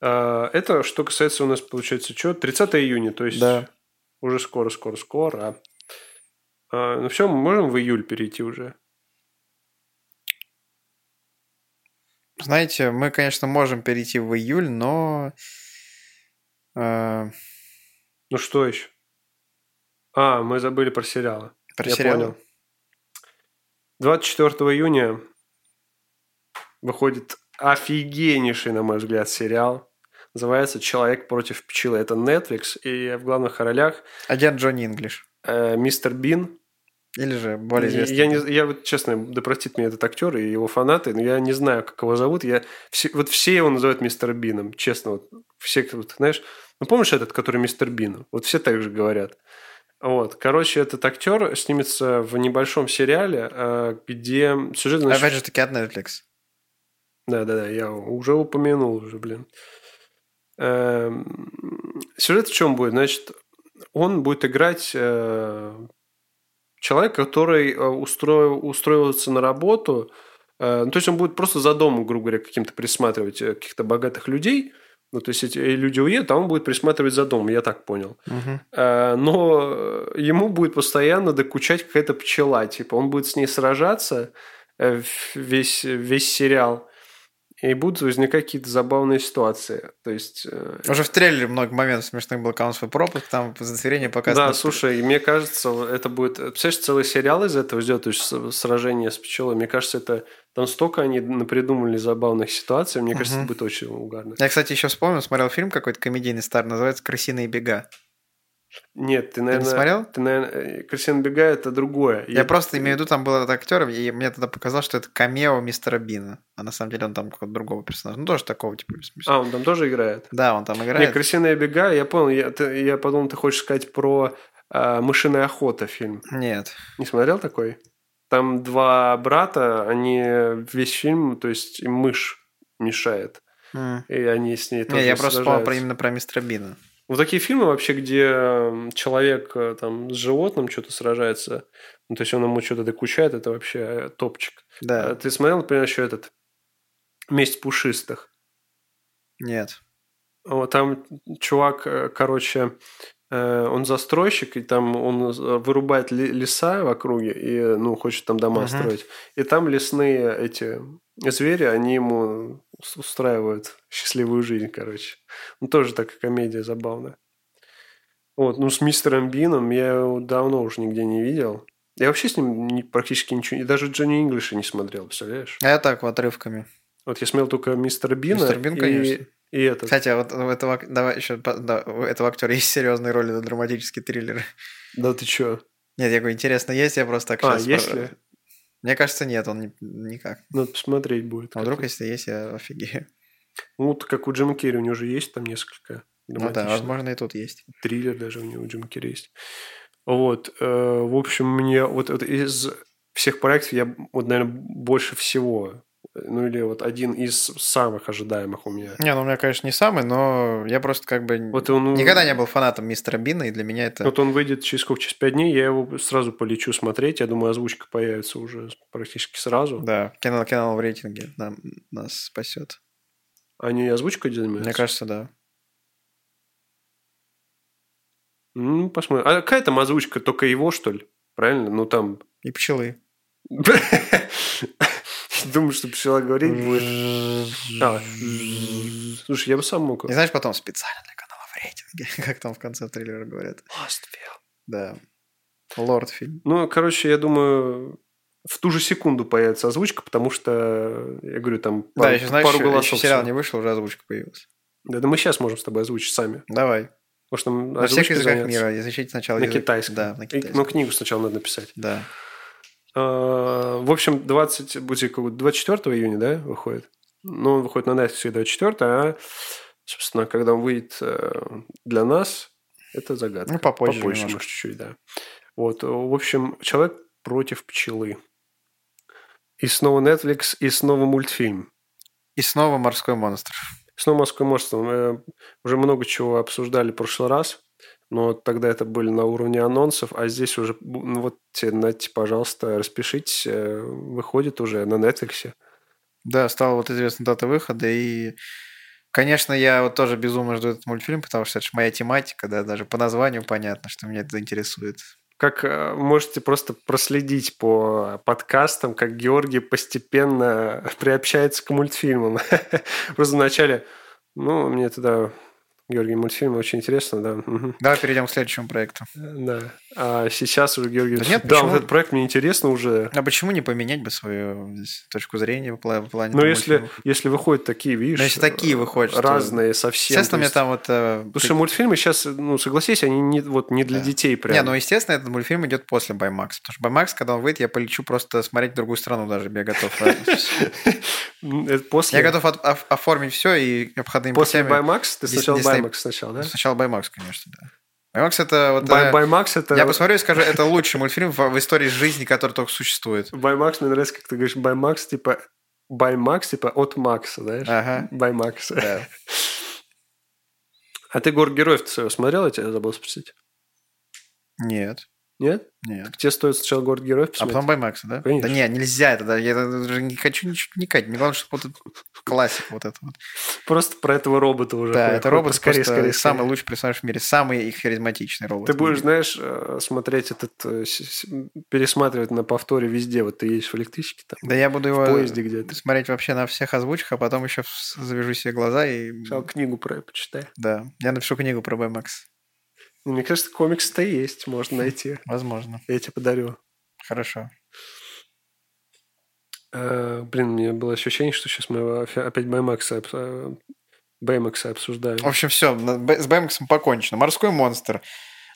Speaker 1: А, Это что касается у нас, получается, что? 30 июня, то есть
Speaker 2: Да.
Speaker 1: уже скоро, скоро, скоро. А, Ну все, мы можем в июль перейти уже.
Speaker 2: Знаете, мы, конечно, можем перейти в июль, но... э,
Speaker 1: Ну что еще? А, мы забыли про сериалы.
Speaker 2: про
Speaker 1: Я
Speaker 2: сериалы.
Speaker 1: понял. 24 июня выходит офигеннейший, на мой взгляд, сериал. Называется «Человек против пчелы». Это Netflix, и в главных ролях
Speaker 2: Агент Джонни Инглиш.
Speaker 1: э, мистер Бин.
Speaker 2: Или же более
Speaker 1: И
Speaker 2: известный.
Speaker 1: Я, не, я вот, честно, да простит меня этот актер и его фанаты, но я не знаю, как его зовут. Я, все, вот все его называют мистер Бином, честно. Вот, все, кто, вот, знаешь, ну помнишь этот, который мистер Бин? Вот все так же говорят. Вот, короче, этот актер снимется в небольшом сериале, э, где сюжет... значит,
Speaker 2: Опять же таки от Netflix.
Speaker 1: да-да-да, я уже упомянул уже, блин. Эм, Сюжет в чем будет? Значит, он будет играть э, человека, который э, устроил, устроился на работу. э, ну, то есть он будет просто за домом, грубо говоря, каким-то присматривать э, каких-то богатых людей. Ну, то есть эти люди уедут, а он будет присматривать за домом, я так понял.
Speaker 2: Мгм.
Speaker 1: Э, но э, ему будет постоянно докучать какая-то пчела, типа он будет с ней сражаться э, в- весь, весь сериал, и будут возникать какие-то забавные ситуации. То есть, э,
Speaker 2: Уже в трейлере много моментов смешных было, когда он свой пропуск, там зацвирение показано.
Speaker 1: да, слушай, мне кажется, это будет... э, Представляешь, целый сериал из этого сделать, то есть с- сражение с пчелой. Мне кажется, это... Там столько они напридумывали забавных ситуаций, мне кажется,
Speaker 2: Мгм.
Speaker 1: это будет очень угарно.
Speaker 2: Я, кстати, еще вспомнил, смотрел фильм какой-то комедийный старый, называется «Крысиные бега».
Speaker 1: Нет, ты,
Speaker 2: Ты
Speaker 1: наверное...
Speaker 2: не смотрел?
Speaker 1: Ты, наверное... Кристина Бега – это другое.
Speaker 2: Я, просто имею в виду, там был этот актер, и мне тогда показалось, что это камео мистера Бина. А на самом деле он там какого-то другого персонажа. Ну, тоже такого, типа, смешного.
Speaker 1: А, он там тоже играет?
Speaker 2: Да, он там
Speaker 1: Не,
Speaker 2: играет.
Speaker 1: крысиная бега, я понял, я, ты- я подумал, ты хочешь сказать про э, мышиная охота фильм.
Speaker 2: Нет.
Speaker 1: Не смотрел такой? Там два брата, они весь фильм, то есть им мышь мешает,
Speaker 2: М.
Speaker 1: и они с ней тоже
Speaker 2: Не, я просто вспомнил про-
Speaker 1: сражаются.
Speaker 2: именно про мистера Бина.
Speaker 1: Вот такие фильмы вообще, где э, человек э, там с животным что-то сражается, ну, то есть он ему что-то докучает, это вообще э, топчик. А
Speaker 2: Да,
Speaker 1: Ты смотрел, например, еще этот «Месть пушистых»?
Speaker 2: нет.
Speaker 1: Вот там чувак, э, короче, э, он застройщик, и там он э, вырубает ли- леса в округе, и, э, ну, хочет там дома
Speaker 2: Мгм.
Speaker 1: строить. И там лесные эти звери, они ему ус- устраивают счастливую жизнь, короче. Ну, тоже такая комедия забавная. Вот, ну, с мистером Бином я его давно уже нигде не видел. Я вообще с ним ни- практически ничего... И даже Джонни Инглиша не смотрел, представляешь?
Speaker 2: А я так, вот отрывками.
Speaker 1: Вот я смотрел только мистера Бина
Speaker 2: Мистер Бин,
Speaker 1: и,
Speaker 2: конечно.
Speaker 1: и этот.
Speaker 2: Кстати, а вот у этого, ак- давай еще, по- да, у этого актера есть серьезные роли на драматические триллеры.
Speaker 1: Да ты чё?
Speaker 2: Нет, я говорю, интересно, есть, я просто так
Speaker 1: А,
Speaker 2: щас
Speaker 1: есть
Speaker 2: спро-
Speaker 1: ли?
Speaker 2: Мне кажется, нет, он ни- никак.
Speaker 1: Надо посмотреть будет.
Speaker 2: А вдруг, если есть, я офигею.
Speaker 1: Ну, вот как у Джима Керри, у него же есть там несколько
Speaker 2: Ну да,
Speaker 1: драматичных.
Speaker 2: возможно, и тут есть.
Speaker 1: Триллер даже у него у Джима Керри есть. Вот. э, в общем, мне вот, вот из всех проектов я, вот, наверное, больше всего, э, ну или вот один из самых ожидаемых у меня.
Speaker 2: Не, ну у меня, конечно, не самый, но я просто как бы н-
Speaker 1: Вот он, ну,
Speaker 2: никогда не был фанатом мистера Бина, и для меня это...
Speaker 1: Вот он выйдет через сколько? Через пять дней, я его сразу полечу смотреть. Я думаю, озвучка появится уже практически сразу.
Speaker 2: Да, канал, канал в рейтинге нам, нас спасет.
Speaker 1: Они озвучкой занимаются?
Speaker 2: Мне кажется, да.
Speaker 1: Ну, посмотрим. А какая там озвучка? Только его, что ли? Правильно? Ну, там
Speaker 2: И пчелы.
Speaker 1: Думаю, что пчела говорить будет. А. Слушай, я бы сам мог.
Speaker 2: И знаешь, потом специально для канала в рейтинге, как там в конце трейлера говорят. Да. Лорд фильм.
Speaker 1: Ну, короче, я думаю, в ту же секунду появится озвучка, потому что, я говорю, там
Speaker 2: да, еще знаешь, еще- еще сериал
Speaker 1: всего.
Speaker 2: не вышел, уже озвучка появилась.
Speaker 1: Да, да мы сейчас можем с тобой озвучить сами.
Speaker 2: Давай.
Speaker 1: Потому что нам
Speaker 2: На всех
Speaker 1: озвучкой
Speaker 2: языках
Speaker 1: заняться.
Speaker 2: мира. Изучите сначала
Speaker 1: На
Speaker 2: язык.
Speaker 1: китайском.
Speaker 2: Да, на
Speaker 1: И-
Speaker 2: китайском.
Speaker 1: ну, книгу сначала надо написать.
Speaker 2: Да.
Speaker 1: Э, В общем, 20, будет как бы 24 июня, да, выходит? Ну, он выходит на Netflix 24, а, собственно, когда он выйдет э, для нас, это загадка.
Speaker 2: Ну, попозже
Speaker 1: Попозже,
Speaker 2: немножко.
Speaker 1: может, чуть-чуть, да. Вот, э, в общем, человек против пчелы. И снова Netflix, и снова мультфильм.
Speaker 2: И снова морской монстр.
Speaker 1: Снова «Морское монстр». Мы э, уже много чего обсуждали в прошлый раз, но тогда это были на уровне анонсов, а здесь уже, бу- ну вот, те, знаете, пожалуйста, распишитесь, э, выходит уже на Netflix.
Speaker 2: Да, стала вот известна дата выхода, и, конечно, я вот тоже безумно жду этот мультфильм, потому что это же моя тематика, да, даже по названию понятно, что меня это заинтересует.
Speaker 1: Как э, можете просто проследить по подкастам, как Георгий постепенно приобщается к мультфильмам. Просто вначале, ну, мне туда Георгий мультфильм очень интересно, да. Мгм.
Speaker 2: Давай перейдем к следующему проекту.
Speaker 1: Да. А сейчас уже Георгий...
Speaker 2: Да
Speaker 1: говорит,
Speaker 2: нет,
Speaker 1: да,
Speaker 2: почему?
Speaker 1: вот этот проект мне интересно уже.
Speaker 2: А почему не поменять бы свою здесь точку зрения в пла- в плане?
Speaker 1: Но
Speaker 2: там
Speaker 1: Ну, если,
Speaker 2: мультфильмов?
Speaker 1: если выходят такие, видишь...
Speaker 2: Ну, если такие
Speaker 1: э,
Speaker 2: выходят, что-
Speaker 1: Разные совсем.
Speaker 2: Естественно,
Speaker 1: то
Speaker 2: мне
Speaker 1: есть-
Speaker 2: там вот... э,
Speaker 1: Потому что мультфильмы сейчас, ну, согласись, они не, вот, не для
Speaker 2: Да.
Speaker 1: детей прям.
Speaker 2: Не, ну, естественно, этот мультфильм идет после Баймакс. Потому что Баймакс, когда он выйдет, я полечу просто смотреть в другую страну даже, я готов. э,
Speaker 1: М, это после...
Speaker 2: Я готов от- оф- оформить все и обходными
Speaker 1: После
Speaker 2: путями.
Speaker 1: Баймакс? Ты
Speaker 2: Дис-
Speaker 1: сначала
Speaker 2: Дисней-
Speaker 1: Баймакс сначала, да?
Speaker 2: Сначала Баймакс, конечно, да. Баймакс это вот...
Speaker 1: Бай-
Speaker 2: э,
Speaker 1: Баймакс это...
Speaker 2: Я посмотрю и скажу, это лучший мультфильм в в истории жизни, который только существует.
Speaker 1: Баймакс, мне нравится, как ты говоришь, Баймакс, типа... Баймакс, типа от Макса, знаешь?
Speaker 2: Ага.
Speaker 1: Баймакс.
Speaker 2: Да.
Speaker 1: А ты «Город героев» своего смотрел? Я тебя забыл спросить.
Speaker 2: Нет,
Speaker 1: Нет?
Speaker 2: нет.
Speaker 1: Тебе стоит сначала «Город героев»
Speaker 2: А
Speaker 1: посмотреть?
Speaker 2: потом Баймакса, да?
Speaker 1: Конечно.
Speaker 2: Да не, нельзя это, даже, я даже не хочу ничего вникать. Мне главное, что вот этот классик вот этот вот.
Speaker 1: Просто про этого робота уже.
Speaker 2: Да,
Speaker 1: хуй-
Speaker 2: это робот
Speaker 1: скорее,
Speaker 2: просто
Speaker 1: скорее,
Speaker 2: самый
Speaker 1: скорее.
Speaker 2: лучший персонаж в мире, самый их харизматичный робот.
Speaker 1: э, Ты будешь, знаешь, э, смотреть этот, э, с- с- пересматривать на повторе везде. Вот ты едешь в электричке, там,
Speaker 2: Да я буду его
Speaker 1: в поезде где-то.
Speaker 2: смотреть вообще на всех озвучках, а потом еще завяжу себе глаза и...
Speaker 1: Сначала книгу про почитай.
Speaker 2: Да, я напишу книгу про Баймакс.
Speaker 1: Ну, Мне кажется, комикс-то есть, можно найти.
Speaker 2: Возможно.
Speaker 1: Я тебе подарю.
Speaker 2: Хорошо.
Speaker 1: Э, Блин, у меня было ощущение, что сейчас мы офи- опять Баймакса обс- э, Бэймакса обсуждаем.
Speaker 2: В общем, все, с Баймаксом покончено. Морской монстр.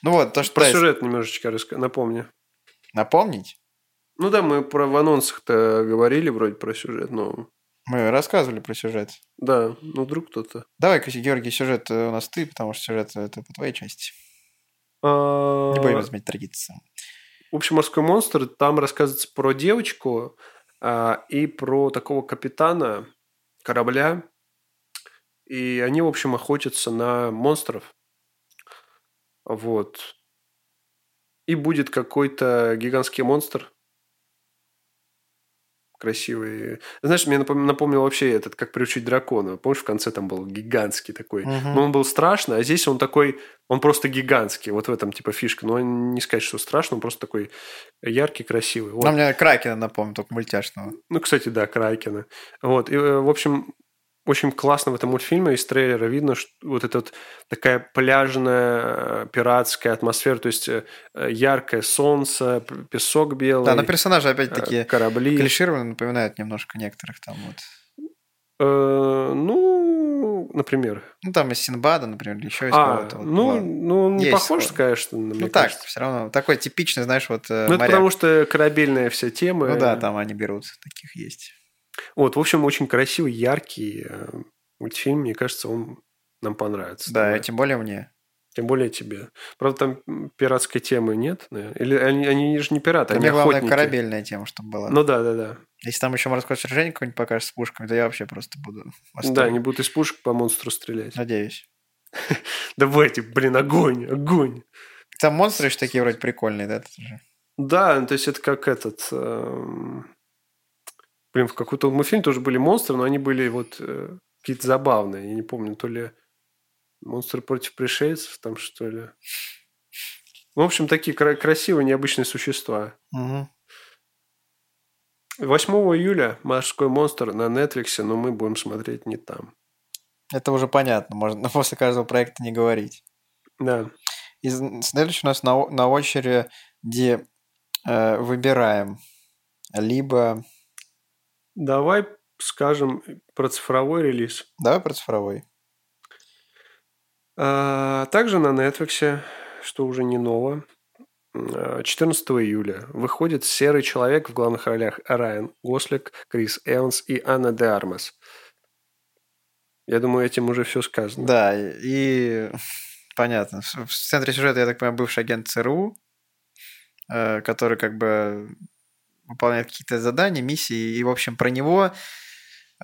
Speaker 2: Ну вот, то, что...
Speaker 1: Про
Speaker 2: да,
Speaker 1: сюжет немножечко раска- напомню.
Speaker 2: Напомнить?
Speaker 1: Ну да, мы про в анонсах-то говорили вроде про сюжет, но...
Speaker 2: Мы рассказывали про сюжет.
Speaker 1: Да, ну вдруг кто-то...
Speaker 2: Давай-ка, Георгий, сюжет э, у нас ты, потому что сюжет э, это по твоей части.
Speaker 1: А,
Speaker 2: Не будем изменять традиции.
Speaker 1: В общем, «Морской монстр» там рассказывается про девочку а, и про такого капитана корабля. И они, в общем, охотятся на монстров. Вот. И будет какой-то гигантский монстр. Красивый. Знаешь, мне напом- напомнил вообще этот, как приучить дракона. Помнишь, в конце там был гигантский такой.
Speaker 2: Мгм.
Speaker 1: Но он был страшный, а здесь он такой, он просто гигантский. Вот в этом типа фишка. Но не сказать, что страшно, он просто такой яркий, красивый. Вот.
Speaker 2: Ну, мне Кракена напомню, только мультяшного.
Speaker 1: Ну, кстати, да, Крайкина. Вот. И, э, в общем, очень классно в этом мультфильме из трейлера видно, что вот эта вот такая пляжная э, пиратская атмосфера, то есть э, э, яркое солнце, п- песок белый,
Speaker 2: Да, но персонажи
Speaker 1: э,
Speaker 2: опять-таки
Speaker 1: корабли.
Speaker 2: клишированные, напоминают немножко некоторых там вот.
Speaker 1: Э, ну, например.
Speaker 2: Ну, там из Синбада, например, или еще из
Speaker 1: а,
Speaker 2: кого-то. вот
Speaker 1: ну,
Speaker 2: было.
Speaker 1: ну, он не
Speaker 2: Есть
Speaker 1: похож,
Speaker 2: сход.
Speaker 1: конечно, на мне
Speaker 2: ну так,
Speaker 1: кажется.
Speaker 2: все равно. Такой типичный, знаешь, вот э,
Speaker 1: Ну, это
Speaker 2: моряк.
Speaker 1: потому что корабельная вся тема.
Speaker 2: Ну да,
Speaker 1: э,
Speaker 2: там они берут, таких есть.
Speaker 1: Вот, в общем, очень красивый, яркий э, мультфильм. Мне кажется, он нам понравится.
Speaker 2: Да,
Speaker 1: Давай.
Speaker 2: и тем более мне.
Speaker 1: Тем более тебе. Правда, там м, пиратской темы нет. наверное. Или они, они же не пираты,
Speaker 2: Да
Speaker 1: они
Speaker 2: мне главное
Speaker 1: охотники.
Speaker 2: корабельная тема, чтобы была.
Speaker 1: Ну да, да, да.
Speaker 2: Если там еще морское сражение какое-нибудь покажешь с пушками, то я вообще просто буду в
Speaker 1: Да,
Speaker 2: восторге.
Speaker 1: они будут из пушек по монстру стрелять.
Speaker 2: Надеюсь.
Speaker 1: Давайте, блин, огонь, огонь.
Speaker 2: Там монстры еще такие вроде прикольные, да? тут же?
Speaker 1: Да, ну, то есть это как этот... эм, Блин, в каком-то мультфильме тоже были монстры, но они были вот э, какие-то забавные. Я не помню, то ли монстры против пришельцев там, что ли. Ну, в общем, такие кра- красивые, необычные существа.
Speaker 2: Мгм.
Speaker 1: 8 июля «Морской монстр» на Netflix, но мы будем смотреть не там.
Speaker 2: Это уже понятно, можно после каждого проекта не говорить.
Speaker 1: Да.
Speaker 2: И з- следующий у нас на, о- на очереди э, выбираем. Либо...
Speaker 1: Давай скажем про цифровой релиз.
Speaker 2: Давай про цифровой.
Speaker 1: А, также на Netflix, что уже не ново, а, 14 июля выходит «Серый человек» в главных ролях Райан Гослик, Крис Эванс и Анна де Армас. Я думаю, этим уже все сказано.
Speaker 2: Да, и и понятно. В в центре сюжета, я так понимаю, бывший агент ЦРУ, э, который как бы выполняет какие-то задания, миссии, и, в общем, про него... э,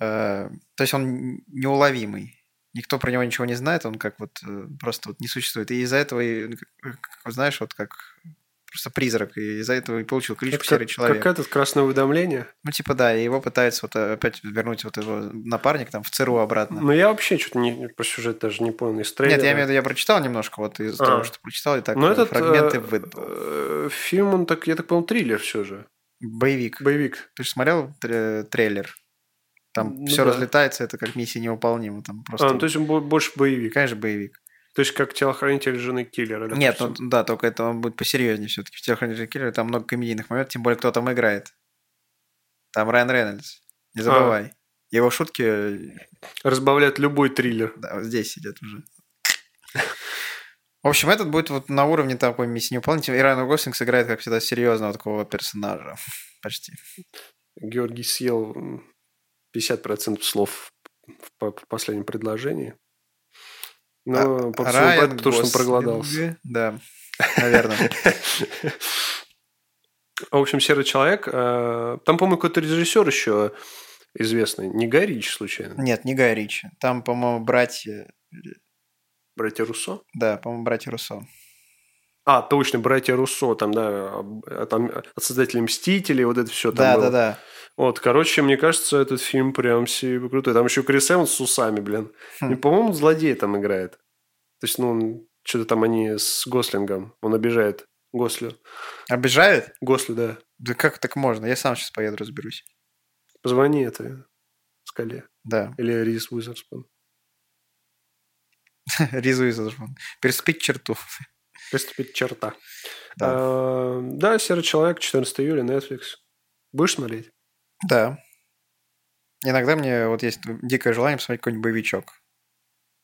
Speaker 2: То есть он неуловимый. Никто про него ничего не знает, он как вот э, просто вот не существует. И из-за этого, и, ну, как- как, знаешь, вот как просто призрак, и из-за этого и получил
Speaker 1: Это
Speaker 2: кличку
Speaker 1: как,
Speaker 2: «Серый человек».
Speaker 1: как этот «Красное уведомление».
Speaker 2: Ну, типа, да, и его пытаются вот э, опять вернуть вот его напарник там в ЦРУ обратно.
Speaker 1: Но я вообще что-то не, про сюжет даже не понял из трейлера.
Speaker 2: Нет, я имею в виду, я прочитал немножко вот из-за
Speaker 1: А.
Speaker 2: того, что прочитал, и так
Speaker 1: Но
Speaker 2: э,
Speaker 1: этот
Speaker 2: фрагменты
Speaker 1: э,
Speaker 2: выдал.
Speaker 1: э, фильм, он так, я так понял, триллер все же.
Speaker 2: Боевик.
Speaker 1: Боевик.
Speaker 2: Ты же смотрел тре- трейлер? Там
Speaker 1: Ну
Speaker 2: все
Speaker 1: да.
Speaker 2: разлетается, это как миссия невыполнима. Там просто...
Speaker 1: А, ну, то есть он будет больше боевик.
Speaker 2: Конечно, боевик.
Speaker 1: То есть как телохранитель жены киллера.
Speaker 2: Нет, ну,
Speaker 1: допустим.
Speaker 2: да, только это он будет посерьезнее все-таки. В «Телохранителе киллера» там много комедийных моментов, тем более кто там играет. Там Райан Рейнольдс. Не
Speaker 1: А.
Speaker 2: забывай. Его шутки э,
Speaker 1: Разбавляет любой триллер.
Speaker 2: Да, вот здесь сидят уже. В общем, этот будет вот на уровне такой миссии неуполнителя. И Райан Гослинг сыграет, как всегда, серьезного такого персонажа. Почти.
Speaker 1: Георгий съел м, 50% слов в по- в последнем предложении. Но по-
Speaker 2: А, Райан
Speaker 1: потому что он
Speaker 2: Гослинг,
Speaker 1: проголодался.
Speaker 2: Да, наверное.
Speaker 1: В общем, «Серый человек». э, Там, по-моему, какой-то режиссер еще известный. Не Гай Ричи, случайно?
Speaker 2: Нет, не Гай Ричи. Там, по-моему, братья...
Speaker 1: Братья Руссо?
Speaker 2: Да, по-моему, братья Руссо.
Speaker 1: А, точно, «Братья Руссо». Там, да, об- а там от создателей «Мстителей» вот это все там
Speaker 2: Да,
Speaker 1: было.
Speaker 2: да, да.
Speaker 1: Вот, короче, мне кажется, этот фильм прям себе крутой. Там еще Крис Эванс с усами, блин.
Speaker 2: Хм.
Speaker 1: И, по-моему, злодей там играет. То есть, ну, он- что-то там они с Гослингом. Он обижает Гослю.
Speaker 2: Обижают?
Speaker 1: Гослю, да.
Speaker 2: Да как так можно? Я сам сейчас поеду разберусь.
Speaker 1: Позвони это Скале.
Speaker 2: Да.
Speaker 1: Или Рис Уизерспун.
Speaker 2: Ризу и Зажман. Переступить черту.
Speaker 1: Приступить черта.
Speaker 2: Да.
Speaker 1: А, Да, «Серый человек», 14 июля, Netflix. Будешь смотреть?
Speaker 2: Да. Иногда мне вот есть дикое желание посмотреть какой-нибудь боевичок.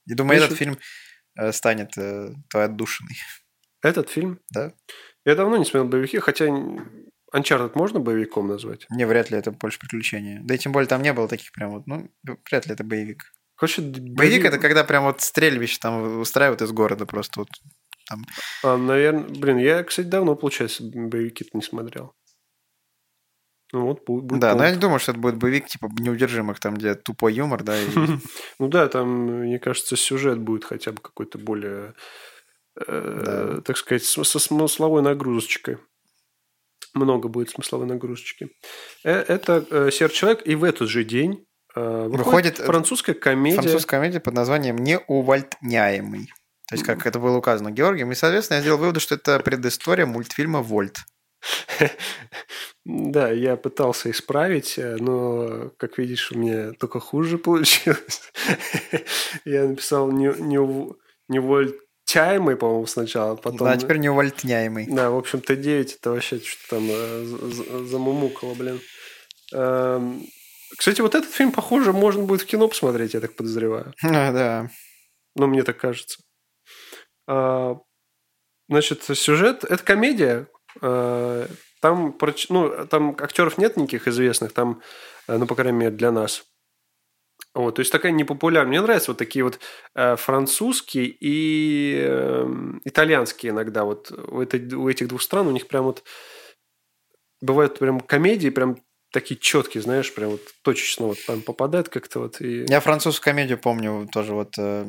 Speaker 2: И думаю,
Speaker 1: Знаешь,
Speaker 2: этот фильм э, станет э, твоей отдушиной.
Speaker 1: Этот фильм?
Speaker 2: Да.
Speaker 1: Я давно не смотрел боевики, хотя Uncharted можно боевиком назвать?
Speaker 2: Мне вряд ли это больше приключения. Да и тем более там не было таких прям вот, ну, вряд ли это боевик.
Speaker 1: Короче,
Speaker 2: Боевик, это когда прям вот стрельбище там устраивают из города просто вот.
Speaker 1: А, наверное, блин, я, кстати, давно, получается, боевики-то не смотрел. Ну вот, бу- будет.
Speaker 2: да, но я
Speaker 1: повод.
Speaker 2: не думаю, что это будет боевик типа неудержимых, там где тупой юмор, да, и
Speaker 1: Ну да, там, мне кажется, сюжет будет хотя бы какой-то более, э, так сказать, с- со смысловой нагрузочкой. Много будет смысловой нагрузочки. Э, это э, «Серый человек», и в этот же день э, выходит,
Speaker 2: Выходит, э,
Speaker 1: французская комедия.
Speaker 2: французская комедия под названием «Неувольтняемый». То есть, как это было указано Георгием. И, соответственно, я сделал вывод, что это предыстория мультфильма «Вольт».
Speaker 1: Да, я пытался исправить, э, но, как видишь, у меня только хуже получилось. Я написал не, не, ув- невольтяемый, по-моему, сначала, потом...
Speaker 2: Да, а теперь неувольтняемый.
Speaker 1: Да, в общем, Т9 это вообще что-то там э, з- з- замумукало, блин. Эм, Кстати, вот этот фильм, похоже, можно будет в кино посмотреть, я так подозреваю.
Speaker 2: А, да.
Speaker 1: Ну, мне так кажется. А, Значит, сюжет – это комедия. А, Там, проч- ну, там актеров нет никаких известных, там, э, ну, по крайней мере, для нас. Вот, то есть такая непопулярная. Мне нравятся вот такие вот э, французские и эм, итальянские иногда. Вот у, этой- у этих двух стран у них прям вот бывают прям комедии, прям такие четкие, знаешь, прям вот точечно вот там попадает как-то вот. И... э,
Speaker 2: Я французскую комедию помню тоже вот э,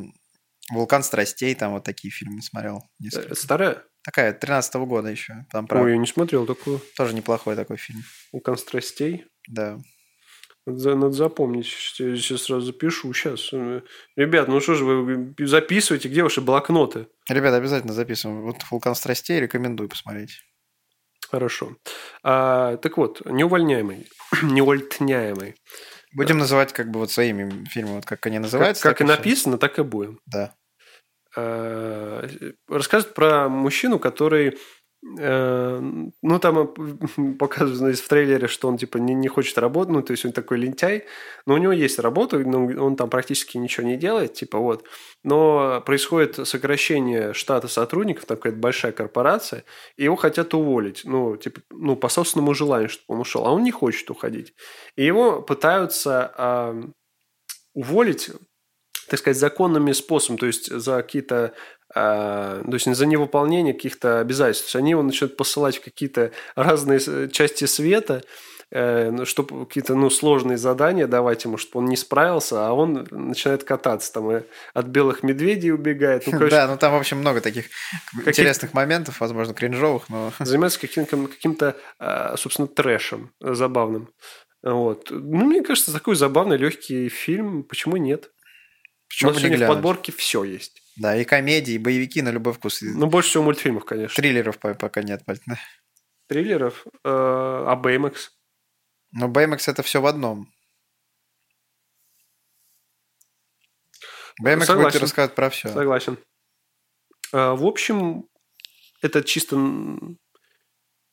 Speaker 2: «Вулкан страстей», там вот такие фильмы смотрел.
Speaker 1: Э,
Speaker 2: несколько.
Speaker 1: Старая?
Speaker 2: Такая, 13 года еще. Там,
Speaker 1: Э.
Speaker 2: правда,
Speaker 1: Ой, я не смотрел такую.
Speaker 2: тоже неплохой такой фильм.
Speaker 1: у контрастей.
Speaker 2: Да.
Speaker 1: Надо, за- надо запомнить. Я сейчас сразу запишу. Сейчас. Ребят, ну что же вы записываете? Где ваши блокноты?
Speaker 2: Ребята, обязательно записываем. Вот «Вулкан страстей» рекомендую посмотреть.
Speaker 1: Хорошо. А, так вот, неувольняемый. неувольтняемый.
Speaker 2: Будем называть как бы вот своими фильмами, вот как они
Speaker 1: Как,
Speaker 2: называются.
Speaker 1: как и
Speaker 2: так всё.
Speaker 1: написано, так и будем.
Speaker 2: Да.
Speaker 1: А, рассказывает про мужчину, который... э, Ну, там э, показано из- в трейлере, что он, типа, не, не хочет работать, ну, то есть он такой лентяй, но у него есть работа, но он там практически ничего не делает, типа, вот. но происходит сокращение штата сотрудников, там какая-то большая корпорация, и его хотят уволить, ну, типа, ну, по собственному желанию, чтобы он ушел, а он не хочет уходить. И его пытаются а, уволить, так сказать, законными способами, то есть за какие-то а, то есть за невыполнение каких-то обязательств. То есть Они его начнут посылать в какие-то разные э, части света, чтобы какие-то ну, сложные задания давать ему, чтобы он не справился, а он начинает кататься там и от белых медведей убегает. Ну, короче,
Speaker 2: Да, ну там, в общем, много таких интересных моментов, возможно, кринжовых, но...
Speaker 1: занимается каким-то, каким-то а, собственно, трэшем э, забавным. Вот. Ну, мне кажется, такой забавный, легкий фильм. Почему нет?
Speaker 2: Почему
Speaker 1: У нас
Speaker 2: бы не
Speaker 1: сегодня в
Speaker 2: глянуть?
Speaker 1: подборке все есть.
Speaker 2: Да, и комедии, и боевики на любой вкус. и
Speaker 1: Ну, больше всего мультфильмов, конечно.
Speaker 2: Триллеров по- пока нет. понятно.
Speaker 1: Триллеров. э, А BMX?
Speaker 2: Но BMX это все в одном. BMX будет
Speaker 1: Согласен.
Speaker 2: рассказывать про все.
Speaker 1: Согласен. А, В общем, это чисто м,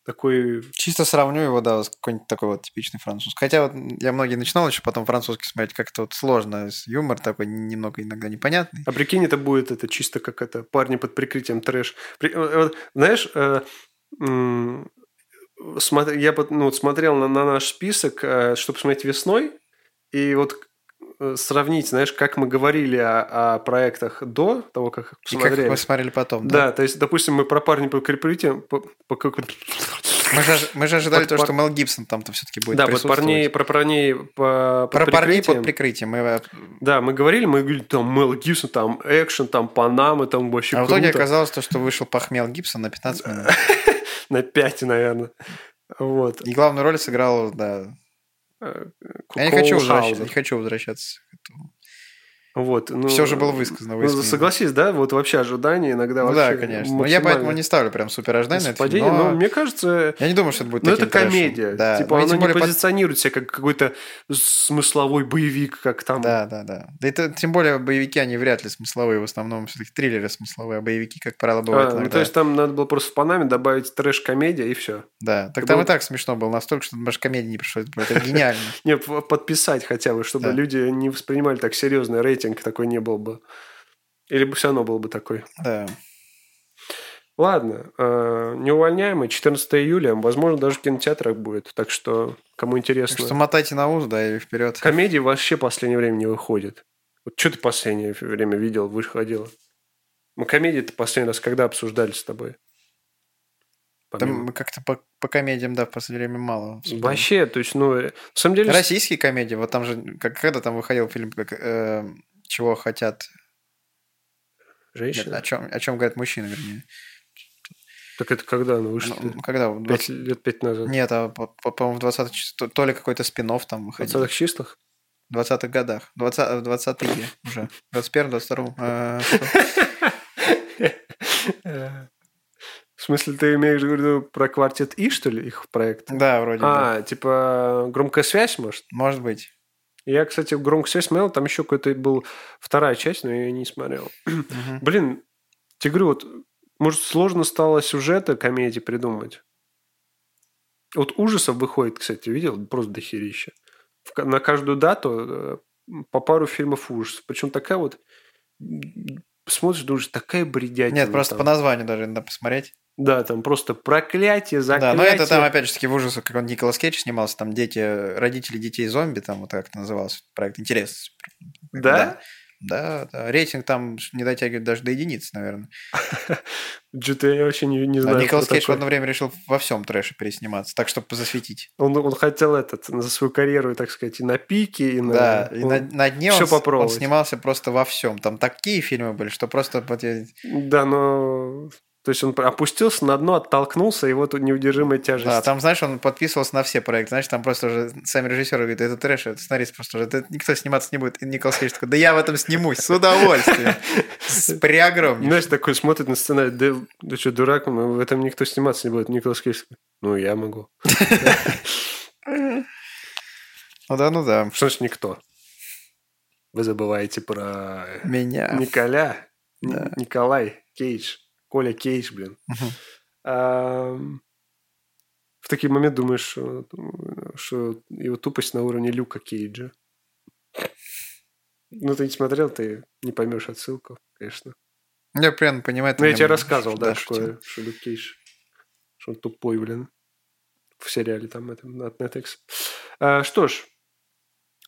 Speaker 1: такой...
Speaker 2: Чисто сравню его, да, с какой-нибудь такой вот типичный французский. Хотя вот я многие начинал еще потом французский смотреть, как-то вот сложно, с- юмор такой немного иногда непонятный.
Speaker 1: А прикинь, это будет это чисто как это парни под прикрытием трэш. При- э, вот, Знаешь, э, м, смотр- я под- ну, вот смотрел на, на наш список, чтобы посмотреть весной, и вот э, сравнить, знаешь, как мы говорили о, о проектах до того, как их
Speaker 2: И как
Speaker 1: посмотрели.
Speaker 2: мы смотрели потом, да?
Speaker 1: да, то есть, допустим, мы про парни под прикрытием... по- по как-
Speaker 2: Мы же, мы же ожидали
Speaker 1: Под
Speaker 2: то,
Speaker 1: пар-
Speaker 2: что Мел Гибсон там-то все-таки будет
Speaker 1: да, вот
Speaker 2: присутствовать.
Speaker 1: парней, про парней по, под
Speaker 2: Про парней под
Speaker 1: прикрытием.
Speaker 2: прикрытием. Мы... э,
Speaker 1: Да, мы говорили, мы говорили, там Мел Гибсон, там экшен, там Панама, там вообще
Speaker 2: А в
Speaker 1: круто.
Speaker 2: итоге оказалось то, что вышел похмел Гибсон на 15 минут.
Speaker 1: На 5, наверное. Вот.
Speaker 2: И главную роль сыграл, да.
Speaker 1: Э,
Speaker 2: Я не хочу,
Speaker 1: Коул
Speaker 2: возвращаться,
Speaker 1: Хаузер.
Speaker 2: не хочу возвращаться. к этому.
Speaker 1: Вот, ну,
Speaker 2: Все же было высказано.
Speaker 1: ну,
Speaker 2: выяснено.
Speaker 1: согласись, да, вот вообще ожидания иногда
Speaker 2: Ну
Speaker 1: вообще
Speaker 2: да, конечно. Но я поэтому не ставлю прям супер ожидания на этот фильм,
Speaker 1: совпадение, но...
Speaker 2: но
Speaker 1: мне кажется,
Speaker 2: Я не думаю, что это будет
Speaker 1: ну это
Speaker 2: таким трэшем.
Speaker 1: комедия.
Speaker 2: Да.
Speaker 1: Типа
Speaker 2: Ну, и
Speaker 1: она
Speaker 2: тем
Speaker 1: не
Speaker 2: более под-
Speaker 1: позиционирует себя как какой-то смысловой боевик, как там.
Speaker 2: Да, да, да. Да это, тем более боевики, они вряд ли смысловые, в основном все-таки триллеры смысловые, а боевики, как правило,
Speaker 1: А,
Speaker 2: бывают
Speaker 1: ну,
Speaker 2: иногда.
Speaker 1: то есть там надо было просто в Панаме добавить трэш-комедия и все.
Speaker 2: Да, так
Speaker 1: это
Speaker 2: там
Speaker 1: было-
Speaker 2: и так смешно было настолько, что даже комедии не пришлось. бы. Это гениально.
Speaker 1: Не, п- подписать хотя бы, чтобы
Speaker 2: Да.
Speaker 1: люди не воспринимали так серьезный рейтинг, такой не был бы. Или бы все равно был бы такой.
Speaker 2: Да.
Speaker 1: Ладно, э, неувольняемый, 14 июля, возможно, даже в кинотеатрах будет, так что, кому
Speaker 2: Так
Speaker 1: интересно.
Speaker 2: что мотайте на ус, да, и вперед.
Speaker 1: Комедии вообще последнее время не выходит. Вот что ты последнее время видел, выходило? Мы комедии-то последний раз когда обсуждали с тобой?
Speaker 2: Там
Speaker 1: Помимо-
Speaker 2: мы как-то по, по комедиям, да, в последнее время мало. вспомним.
Speaker 1: Вообще, то есть, ну, э, на самом деле...
Speaker 2: Российские комедии, вот там же, как, когда там выходил фильм, как, э, чего хотят, Нет,
Speaker 1: Женщина?
Speaker 2: о чем, о чем говорят мужчины, вернее.
Speaker 1: Так это когда она вышла?
Speaker 2: Ну, когда? в
Speaker 1: Пять
Speaker 2: 20
Speaker 1: лет пять назад.
Speaker 2: Нет, а, по- по- по-моему, в 20 число- то ли какой-то спин там
Speaker 1: В
Speaker 2: выходил.
Speaker 1: 20-х числах?
Speaker 2: В 20-х годах. 20, в 20-е уже. 21-22. Э,
Speaker 1: Э, В смысле, ты имеешь в виду про квартет И, что ли, их проект?
Speaker 2: Да, вроде бы.
Speaker 1: А, типа громкая связь, может?
Speaker 2: Может быть.
Speaker 1: Я, кстати, громкую связь смотрел, там еще какой-то был вторая часть, но я ее не смотрел.
Speaker 2: Мгм.
Speaker 1: Блин, тебе говорю, вот, может, сложно стало сюжеты комедии придумать? Вот ужасов выходит, кстати, видел? Просто дохерища. В ка- На каждую дату э, по пару фильмов ужасов. Причем такая вот... м, Смотришь, думаешь, такая бредятина.
Speaker 2: Нет, просто по
Speaker 1: там.
Speaker 2: названию даже надо посмотреть.
Speaker 1: Да, там просто проклятие,
Speaker 2: Да,
Speaker 1: заклятие.
Speaker 2: но это там, опять же, таки в ужасах, как он Николас Кейдж снимался, там дети, родители детей зомби, там вот как это назывался проект. Интерес.
Speaker 1: Да?
Speaker 2: Да, да. Рейтинг там не дотягивает даже до единицы, наверное.
Speaker 1: Что-то я вообще не, не знаю,
Speaker 2: а Николас
Speaker 1: кто
Speaker 2: Кейдж в
Speaker 1: такой.
Speaker 2: одно время решил во всем трэше пересниматься, так, чтобы засветить.
Speaker 1: Он, он хотел этот, за свою карьеру, так сказать, и на пике, и на...
Speaker 2: Да, и
Speaker 1: он-
Speaker 2: на, на дне
Speaker 1: всё
Speaker 2: он, с- он
Speaker 1: попробовать.
Speaker 2: снимался просто во всем. Там такие фильмы были, что просто... вот я-
Speaker 1: Да, но... То есть он опустился на дно, оттолкнулся, и вот неудержимая тяжесть.
Speaker 2: Да, а, там, знаешь, он подписывался на все проекты. Знаешь, там просто уже сами режиссеры говорят, это трэш, это сценарист просто уже, «Да никто сниматься не будет. И Николас Кейдж такой, да я в этом снимусь с удовольствием. С преогромнейшим.
Speaker 1: Знаешь, такой смотрит на сценарий, да, да что, дурак, ну, в этом никто сниматься не будет. Николас Кейдж, ну, я могу.
Speaker 2: Ну да, ну да.
Speaker 1: Что значит никто? Вы забываете про э,
Speaker 2: Меня.
Speaker 1: Николя, Н-
Speaker 2: Да.
Speaker 1: Николай Кейдж, Коля Кейдж, блин.
Speaker 2: Мгм.
Speaker 1: Ам, В такие моменты думаешь, что- что его тупость на уровне Люка Кейджа. Ну, ты не смотрел, ты не поймешь отсылку, конечно.
Speaker 2: Я прям понимаю.
Speaker 1: Ну, я
Speaker 2: ты
Speaker 1: тебе
Speaker 2: мне-
Speaker 1: рассказывал, да,
Speaker 2: шутил.
Speaker 1: такое, что Люк Кейдж, что он тупой, блин. В сериале там этом, от Netflix. А, что ж,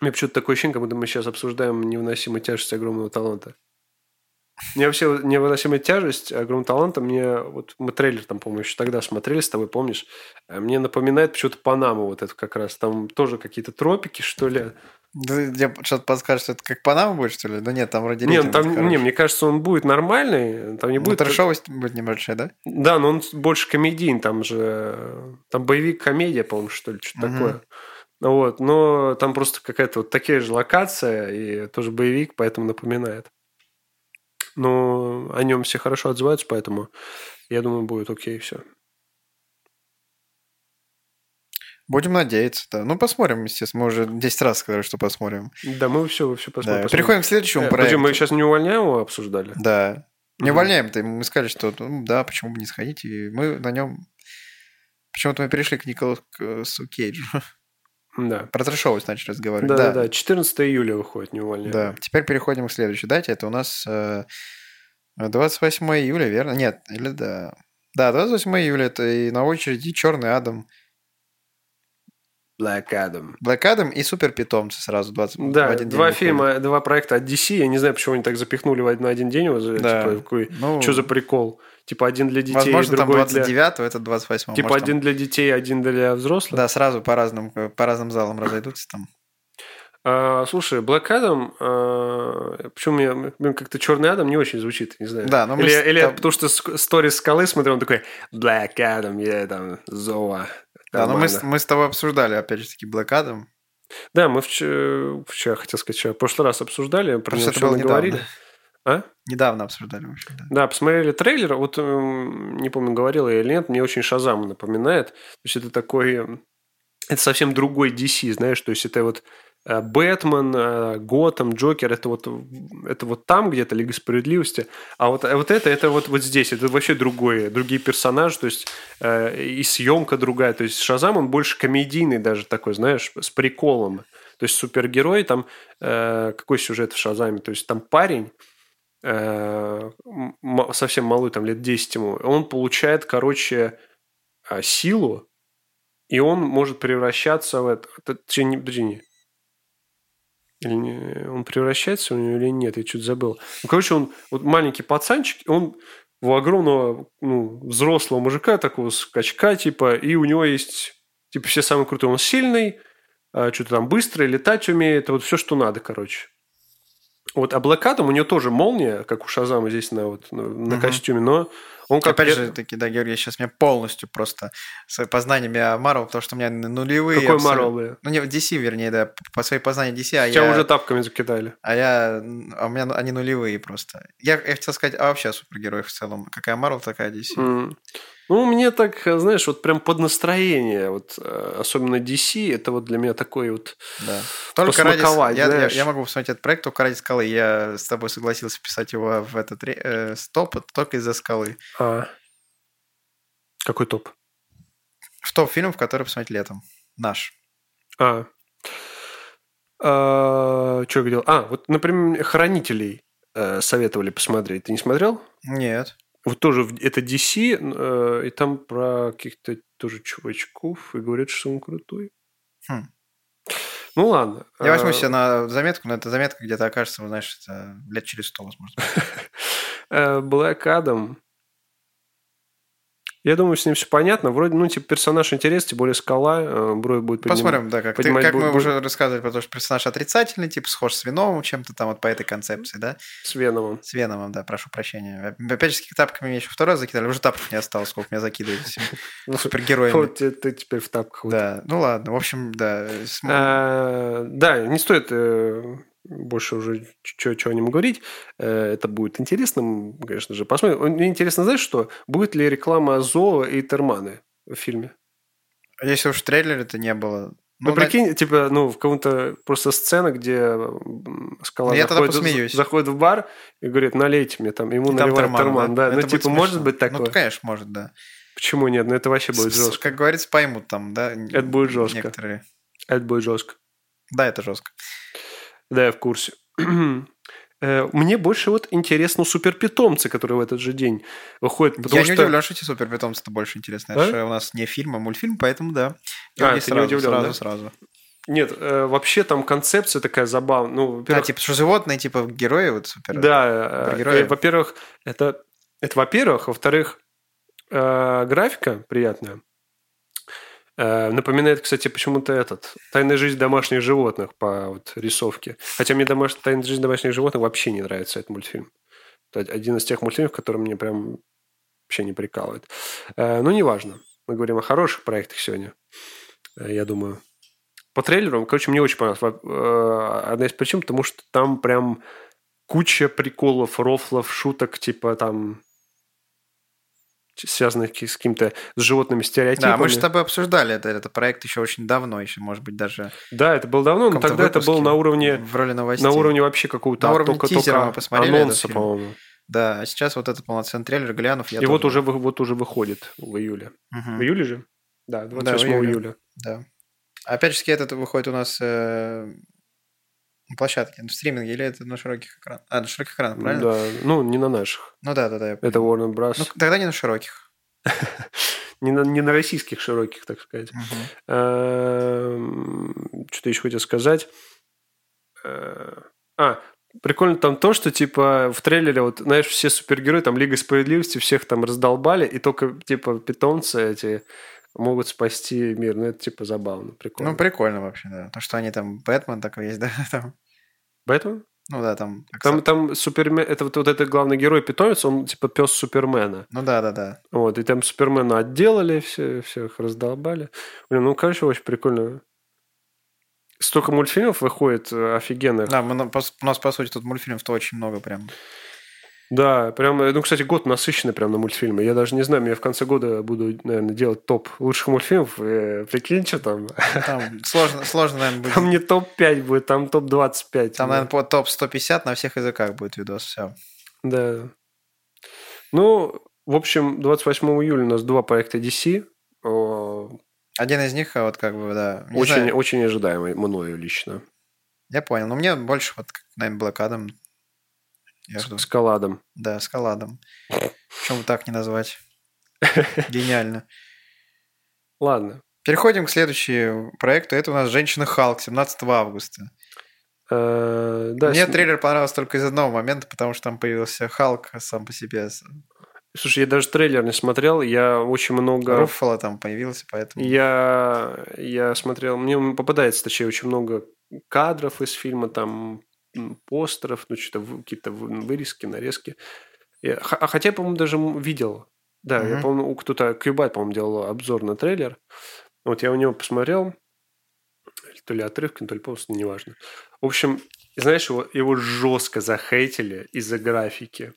Speaker 1: у меня почему-то такое ощущение, как будто мы сейчас обсуждаем невыносимую тяжесть огромного таланта. Мне вообще вот невыносимая тяжесть огромного таланта. Мне вот мы трейлер там, по-моему, еще тогда смотрели с тобой, помнишь? А Мне напоминает почему-то Панаму вот это как раз. Там тоже какие-то тропики, что ли.
Speaker 2: Да, Тебе что-то подскажешь, что это как Панама будет, что ли? Да нет, там вроде
Speaker 1: Не,
Speaker 2: рейтинг
Speaker 1: ну там,
Speaker 2: хороший.
Speaker 1: не, мне кажется, он будет нормальный. Там не
Speaker 2: Ну,
Speaker 1: будет...
Speaker 2: трэшовость будет небольшая, да?
Speaker 1: Да, но он больше комедийный, там же... э, Там боевик-комедия, по-моему, что ли, что-то
Speaker 2: Мгм.
Speaker 1: такое. Вот, но там просто какая-то вот такая же локация, и тоже боевик, поэтому напоминает. Но о нем все хорошо отзываются, поэтому я думаю, будет окей все.
Speaker 2: Будем надеяться, да. Ну, посмотрим, естественно. Мы уже 10 раз сказали, что посмотрим.
Speaker 1: Да, мы все, все
Speaker 2: Да,
Speaker 1: посмотрим.
Speaker 2: Переходим к следующему
Speaker 1: Э,
Speaker 2: проекту.
Speaker 1: подожди, мы сейчас не увольняем его обсуждали?
Speaker 2: Да. Не
Speaker 1: Мгм.
Speaker 2: увольняем-то. Мы сказали, что ну, да, почему бы не сходить. И мы на нем... Почему-то мы перешли к Николасу Кейджу.
Speaker 1: Да.
Speaker 2: Про трешовость начали разговаривать.
Speaker 1: Да, да, да. 14 июля выходит не увольняем.
Speaker 2: Да. Теперь переходим к следующей дате. Это у нас э, 28 июля, верно? Нет, или да. Да, 28 июля это и на очереди Черный Адам,
Speaker 1: Black Adam.
Speaker 2: Black Adam и Супер Питомцы сразу 20, Типа, в
Speaker 1: Да,
Speaker 2: один день
Speaker 1: два
Speaker 2: выходят.
Speaker 1: фильма, два проекта от DC. Я не знаю, почему они так запихнули в- на один день.
Speaker 2: Да. Ну,
Speaker 1: что за прикол? Типа один для детей,
Speaker 2: Возможно, там
Speaker 1: другой для...
Speaker 2: 29 это 28
Speaker 1: Типа
Speaker 2: может, там-
Speaker 1: один для детей, один для взрослых.
Speaker 2: Да, сразу по разным, э, по разным залам разойдутся там.
Speaker 1: А, слушай, Black Adam, а, почему мне, мне как-то Черный Адам не очень звучит, не знаю.
Speaker 2: Да, но мы
Speaker 1: или,
Speaker 2: с-
Speaker 1: или
Speaker 2: там-
Speaker 1: потому что ск- сторис скалы смотрел, он такой Black Adam, я там Зоа.
Speaker 2: Да, но мы, с-
Speaker 1: Нормально.
Speaker 2: мы с тобой обсуждали, опять же таки, Black Adam.
Speaker 1: Да, мы вчера, вчера хотел сказать, вчера, в прошлый раз обсуждали, про
Speaker 2: Просто
Speaker 1: него
Speaker 2: это
Speaker 1: всё
Speaker 2: было
Speaker 1: мы говорили.
Speaker 2: недавно.
Speaker 1: А?
Speaker 2: Недавно обсуждали, в общем, да.
Speaker 1: Да, посмотрели трейлер. Вот эм, не помню, говорил я или нет, мне очень Шазам напоминает. То есть это такой... эм, Это совсем другой DC, знаешь, то есть это вот э, Бэтмен, э, Готэм, Джокер, это вот, в- это вот там где-то Лига Справедливости, а вот, а вот это, это вот, вот здесь, это вообще другое, другие персонажи, то есть э, и съемка другая, то есть Шазам, он больше комедийный даже такой, знаешь, с приколом, то есть супергерой, там э, какой сюжет в Шазаме, то есть там парень, э, м- м- совсем малой, там лет 10 ему, он получает, короче, а, силу, и он может превращаться в это. т- Точнее, не- подожди, не. Или не- он превращается у него или нет, я что-то забыл. Ну, короче, он вот маленький пацанчик, и он у огромного ну, взрослого мужика, такого скачка, типа, и у него есть, типа, все самые крутые. Он сильный, а, что-то там быстрый, летать умеет, вот все, что надо, короче. Вот, а Black Adam, у него тоже молния, как у Шазама здесь на, вот, на, на
Speaker 2: Мгм.
Speaker 1: костюме, но он как...
Speaker 2: Опять
Speaker 1: э-
Speaker 2: же, таки, да, Георгий, сейчас меня полностью просто с познаниями о Marvel, потому что у меня нулевые...
Speaker 1: Какой
Speaker 2: абсолютно-
Speaker 1: Марвел, бля?
Speaker 2: Ну, не, в DC, вернее, да, по своей познанию DC, а
Speaker 1: Тебя
Speaker 2: я...
Speaker 1: уже тапками закидали.
Speaker 2: А я... А у меня ну, они нулевые просто. Я, я хотел сказать, а вообще о супергероях в целом. Какая Marvel, такая DC.
Speaker 1: М. Ну, мне так, э, знаешь, вот прям под настроение, вот, э, особенно DC, это вот для меня такой вот...
Speaker 2: Да. Только ради...
Speaker 1: Посмаковать,
Speaker 2: Я, я-
Speaker 1: знаешь.
Speaker 2: я могу посмотреть этот проект только ради скалы. Я с тобой согласился писать его в этот ре- э, стоп только из-за скалы.
Speaker 1: а, Какой топ?
Speaker 2: В топ фильм, в который посмотреть летом. Наш.
Speaker 1: А. что я говорил? А, вот, например, «Хранителей» э, советовали посмотреть. Ты не смотрел?
Speaker 2: Нет.
Speaker 1: Вот тоже в- это DC, э, и там про каких-то тоже чувачков, и говорят, что он крутой.
Speaker 2: Хм.
Speaker 1: Ну, ладно.
Speaker 2: Я возьму
Speaker 1: А,
Speaker 2: себе на заметку, но эта заметка где-то окажется, вы знаешь, это лет через сто, возможно.
Speaker 1: Э, Black Adam. Я думаю, с ним все понятно. Вроде, ну, типа, персонаж интересный, тем более скала, э, брови будет поднимать.
Speaker 2: Посмотрим, да, как, ты-
Speaker 1: поднимать
Speaker 2: как
Speaker 1: бу-
Speaker 2: мы
Speaker 1: бу-
Speaker 2: уже рассказывали, потому что персонаж отрицательный, типа схож с Виновым чем-то там вот по этой концепции, да?
Speaker 1: С Веномом.
Speaker 2: С Веномом, да, прошу прощения. Опять же, с тапками меня еще второй раз закидали, уже тапок не осталось, сколько меня закидывают всеми супергероями.
Speaker 1: Вот э, ты теперь в тапках. вот.
Speaker 2: Ну, Да, ну ладно, в общем, да. см-
Speaker 1: А, Да, не стоит э, больше уже чего о нем говорить. Э, Это будет интересно, м, конечно же. Посмотрим. Мне интересно, знаешь что? Будет ли реклама Зоо и Терманы в фильме?
Speaker 2: Если уж в трейлере это не было...
Speaker 1: Ну,
Speaker 2: на-
Speaker 1: прикинь, типа, ну, в каком-то просто сцена, где м, скала
Speaker 2: Ну, я тогда
Speaker 1: заходит,
Speaker 2: посмеюсь.
Speaker 1: заходит в бар и говорит, налейте мне там, ему
Speaker 2: там
Speaker 1: наливают
Speaker 2: Терман,
Speaker 1: терман, да.
Speaker 2: Это
Speaker 1: Ну,
Speaker 2: будет
Speaker 1: типа,
Speaker 2: смешно.
Speaker 1: может быть такое?
Speaker 2: Ну, конечно, может, да.
Speaker 1: Почему нет? Ну, это вообще будет
Speaker 2: С- с-
Speaker 1: жестко.
Speaker 2: Как говорится, поймут там, да?
Speaker 1: Это будет жестко.
Speaker 2: Некоторые.
Speaker 1: Это будет жестко.
Speaker 2: Да, это жестко.
Speaker 1: Да, я в курсе. Э, Мне больше вот интересно суперпитомцы, которые в этот же день выходят. Потому
Speaker 2: я
Speaker 1: что...
Speaker 2: не удивлен, что тебе суперпитомцы это больше интересно.
Speaker 1: А?
Speaker 2: Это же у нас не фильм, а мультфильм, поэтому да.
Speaker 1: А,
Speaker 2: И
Speaker 1: ты не удивлен,
Speaker 2: сразу,
Speaker 1: да?
Speaker 2: сразу.
Speaker 1: Нет, э, вообще там концепция такая забавная. Ну,
Speaker 2: Да,
Speaker 1: во-первых,
Speaker 2: типа, что животные, типа, герои вот супер.
Speaker 1: Да, э,
Speaker 2: Супергерои.
Speaker 1: э, во-первых, это, это во-первых, во-вторых, э, графика приятная. Э, Напоминает, кстати, почему-то этот «Тайная жизнь домашних животных» по вот рисовке. Хотя мне домаш... «Тайная жизнь домашних животных» вообще не нравится этот мультфильм. Это один из тех мультфильмов, который мне прям вообще не прикалывает. Э, Ну, неважно. Мы говорим о хороших проектах сегодня, э, я думаю. По трейлеру, короче, мне очень понравилось. Во- э, Одна из причин, потому что там прям куча приколов, рофлов, шуток, типа там связанных с какими-то с животными стереотипами.
Speaker 2: Да, мы же с тобой обсуждали это, этот проект еще очень давно, еще, может быть, даже...
Speaker 1: Да, это было давно, но тогда это было на уровне...
Speaker 2: В роли новостей.
Speaker 1: Ну, На уровне вообще какого-то
Speaker 2: На уровне
Speaker 1: только,
Speaker 2: тизера
Speaker 1: только
Speaker 2: мы посмотрели
Speaker 1: анонса,
Speaker 2: этот фильм.
Speaker 1: по-моему.
Speaker 2: Да, а сейчас вот этот полноценный трейлер Глянув. Я
Speaker 1: И вот
Speaker 2: тоже-
Speaker 1: уже, вы- вот уже выходит в июле.
Speaker 2: Мгм.
Speaker 1: В июле же? Да, 28
Speaker 2: в июле.
Speaker 1: июля.
Speaker 2: Да. Опять же, этот выходит у нас э, на площадке, на стриминге, или это на широких экранах? А, на широких экранах, правильно?
Speaker 1: Да, ну, не на наших.
Speaker 2: Ну да, да, да. я
Speaker 1: Это
Speaker 2: понял.
Speaker 1: Warner Bros.
Speaker 2: Ну, тогда не на широких.
Speaker 1: Не, на, не на российских широких, так сказать. Эм, Что-то еще хотел сказать. Э, А, прикольно там то, что типа в трейлере, вот, знаешь, все супергерои, там Лига Справедливости, всех там раздолбали, и только типа питомцы эти могут спасти мир. Ну, это типа забавно, прикольно.
Speaker 2: Ну, прикольно вообще, да. То, что они там, Бэтмен такой есть, да, там.
Speaker 1: Бэтмен?
Speaker 2: Ну да, там. как
Speaker 1: Там,
Speaker 2: сам-
Speaker 1: там Супермен, это вот, вот этот главный герой питомец, он типа пес Супермена.
Speaker 2: Ну да, да, да.
Speaker 1: Вот, и там Супермена отделали, все, всех раздолбали. Блин, ну, короче, очень прикольно. Столько мультфильмов выходит э, офигенных.
Speaker 2: Да, мы на- пос- у нас, по сути, тут мультфильмов-то очень много прям.
Speaker 1: Да, прям, э, ну, кстати, год насыщенный прям на мультфильмы. Я даже не знаю, я в конце года буду, наверное, делать топ лучших мультфильмов. Э, прикинь, что там? А
Speaker 2: Ну, Там сложно, сложно, наверное,
Speaker 1: Там
Speaker 2: будет.
Speaker 1: не топ-5 будет, там топ-25.
Speaker 2: Там, наверное, по топ-150 на всех языках будет видос, все.
Speaker 1: Да. Ну, в общем, 28 июля у нас два проекта DC. О,
Speaker 2: Один из них, а вот как бы, да. не
Speaker 1: Очень,
Speaker 2: знаю,
Speaker 1: очень ожидаемый мною лично.
Speaker 2: Я понял. Но мне больше, вот, как, наверное, Black Adam. Я жду.
Speaker 1: С, с колладом.
Speaker 2: Да, с Каладом. Почему бы так не назвать? Гениально.
Speaker 1: Ладно.
Speaker 2: Переходим к следующему проекту. Это у нас «Женщина Халк» 17 августа.
Speaker 1: Э, да,
Speaker 2: Мне
Speaker 1: с-
Speaker 2: трейлер понравился только из одного момента, потому что там появился Халк сам по себе. с-
Speaker 1: Слушай, я даже трейлер не смотрел, я очень много...
Speaker 2: Руффало там появился, поэтому...
Speaker 1: Я, я смотрел, мне попадается, точнее, очень много кадров из фильма, там м, постеров, ну, что-то вы- какие-то вы- вырезки, нарезки. Я- х- а хотя я, по-моему, даже м, видел. Да, я,
Speaker 2: Мгм.
Speaker 1: по-моему, у кто-то, Кьюбайт, по-моему, делал обзор на трейлер. Вот я у него посмотрел, то ли отрывки, ну, то ли просто, неважно. В общем, знаешь, его, его жестко захейтили из-за графики.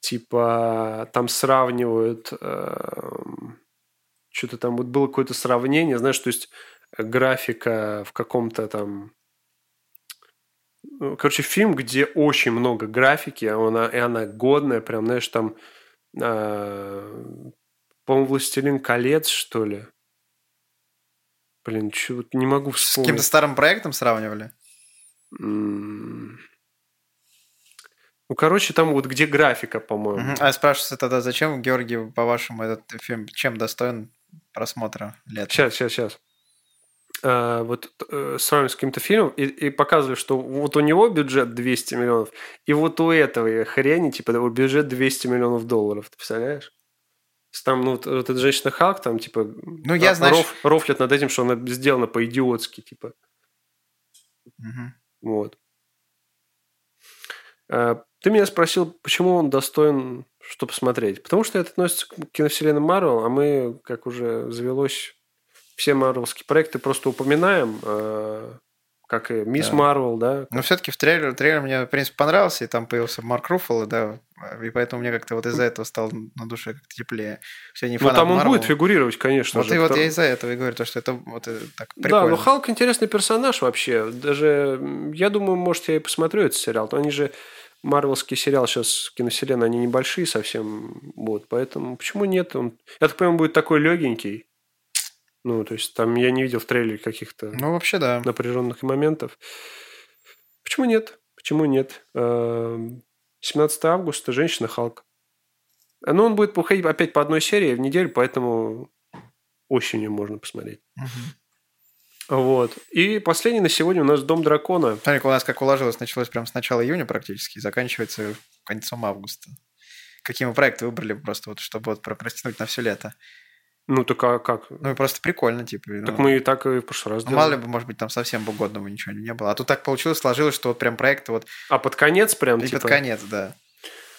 Speaker 1: Типа, там сравнивают... эм, что-то там вот было какое-то сравнение, знаешь, то есть э, графика в каком-то там... ну, Короче, фильм, где очень много графики, а она, и она годная, прям, знаешь, там, э, по-моему, «Властелин колец», что ли. Блин, чё, вот не могу
Speaker 2: С
Speaker 1: вспомнить.
Speaker 2: каким-то старым проектом сравнивали?
Speaker 1: М. Ну, короче, там вот где графика, по-моему.
Speaker 2: Мгм. А я спрашиваю тогда, зачем, Георгий, по-вашему, этот фильм чем достоин просмотра лет?
Speaker 1: Сейчас, сейчас, сейчас. вот э, сравниваю с каким-то фильмом и, и показываю, что вот у него бюджет 200 миллионов, и вот у этого хрени, типа, его бюджет 200 миллионов долларов, ты представляешь? С Там, ну, вот, вот эта женщина Халк, там, типа,
Speaker 2: Ну, я,
Speaker 1: ро-
Speaker 2: знаешь-
Speaker 1: роф- рофлят над этим, что она сделана по-идиотски, типа,
Speaker 2: Мгм.
Speaker 1: вот. Э, Ты меня спросил, почему он достоин, что посмотреть. Потому что это относится к киновселенной Марвел, а мы, как уже завелось, все марвелские проекты просто упоминаем, э, как и Мисс
Speaker 2: Да.
Speaker 1: Марвел, да.
Speaker 2: Но все-таки в трейлер, трейлер мне, в принципе, понравился, и там появился Марк Руффало, да, и поэтому мне как-то вот из-за этого стало на душе как-то теплее. Все,
Speaker 1: Но
Speaker 2: не фанат
Speaker 1: Ну, там он
Speaker 2: Марвел.
Speaker 1: будет фигурировать, конечно
Speaker 2: Вот
Speaker 1: же.
Speaker 2: и вот
Speaker 1: потому-
Speaker 2: я из-за этого и говорю, то, что это вот э, так
Speaker 1: Да,
Speaker 2: прикольно.
Speaker 1: но Халк интересный персонаж вообще. Даже, м, я думаю, может, я и посмотрю этот сериал. Но они же, марвелский сериал сейчас, киновселенная, они небольшие совсем. Вот, поэтому почему нет? Он, я так понимаю, будет такой легенький. Ну, то есть, там я не видел в трейлере каких-то
Speaker 2: Ну, вообще, да.
Speaker 1: напряженных моментов. Почему нет? Почему нет? Эм, 17 августа «Женщина Халк». А, Ну, он будет выходить опять по одной серии в неделю, поэтому осенью можно посмотреть.
Speaker 2: Мгм.
Speaker 1: Вот. И последний на сегодня у нас «Дом дракона».
Speaker 2: Смотри, у нас как уложилось, началось прямо с начала июня практически, и заканчивается концом августа. Какие мы проекты выбрали просто вот, чтобы вот прокрастинуть на все лето.
Speaker 1: Ну, так а как?
Speaker 2: Ну и просто прикольно, типа. ну,
Speaker 1: Так мы и так и в прошлый раз
Speaker 2: ну, мало ли
Speaker 1: делали.
Speaker 2: бы, может быть, там совсем бы годного ничего не было. А тут так получилось, сложилось, что вот прям проекты вот
Speaker 1: А под конец прям,
Speaker 2: и
Speaker 1: типа...
Speaker 2: под конец, да.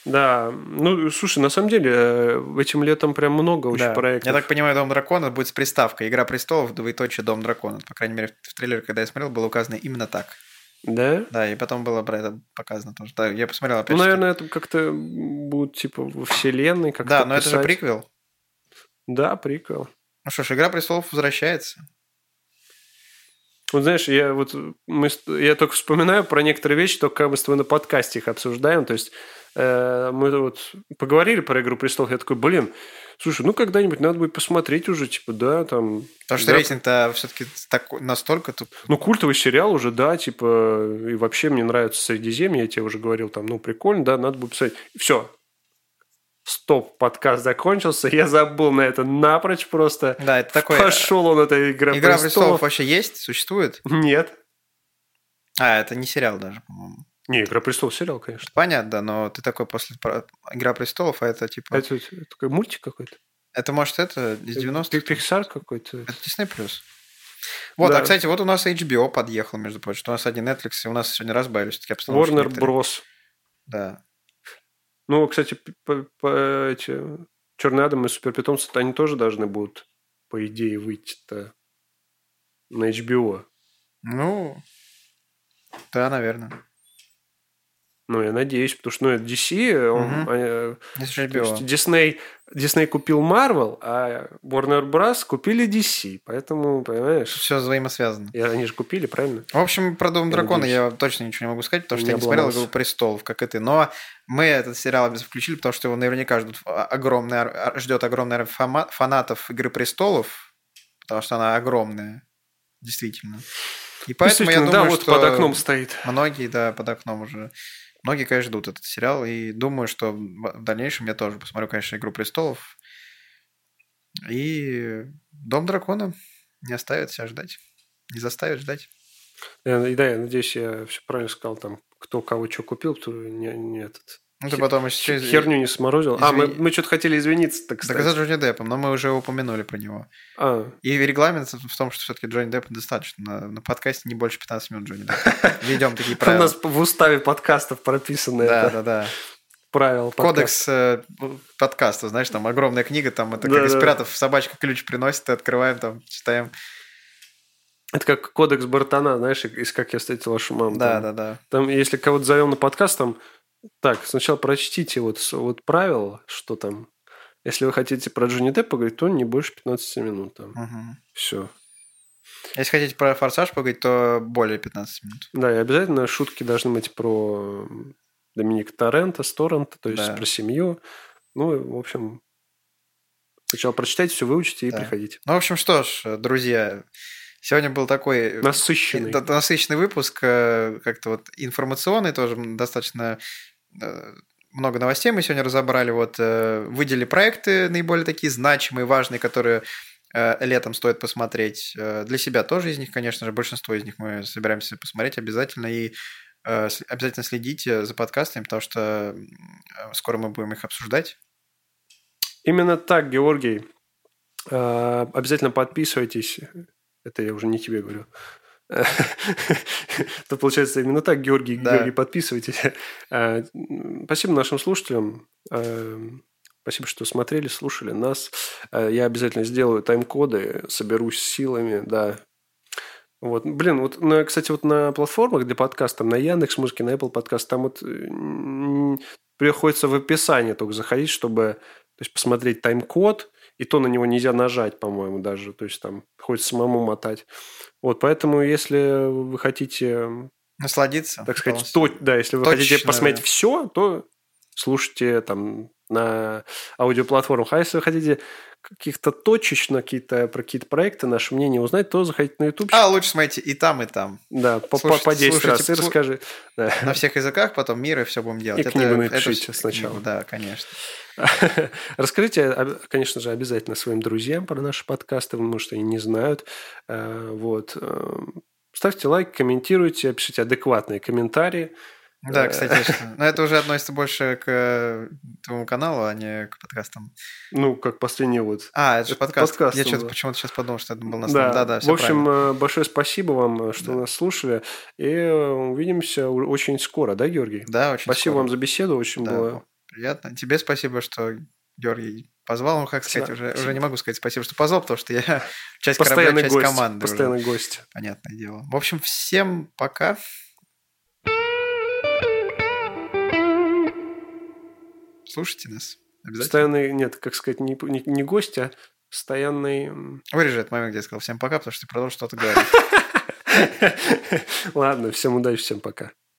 Speaker 1: Да. Ну, слушай, на самом деле, э, этим летом прям много очень
Speaker 2: Да.
Speaker 1: проектов.
Speaker 2: Я так понимаю, Дом Дракона будет с приставкой. Игра престолов, двоеточие Дом Дракона. По крайней мере, в трейлере, когда я смотрел, было указано именно так.
Speaker 1: Да?
Speaker 2: Да, и потом было про это показано тоже. Да, я посмотрел опять.
Speaker 1: Ну,
Speaker 2: что-
Speaker 1: наверное, это как-то будет типа во вселенной как-то
Speaker 2: да, но это же
Speaker 1: писать.
Speaker 2: приквел.
Speaker 1: Да, прикол.
Speaker 2: Ну что ж, «Игра престолов» возвращается.
Speaker 1: Вот знаешь, я вот мы, с- я только вспоминаю про некоторые вещи, только когда мы с тобой на подкасте их обсуждаем. То есть э, мы вот поговорили про «Игру престолов», я такой, блин, слушай, ну когда-нибудь надо будет посмотреть уже, типа, да, там...
Speaker 2: Потому что
Speaker 1: да,
Speaker 2: рейтинг-то все-таки настолько тут.
Speaker 1: Ну, культовый сериал уже, да, типа, и вообще мне нравится «Средиземье», я тебе уже говорил, там, ну, прикольно, да, надо будет писать. Все. Стоп, подкаст закончился, я забыл на это напрочь просто.
Speaker 2: Да, это такое. э,
Speaker 1: Пошел он, эта «Игра,
Speaker 2: «Игра престолов»
Speaker 1: престолов».
Speaker 2: вообще есть? Существует?
Speaker 1: Нет.
Speaker 2: А, это не сериал даже, по-моему.
Speaker 1: Не, «Игра престолов» сериал, конечно.
Speaker 2: Понятно, да, но ты такой после про- «Игра престолов», а это типа... Это,
Speaker 1: Это, это такой мультик какой-то.
Speaker 2: может, это из 90-х?
Speaker 1: Пи- Пиксар какой-то.
Speaker 2: Это Disney+. плюс. Вот,
Speaker 1: Да.
Speaker 2: а, кстати, вот у нас HBO подъехал, между прочим. что У нас один Netflix, и у нас сегодня разбавились такие обстановки.
Speaker 1: Warner
Speaker 2: некоторые.
Speaker 1: Bros.
Speaker 2: Да.
Speaker 1: Ну, кстати, п- по- по- эти Черный Адам и Супер Питомцы, они тоже должны будут, по идее, выйти-то на HBO.
Speaker 2: Ну, да, наверное.
Speaker 1: Ну, я надеюсь, потому что ну, это DC, он,
Speaker 2: Мгм.
Speaker 1: э,
Speaker 2: Если
Speaker 1: то есть
Speaker 2: HBO.
Speaker 1: Disney, Disney купил Marvel, а Warner Bros. купили DC. Поэтому, понимаешь,
Speaker 2: Все взаимосвязано.
Speaker 1: и они же купили, правильно?
Speaker 2: В общем, про Дом
Speaker 1: Я
Speaker 2: дракона я точно ничего не могу сказать, потому что
Speaker 1: Не
Speaker 2: я не смотрел
Speaker 1: обломался.
Speaker 2: «Игру престолов», как и ты. Но мы этот сериал обязательно включили, потому что его наверняка ждут о- огромный, ар- ар- ждет огромный ар- фома- фанатов «Игры престолов», потому что она огромная, действительно. И поэтому я
Speaker 1: Действительно,
Speaker 2: думаю,
Speaker 1: да, вот
Speaker 2: что
Speaker 1: под окном стоит.
Speaker 2: многие, да, под окном уже, многие, конечно, ждут этот сериал, и думаю, что в в дальнейшем я тоже посмотрю, конечно, «Игру престолов», и «Дом дракона» не оставит себя ждать, не заставит ждать.
Speaker 1: Я- Э, и да, я надеюсь, я все правильно сказал, там, кто кого что купил, кто не, не этот,
Speaker 2: Ну, ты
Speaker 1: Хе-
Speaker 2: потом еще... из-
Speaker 1: херню не сморозил. А, мы,
Speaker 2: извини.
Speaker 1: что-то хотели извиниться, так
Speaker 2: Так
Speaker 1: кстати.
Speaker 2: это с Джонни Деппом, но мы уже упомянули про него.
Speaker 1: А,
Speaker 2: И регламент в том, что все-таки Джонни Деппа достаточно. На, на подкасте не больше 15 минут Джонни Деппа. Ведем такие
Speaker 1: у
Speaker 2: правила.
Speaker 1: нас в уставе подкастов прописано
Speaker 2: Да,
Speaker 1: это
Speaker 2: да, да.
Speaker 1: правило. подкаста.
Speaker 2: Кодекс э, подкаста, знаешь, там огромная книга, там это как
Speaker 1: Да,
Speaker 2: из
Speaker 1: да.
Speaker 2: пиратов собачка ключ приносит, и открываем, там читаем.
Speaker 1: Это как кодекс Бартана, знаешь, из «Как я встретил вашу маму».
Speaker 2: Да,
Speaker 1: там.
Speaker 2: да, да.
Speaker 1: Там, если кого-то зовем на подкаст, там, так, сначала прочтите вот, с- вот правила, что там. Если вы хотите про Джонни Деппа говорить, то не больше 15 минут. Там.
Speaker 2: Мгм.
Speaker 1: Все.
Speaker 2: Если хотите про форсаж поговорить, то более 15 минут.
Speaker 1: Да, и обязательно шутки должны быть про м, Доминика Торрента, Сторрента, то есть
Speaker 2: Да.
Speaker 1: про семью. Ну, и, в общем, сначала прочитайте, все выучите и
Speaker 2: Да.
Speaker 1: приходите.
Speaker 2: Ну, в общем, что ж, друзья, сегодня был такой...
Speaker 1: Насыщенный.
Speaker 2: Э, Да, насыщенный выпуск, э, как-то вот информационный тоже м, достаточно э, много новостей мы сегодня разобрали. Вот э, выделили проекты наиболее такие значимые, важные, которые э, летом стоит посмотреть. Э, Для себя тоже из них, конечно же, большинство из них мы собираемся посмотреть обязательно. И э, с- обязательно следите за подкастами, потому что м, э, скоро мы будем их обсуждать.
Speaker 1: Именно так, Георгий. А, Обязательно подписывайтесь. Это я уже не тебе говорю. Это получается именно так, Георгий.
Speaker 2: Да.
Speaker 1: Георгий, подписывайтесь. А, м, Спасибо нашим слушателям. А, Спасибо, что смотрели, слушали нас. А, Я обязательно сделаю тайм-коды, соберусь с силами, да. Вот, блин, вот, на, кстати, вот на платформах для подкаста, на Яндекс Музыке, на Apple Podcast, там вот э, м, приходится в описание только заходить, чтобы то есть посмотреть тайм-код, и то на него нельзя нажать, по-моему, даже. То есть там приходится самому мотать. Вот, поэтому если вы хотите,
Speaker 2: Насладиться.
Speaker 1: так сказать,
Speaker 2: полностью.
Speaker 1: то- да, если вы
Speaker 2: Точно,
Speaker 1: хотите посмотреть
Speaker 2: да.
Speaker 1: все, то слушайте там на аудиоплатформах. А если вы хотите каких-то точечно какие-то про какие-то проекты наше мнение узнать, то заходите на YouTube.
Speaker 2: А, лучше смотрите и там, и там.
Speaker 1: да, по, по-
Speaker 2: слушайте-
Speaker 1: по 10 раз и
Speaker 2: слушайте, слу-
Speaker 1: расскажи. Да.
Speaker 2: На всех языках, потом мир, и все будем делать.
Speaker 1: И книгу
Speaker 2: это
Speaker 1: напишите
Speaker 2: всё-
Speaker 1: сначала.
Speaker 2: книгу, Да, конечно.
Speaker 1: Расскажите, об- конечно же, обязательно своим друзьям про наши подкасты, может, они не знают. Э, Вот. э, Ставьте лайк, комментируйте, пишите адекватные комментарии.
Speaker 2: Да,
Speaker 1: Э.
Speaker 2: кстати, что- но это уже относится больше к э, твоему каналу, а не к подкастам.
Speaker 1: Ну, как последний вот.
Speaker 2: А, это же
Speaker 1: Это
Speaker 2: подкаст.
Speaker 1: подкаст
Speaker 2: Я
Speaker 1: был,
Speaker 2: что-то
Speaker 1: да.
Speaker 2: почему-то сейчас подумал, что это был на самом Да, да,
Speaker 1: в
Speaker 2: все
Speaker 1: общем,
Speaker 2: правильно.
Speaker 1: э, большое спасибо вам, э, что нас слушали. И э, увидимся у- очень скоро, да, Георгий?
Speaker 2: Да, очень
Speaker 1: спасибо
Speaker 2: скоро.
Speaker 1: вам за беседу, очень
Speaker 2: Да,
Speaker 1: было.
Speaker 2: Приятно. Тебе спасибо, что Георгий позвал. Ну, как сказать,
Speaker 1: Да,
Speaker 2: уже,
Speaker 1: спасибо.
Speaker 2: уже не могу сказать спасибо, что позвал, потому что я часть корабля,
Speaker 1: Постоянный
Speaker 2: часть
Speaker 1: гость.
Speaker 2: команды уже.
Speaker 1: Постоянный гость.
Speaker 2: Понятное дело. В общем, всем пока. Слушайте нас. Обязательно.
Speaker 1: Постоянный, нет, как сказать, не, не, не гость, а постоянный... м,
Speaker 2: Вырежи этот момент, где я сказал всем пока, потому что ты продолжил что-то говорить.
Speaker 1: Ладно, всем удачи, всем пока.